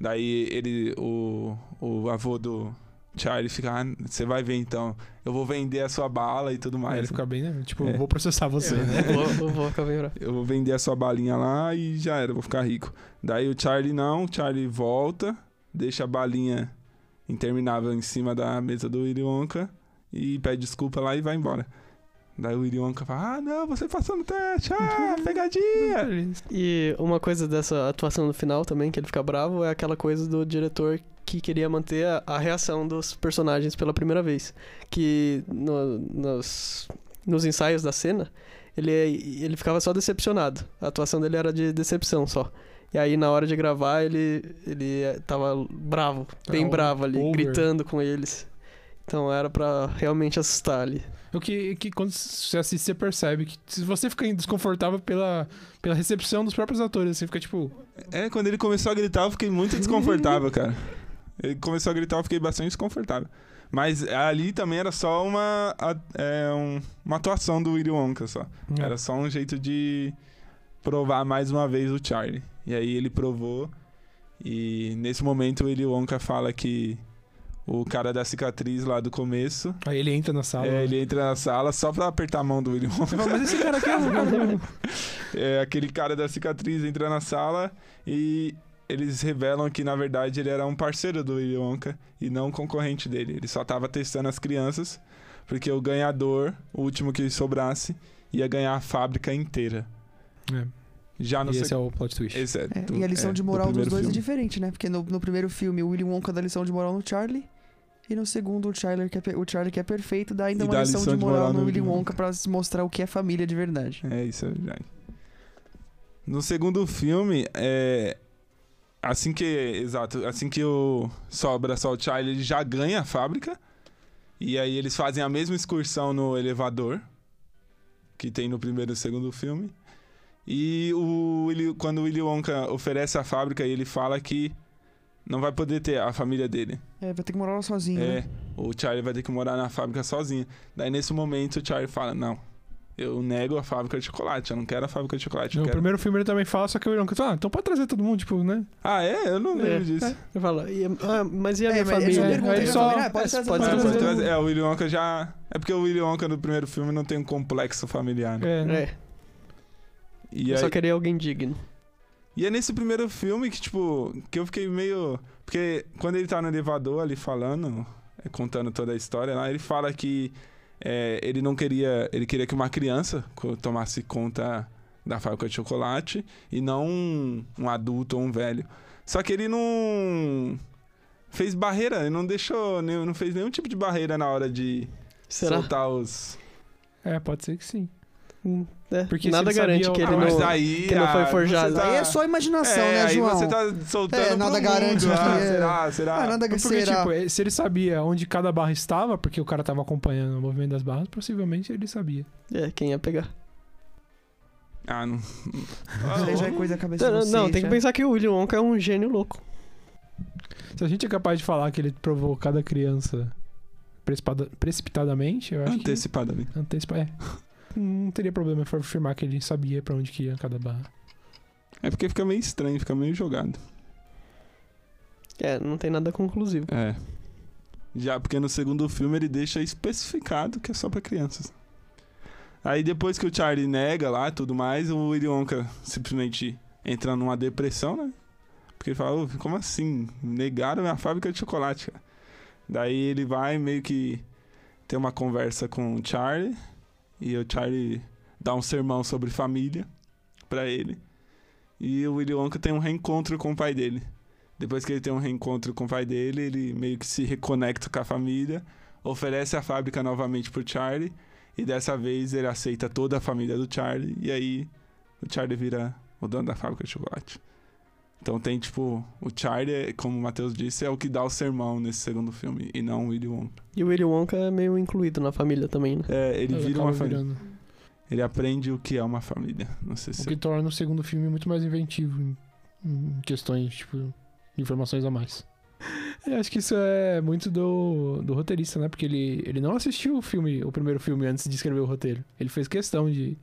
Speaker 3: Daí ele, o, o avô do Charlie fica, "Ah, você vai ver então, eu vou vender a sua bala e tudo
Speaker 4: Aí
Speaker 3: mais.
Speaker 4: ele fica bem, né? Tipo,
Speaker 3: É.
Speaker 4: vou processar você, né?
Speaker 6: O vô- o vô fica bem bravo.
Speaker 3: Eu vou vender a sua balinha lá e já era, vou ficar rico. Daí o Charlie não, o Charlie volta, deixa a balinha interminável em cima da mesa do Willy Wonka e pede desculpa lá e vai embora. Daí o Willy Wonka fala, ah não, você passou no teste, ah, pegadinha.
Speaker 6: E uma coisa dessa atuação no final também, que ele fica bravo, é aquela coisa do diretor que queria manter a, a reação dos personagens pela primeira vez. Que no- nos, nos ensaios da cena, ele, ele ficava só decepcionado. A atuação dele era de decepção só. E aí, na hora de gravar, ele, ele eh, tava bravo, bem
Speaker 4: Ah, o
Speaker 6: bravo ali,
Speaker 4: over.
Speaker 6: gritando com eles. Então era pra realmente assustar ali.
Speaker 4: O que, que quando você assiste, você percebe que se você fica desconfortável pela, pela recepção dos próprios atores, você fica tipo.
Speaker 3: É, quando ele começou a gritar eu fiquei muito desconfortável, cara. Ele começou a gritar eu fiquei bastante desconfortável. Mas ali também era só uma, a- é, um- uma atuação do Willy Wonka só.
Speaker 4: É.
Speaker 3: Era só um jeito de provar mais uma vez o Charlie. E aí ele provou. E nesse momento o Willy Wonka fala que o cara da cicatriz lá do começo,
Speaker 4: Aí ele entra na sala.
Speaker 3: é,
Speaker 4: né?
Speaker 3: ele entra na sala só pra apertar a mão do Willy Wonka.
Speaker 4: Você fala, mas esse cara aqui é o
Speaker 3: É, aquele cara da cicatriz entra na sala e eles revelam que na verdade ele era um parceiro do Willy Wonka e não um concorrente dele. Ele só tava testando as crianças, porque o ganhador, o último que sobrasse, ia ganhar a fábrica inteira.
Speaker 4: É.
Speaker 3: Já no
Speaker 4: E esse
Speaker 3: seg-
Speaker 4: é o plot twist.
Speaker 3: esse é
Speaker 5: É,
Speaker 3: do-
Speaker 5: e a lição
Speaker 3: é,
Speaker 5: de
Speaker 3: do
Speaker 5: moral dos
Speaker 3: primeiro
Speaker 5: dois é
Speaker 3: filme.
Speaker 5: diferente, né? Porque no, no primeiro filme, o Willy Wonka dá lição de moral no Charlie. E no segundo, o Charlie que é, per- o Charlie que é perfeito dá ainda
Speaker 3: E
Speaker 5: uma
Speaker 3: dá
Speaker 5: lição, de moral, no Willy
Speaker 3: Wonka.
Speaker 5: Wonka pra se mostrar o que é família de verdade.
Speaker 3: É isso, é verdade. No segundo filme, é. Assim que. Exato, assim que o sobra só o Charlie, ele já ganha a fábrica. E aí eles fazem a mesma excursão no elevador. Que tem no primeiro e segundo filme. E o Willy- quando o Willy Wonka oferece a fábrica, ele fala que não vai poder ter a família dele.
Speaker 5: É, vai ter que morar lá sozinho. né?
Speaker 3: É, o Charlie vai ter que morar na fábrica sozinho. Daí nesse momento o Charlie fala: Não, eu nego a fábrica de chocolate, eu não quero a fábrica de chocolate. eu
Speaker 4: No
Speaker 3: quero-"
Speaker 4: primeiro filme ele também fala, só que o William fala, ah, então pode trazer todo mundo, tipo, né?
Speaker 3: Ah, é? Eu não lembro
Speaker 6: É.
Speaker 3: disso.
Speaker 6: Ele fala, "E a- ah, mas e a
Speaker 5: É,
Speaker 6: minha
Speaker 5: mas eles
Speaker 6: família?
Speaker 5: não
Speaker 4: perguntam,
Speaker 6: Aí
Speaker 4: eles
Speaker 6: só-
Speaker 4: falam,
Speaker 5: "Ah,
Speaker 6: "É,
Speaker 5: pode trazer
Speaker 3: Ah,
Speaker 5: pra
Speaker 3: pode
Speaker 5: trazer
Speaker 3: trazer. É, o Willy Wonka já. É porque o Willy Wonka no primeiro filme não tem um complexo familiar, né?
Speaker 4: É.
Speaker 6: É,
Speaker 3: E,
Speaker 6: eu
Speaker 3: aí-
Speaker 6: só queria alguém digno.
Speaker 3: e é nesse primeiro filme que, tipo, que eu fiquei meio. Porque quando ele tá no elevador ali falando, é, contando toda a história lá, ele fala que é, ele não queria. Ele queria que uma criança co- tomasse conta da fábrica de chocolate e não um, um adulto ou um velho. Só que ele não. Fez barreira, ele não deixou. nenhum- Não fez nenhum tipo de barreira na hora de
Speaker 6: Será?
Speaker 3: soltar os.
Speaker 4: É, pode ser que sim.
Speaker 6: Hum, é,
Speaker 4: Porque se
Speaker 6: nada
Speaker 4: ele
Speaker 6: garante
Speaker 4: sabia-
Speaker 6: que
Speaker 4: Ah,
Speaker 6: ele
Speaker 3: mas
Speaker 6: não...
Speaker 3: aí,
Speaker 6: que não foi
Speaker 3: ah,
Speaker 6: forjado.
Speaker 3: você
Speaker 5: Aí é só imaginação,
Speaker 3: é,
Speaker 5: né,
Speaker 3: aí
Speaker 5: João?
Speaker 3: você tá soltando
Speaker 5: É,
Speaker 3: pro
Speaker 5: nada
Speaker 3: mundo,
Speaker 5: garante
Speaker 3: ah,
Speaker 5: que-
Speaker 3: será, será?
Speaker 5: Ah, nada que
Speaker 4: Mas Porque,
Speaker 5: será.
Speaker 4: tipo, eh, se ele sabia onde cada barra estava, porque o cara tava acompanhando o movimento das barras, possivelmente ele sabia.
Speaker 6: É, quem ia pegar?
Speaker 3: Ah, não.
Speaker 5: Isso aí já é coisa da cabeça
Speaker 6: Não,
Speaker 5: de
Speaker 6: não,
Speaker 5: vocês,
Speaker 6: não, tem que
Speaker 5: já.
Speaker 6: pensar que o Willy Wonka é um gênio louco.
Speaker 4: Se a gente é capaz de falar que ele provou cada criança precipada- precipitadamente, eu acho
Speaker 3: Antecipadamente.
Speaker 4: que... Antecipa... É. Não teria problema em afirmar que ele sabia pra onde que ia cada barra.
Speaker 3: É porque fica meio estranho, fica meio jogado.
Speaker 6: É, não tem nada conclusivo.
Speaker 3: É. Já porque no segundo filme ele deixa especificado que é só pra crianças. Aí depois que o Charlie nega lá e tudo mais, o Willy Wonka simplesmente entra numa depressão, né? Porque ele fala, "Ô, como assim? Negaram minha fábrica de chocolate, cara. Daí ele vai meio que ter uma conversa com o Charlie. E o Charlie dá um sermão sobre família pra ele. E o Willy Wonka tem um reencontro com o pai dele. Depois que ele tem um reencontro com o pai dele, ele meio que se reconecta com a família, oferece a fábrica novamente pro Charlie, e dessa vez ele aceita toda a família do Charlie, e aí o Charlie vira o dono da fábrica de chocolate. Então tem tipo, o Charlie, como o Matheus disse, é o que dá o sermão nesse segundo filme, e não o Willy Wonka.
Speaker 6: E o Willy Wonka é meio incluído na família também, né?
Speaker 3: É, ele vira
Speaker 4: acaba
Speaker 3: uma família.
Speaker 4: virando.
Speaker 3: Ele aprende o que é uma família. Não sei
Speaker 4: O
Speaker 3: se.
Speaker 4: que torna o segundo filme muito mais inventivo em, em questões, tipo, de informações a mais. Eu acho que isso é muito do, do roteirista, né? Porque ele, ele não assistiu o filme, o primeiro filme, antes de escrever o roteiro. Ele fez questão de,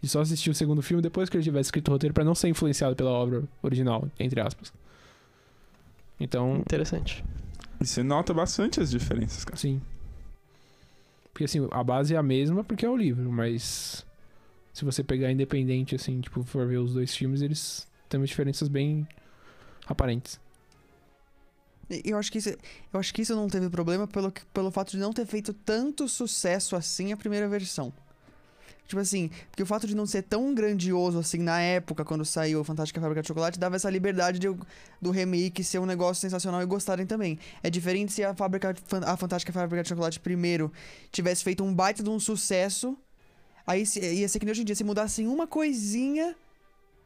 Speaker 4: de só assistir o segundo filme depois que ele tivesse escrito o roteiro pra não ser influenciado pela obra original, entre aspas. Então,
Speaker 6: Interessante.
Speaker 3: E você nota bastante as diferenças, cara.
Speaker 4: Sim. Porque assim, a base é a mesma porque é o livro, mas se você pegar independente, assim, tipo, for ver os dois filmes, eles têm umas diferenças bem aparentes.
Speaker 5: E Eu acho que isso, é, eu acho que isso não teve problema pelo, que- pelo fato de não ter feito tanto sucesso assim a primeira versão. Tipo assim, porque o fato de não ser tão grandioso assim na época, quando saiu o Fantástica Fábrica de Chocolate, dava essa liberdade de eu- do remake ser um negócio sensacional e gostarem também. É diferente se a, fábrica, Fan- a Fantástica Fábrica de Chocolate primeiro tivesse feito um baita de um sucesso, aí se- ia ser que nem hoje em dia, se mudassem uma coisinha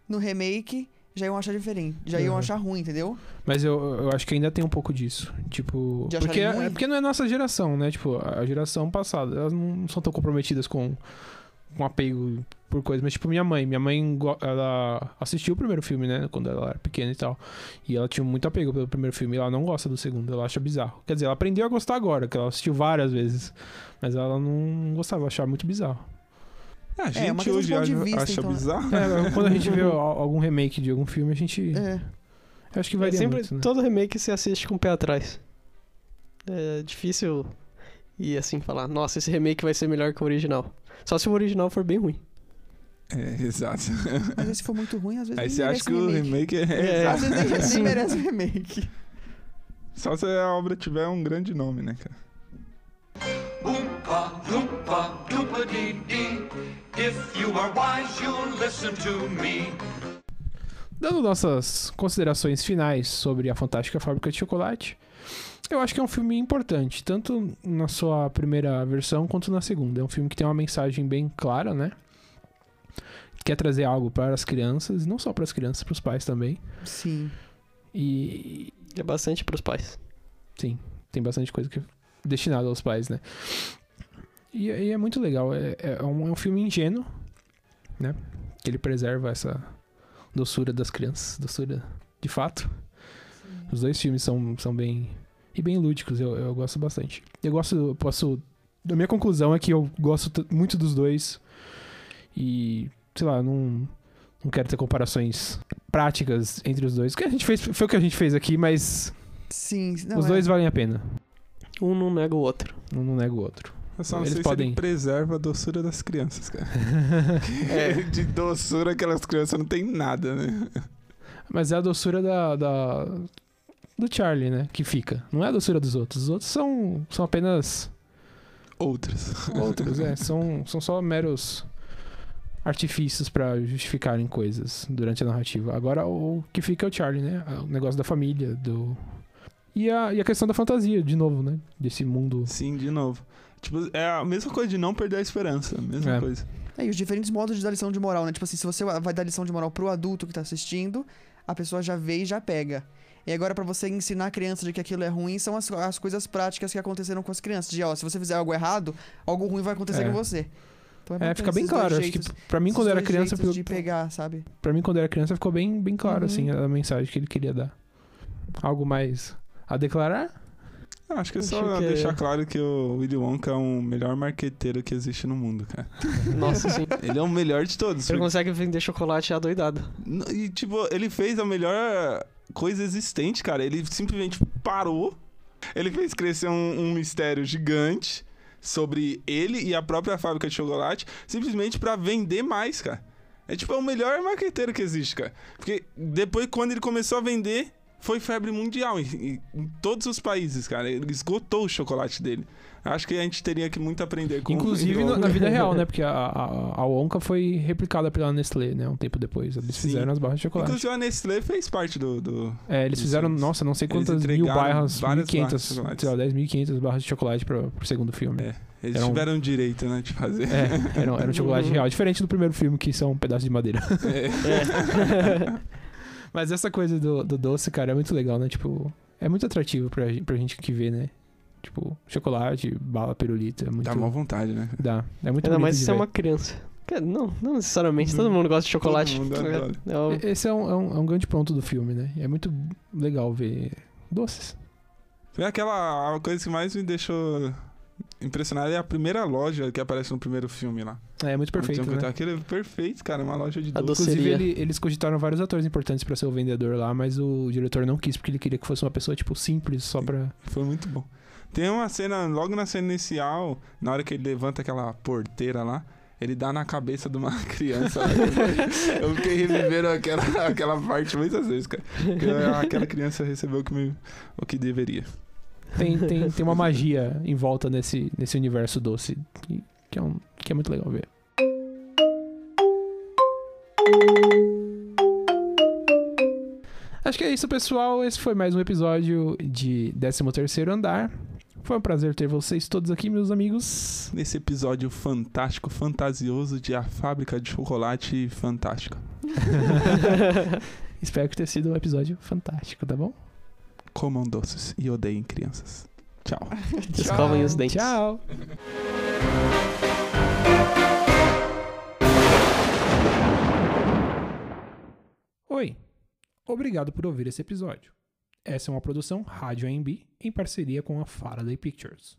Speaker 5: no remake, já iam achar diferente, já iam
Speaker 4: Uhum.
Speaker 5: achar ruim, entendeu?
Speaker 4: Mas eu, eu acho que ainda tem um pouco disso. Tipo.
Speaker 5: De acharem
Speaker 4: Porque, é,
Speaker 5: ruim?
Speaker 4: é porque não é nossa geração, né? Tipo, a a geração passada, elas não são tão comprometidas com, com apego por coisa. Mas, tipo, minha mãe. Minha mãe go- ela assistiu o primeiro filme, né? Quando ela era pequena e tal. E ela tinha muito apego pelo primeiro filme. E ela não gosta do segundo, ela acha bizarro. Quer dizer, ela aprendeu a gostar agora, que ela assistiu várias vezes. Mas ela não gostava, achava muito bizarro.
Speaker 3: A
Speaker 5: É, uma
Speaker 3: gente
Speaker 5: questão de
Speaker 3: hoje
Speaker 5: ponto de
Speaker 3: acha,
Speaker 5: vista,
Speaker 3: acha
Speaker 5: então.
Speaker 3: bizarro. né?
Speaker 4: É, quando a gente vê al- algum remake de algum filme, a gente.
Speaker 5: É.
Speaker 4: eu Acho que
Speaker 6: É,
Speaker 4: varia
Speaker 6: sempre,
Speaker 4: muito, né?
Speaker 6: todo remake você assiste com o pé atrás. É difícil ir assim falar, nossa, esse remake vai ser melhor que o original. Só se o original for bem ruim.
Speaker 3: É, exato.
Speaker 5: Mas se for muito ruim, às vezes
Speaker 3: Aí
Speaker 5: nem
Speaker 3: você acha
Speaker 5: merece
Speaker 3: que o
Speaker 5: remake.
Speaker 3: remake é.
Speaker 6: É.
Speaker 5: Às vezes nem- nem,
Speaker 6: Sim.
Speaker 5: merece remake.
Speaker 3: Só se a obra tiver um grande nome, né, cara?
Speaker 7: Oompa loompa doopa dee dee. If you are wise, you'll listen to me.
Speaker 4: Dando nossas considerações finais sobre a Fantástica Fábrica de Chocolate, Eu acho que é um filme importante, tanto na sua primeira versão quanto na segunda. É um filme que tem uma mensagem bem clara, né? Quer trazer algo para as crianças, não só para as crianças, para os pais também.
Speaker 5: Sim.
Speaker 4: E
Speaker 6: É bastante pros pais.
Speaker 4: tem bastante coisa que é destinada aos pais, né? E, e é muito legal. É, é um, é um filme ingênuo, né? Que ele preserva essa doçura das crianças, doçura de fato. Os dois filmes são, são bem. e bem lúdicos, eu, eu gosto bastante. Eu gosto, eu posso. A minha conclusão é que eu gosto t- muito dos dois. E, sei lá, não. Não quero ter comparações práticas entre os dois. O que a gente fez foi o que a gente fez aqui, mas
Speaker 5: Sim. Não,
Speaker 4: os
Speaker 5: é.
Speaker 4: dois valem a pena.
Speaker 6: Um não nega o outro.
Speaker 4: Um não nega o outro.
Speaker 3: Eu só não
Speaker 4: Eles
Speaker 3: sei se
Speaker 4: podem-
Speaker 3: ele preserva a doçura das crianças, cara. É, De doçura aquelas crianças não tem nada, né?
Speaker 4: Mas é a doçura da, da- do Charlie, né? Que fica. Não é a doçura dos outros. Os outros são, são apenas
Speaker 3: Outras.
Speaker 4: outros, é. São, são só meros artifícios pra justificarem coisas durante a narrativa. Agora o que fica é o Charlie, né? O negócio da família, do. E a, e a questão da fantasia, de novo, né? Desse mundo.
Speaker 3: Sim, de novo. Tipo, é a mesma coisa de não perder a esperança. a Mesma
Speaker 4: É.
Speaker 3: coisa.
Speaker 5: É, e os diferentes modos de dar lição de moral, né? Tipo assim, se você vai dar lição de moral pro adulto que tá assistindo, a pessoa já vê e já pega. E agora, pra você ensinar a criança de que aquilo é ruim, são as, as coisas práticas que aconteceram com as crianças. De, ó, se você fizer algo errado, algo ruim vai acontecer
Speaker 4: É.
Speaker 5: com você. Então
Speaker 4: É,
Speaker 5: bacana
Speaker 4: fica bem
Speaker 5: esses dois
Speaker 4: claro. Acho que
Speaker 5: jeitos-
Speaker 4: pra mim,
Speaker 5: esses
Speaker 4: quando era
Speaker 5: dois
Speaker 4: criança,
Speaker 5: jeitos de
Speaker 4: ficou-
Speaker 5: pegar, sabe?
Speaker 4: Pra mim, quando era criança, ficou bem, bem claro,
Speaker 5: Uhum.
Speaker 4: assim, a mensagem que ele queria dar. Algo mais a declarar?
Speaker 3: Ah, Acho que é
Speaker 6: Acho
Speaker 3: só
Speaker 6: que é.
Speaker 3: deixar claro que o Willy Wonka é o melhor marqueteiro que existe no mundo, cara.
Speaker 6: Nossa, sim.
Speaker 3: Ele é o melhor de todos.
Speaker 6: Ele consegue vender chocolate adoidado.
Speaker 3: N- E, tipo, ele fez a melhor coisa existente, cara. Ele simplesmente parou. Ele fez crescer um, um mistério gigante sobre ele e a própria fábrica de chocolate, simplesmente pra vender mais, cara. É tipo, é o melhor marqueteiro que existe, cara. Porque depois, quando ele começou a vender, foi febre mundial em, em- em todos os países, cara. Ele esgotou o chocolate dele. Acho que a gente teria que muito aprender com
Speaker 4: Inclusive
Speaker 3: com-
Speaker 4: na, na vida real, né? Porque a, a, a Wonka foi replicada pela Nestlé, né? Um tempo depois. Eles
Speaker 3: Sim.
Speaker 4: fizeram as barras de chocolate.
Speaker 3: Inclusive a Nestlé fez parte do- do,
Speaker 4: é, eles
Speaker 3: isso,
Speaker 4: fizeram,
Speaker 3: eles-
Speaker 4: nossa, não sei
Speaker 3: eles
Speaker 4: quantas mil
Speaker 3: entregaram
Speaker 4: barras,
Speaker 3: várias barras de
Speaker 4: 1.500,
Speaker 3: chocolate.
Speaker 4: sei lá, 10.500 barras de chocolate pro, pro segundo filme.
Speaker 3: É. Eles
Speaker 4: Era um-
Speaker 3: tiveram direito, né, de fazer.
Speaker 4: É, era, um- era um chocolate
Speaker 6: Uhum.
Speaker 4: real. Diferente do primeiro filme, que são um pedaço de madeira. É. Mas essa coisa do, do doce, cara, é muito legal, né? Tipo, é muito atrativo pra, gen- pra gente que vê, né? Tipo, chocolate, bala, pirulita. É muito,
Speaker 3: Dá mó vontade, né?
Speaker 4: Dá. É muito
Speaker 6: Ainda
Speaker 4: bonito
Speaker 6: mais
Speaker 4: de
Speaker 6: se é
Speaker 4: ver.
Speaker 6: uma criança. Quer- Não, não necessariamente. Todo mundo gosta de chocolate.
Speaker 3: Uhum. mundo adora.
Speaker 6: É, é o-
Speaker 4: Esse é um, é, um, é um grande ponto do filme, né? É muito legal ver doces.
Speaker 3: Foi aquela a coisa que mais me deixou impressionado é a primeira loja que aparece no primeiro filme lá.
Speaker 4: É, muito perfeito,
Speaker 3: Onde tem um-
Speaker 4: né?
Speaker 3: Aquilo é perfeito, cara, uma loja de
Speaker 6: A
Speaker 3: doce.
Speaker 4: Inclusive,
Speaker 6: Seria.
Speaker 4: ele- eles cogitaram vários atores importantes pra ser o vendedor lá, mas o diretor não quis, porque ele queria que fosse uma pessoa, tipo, simples, só pra...
Speaker 3: Foi muito bom. Tem uma cena, logo na cena inicial, na hora que ele levanta aquela porteira lá, ele dá na cabeça de uma criança. né? lá.
Speaker 6: É
Speaker 3: Eu fiquei revivendo aquela, aquela parte muitas vezes, cara. Porque é aquela criança recebeu o que, me- o que deveria.
Speaker 4: Tem, tem, tem uma magia em volta nesse, nesse universo doce, que- que é, um, que é muito legal ver. Acho que é isso, pessoal. Esse foi mais um episódio de 13º Andar. Foi um prazer ter vocês todos aqui, meus amigos.
Speaker 3: Nesse episódio fantástico, fantasioso de A Fábrica de Chocolate Fantástica.
Speaker 4: Espero que tenha sido um episódio fantástico, tá bom?
Speaker 3: Comam doces e odeiem crianças. Tchau.
Speaker 6: Escovem os dentes.
Speaker 4: Tchau! Oi, obrigado por ouvir esse episódio. Essa é uma produção Rádio AMB em parceria com a Faraday Pictures.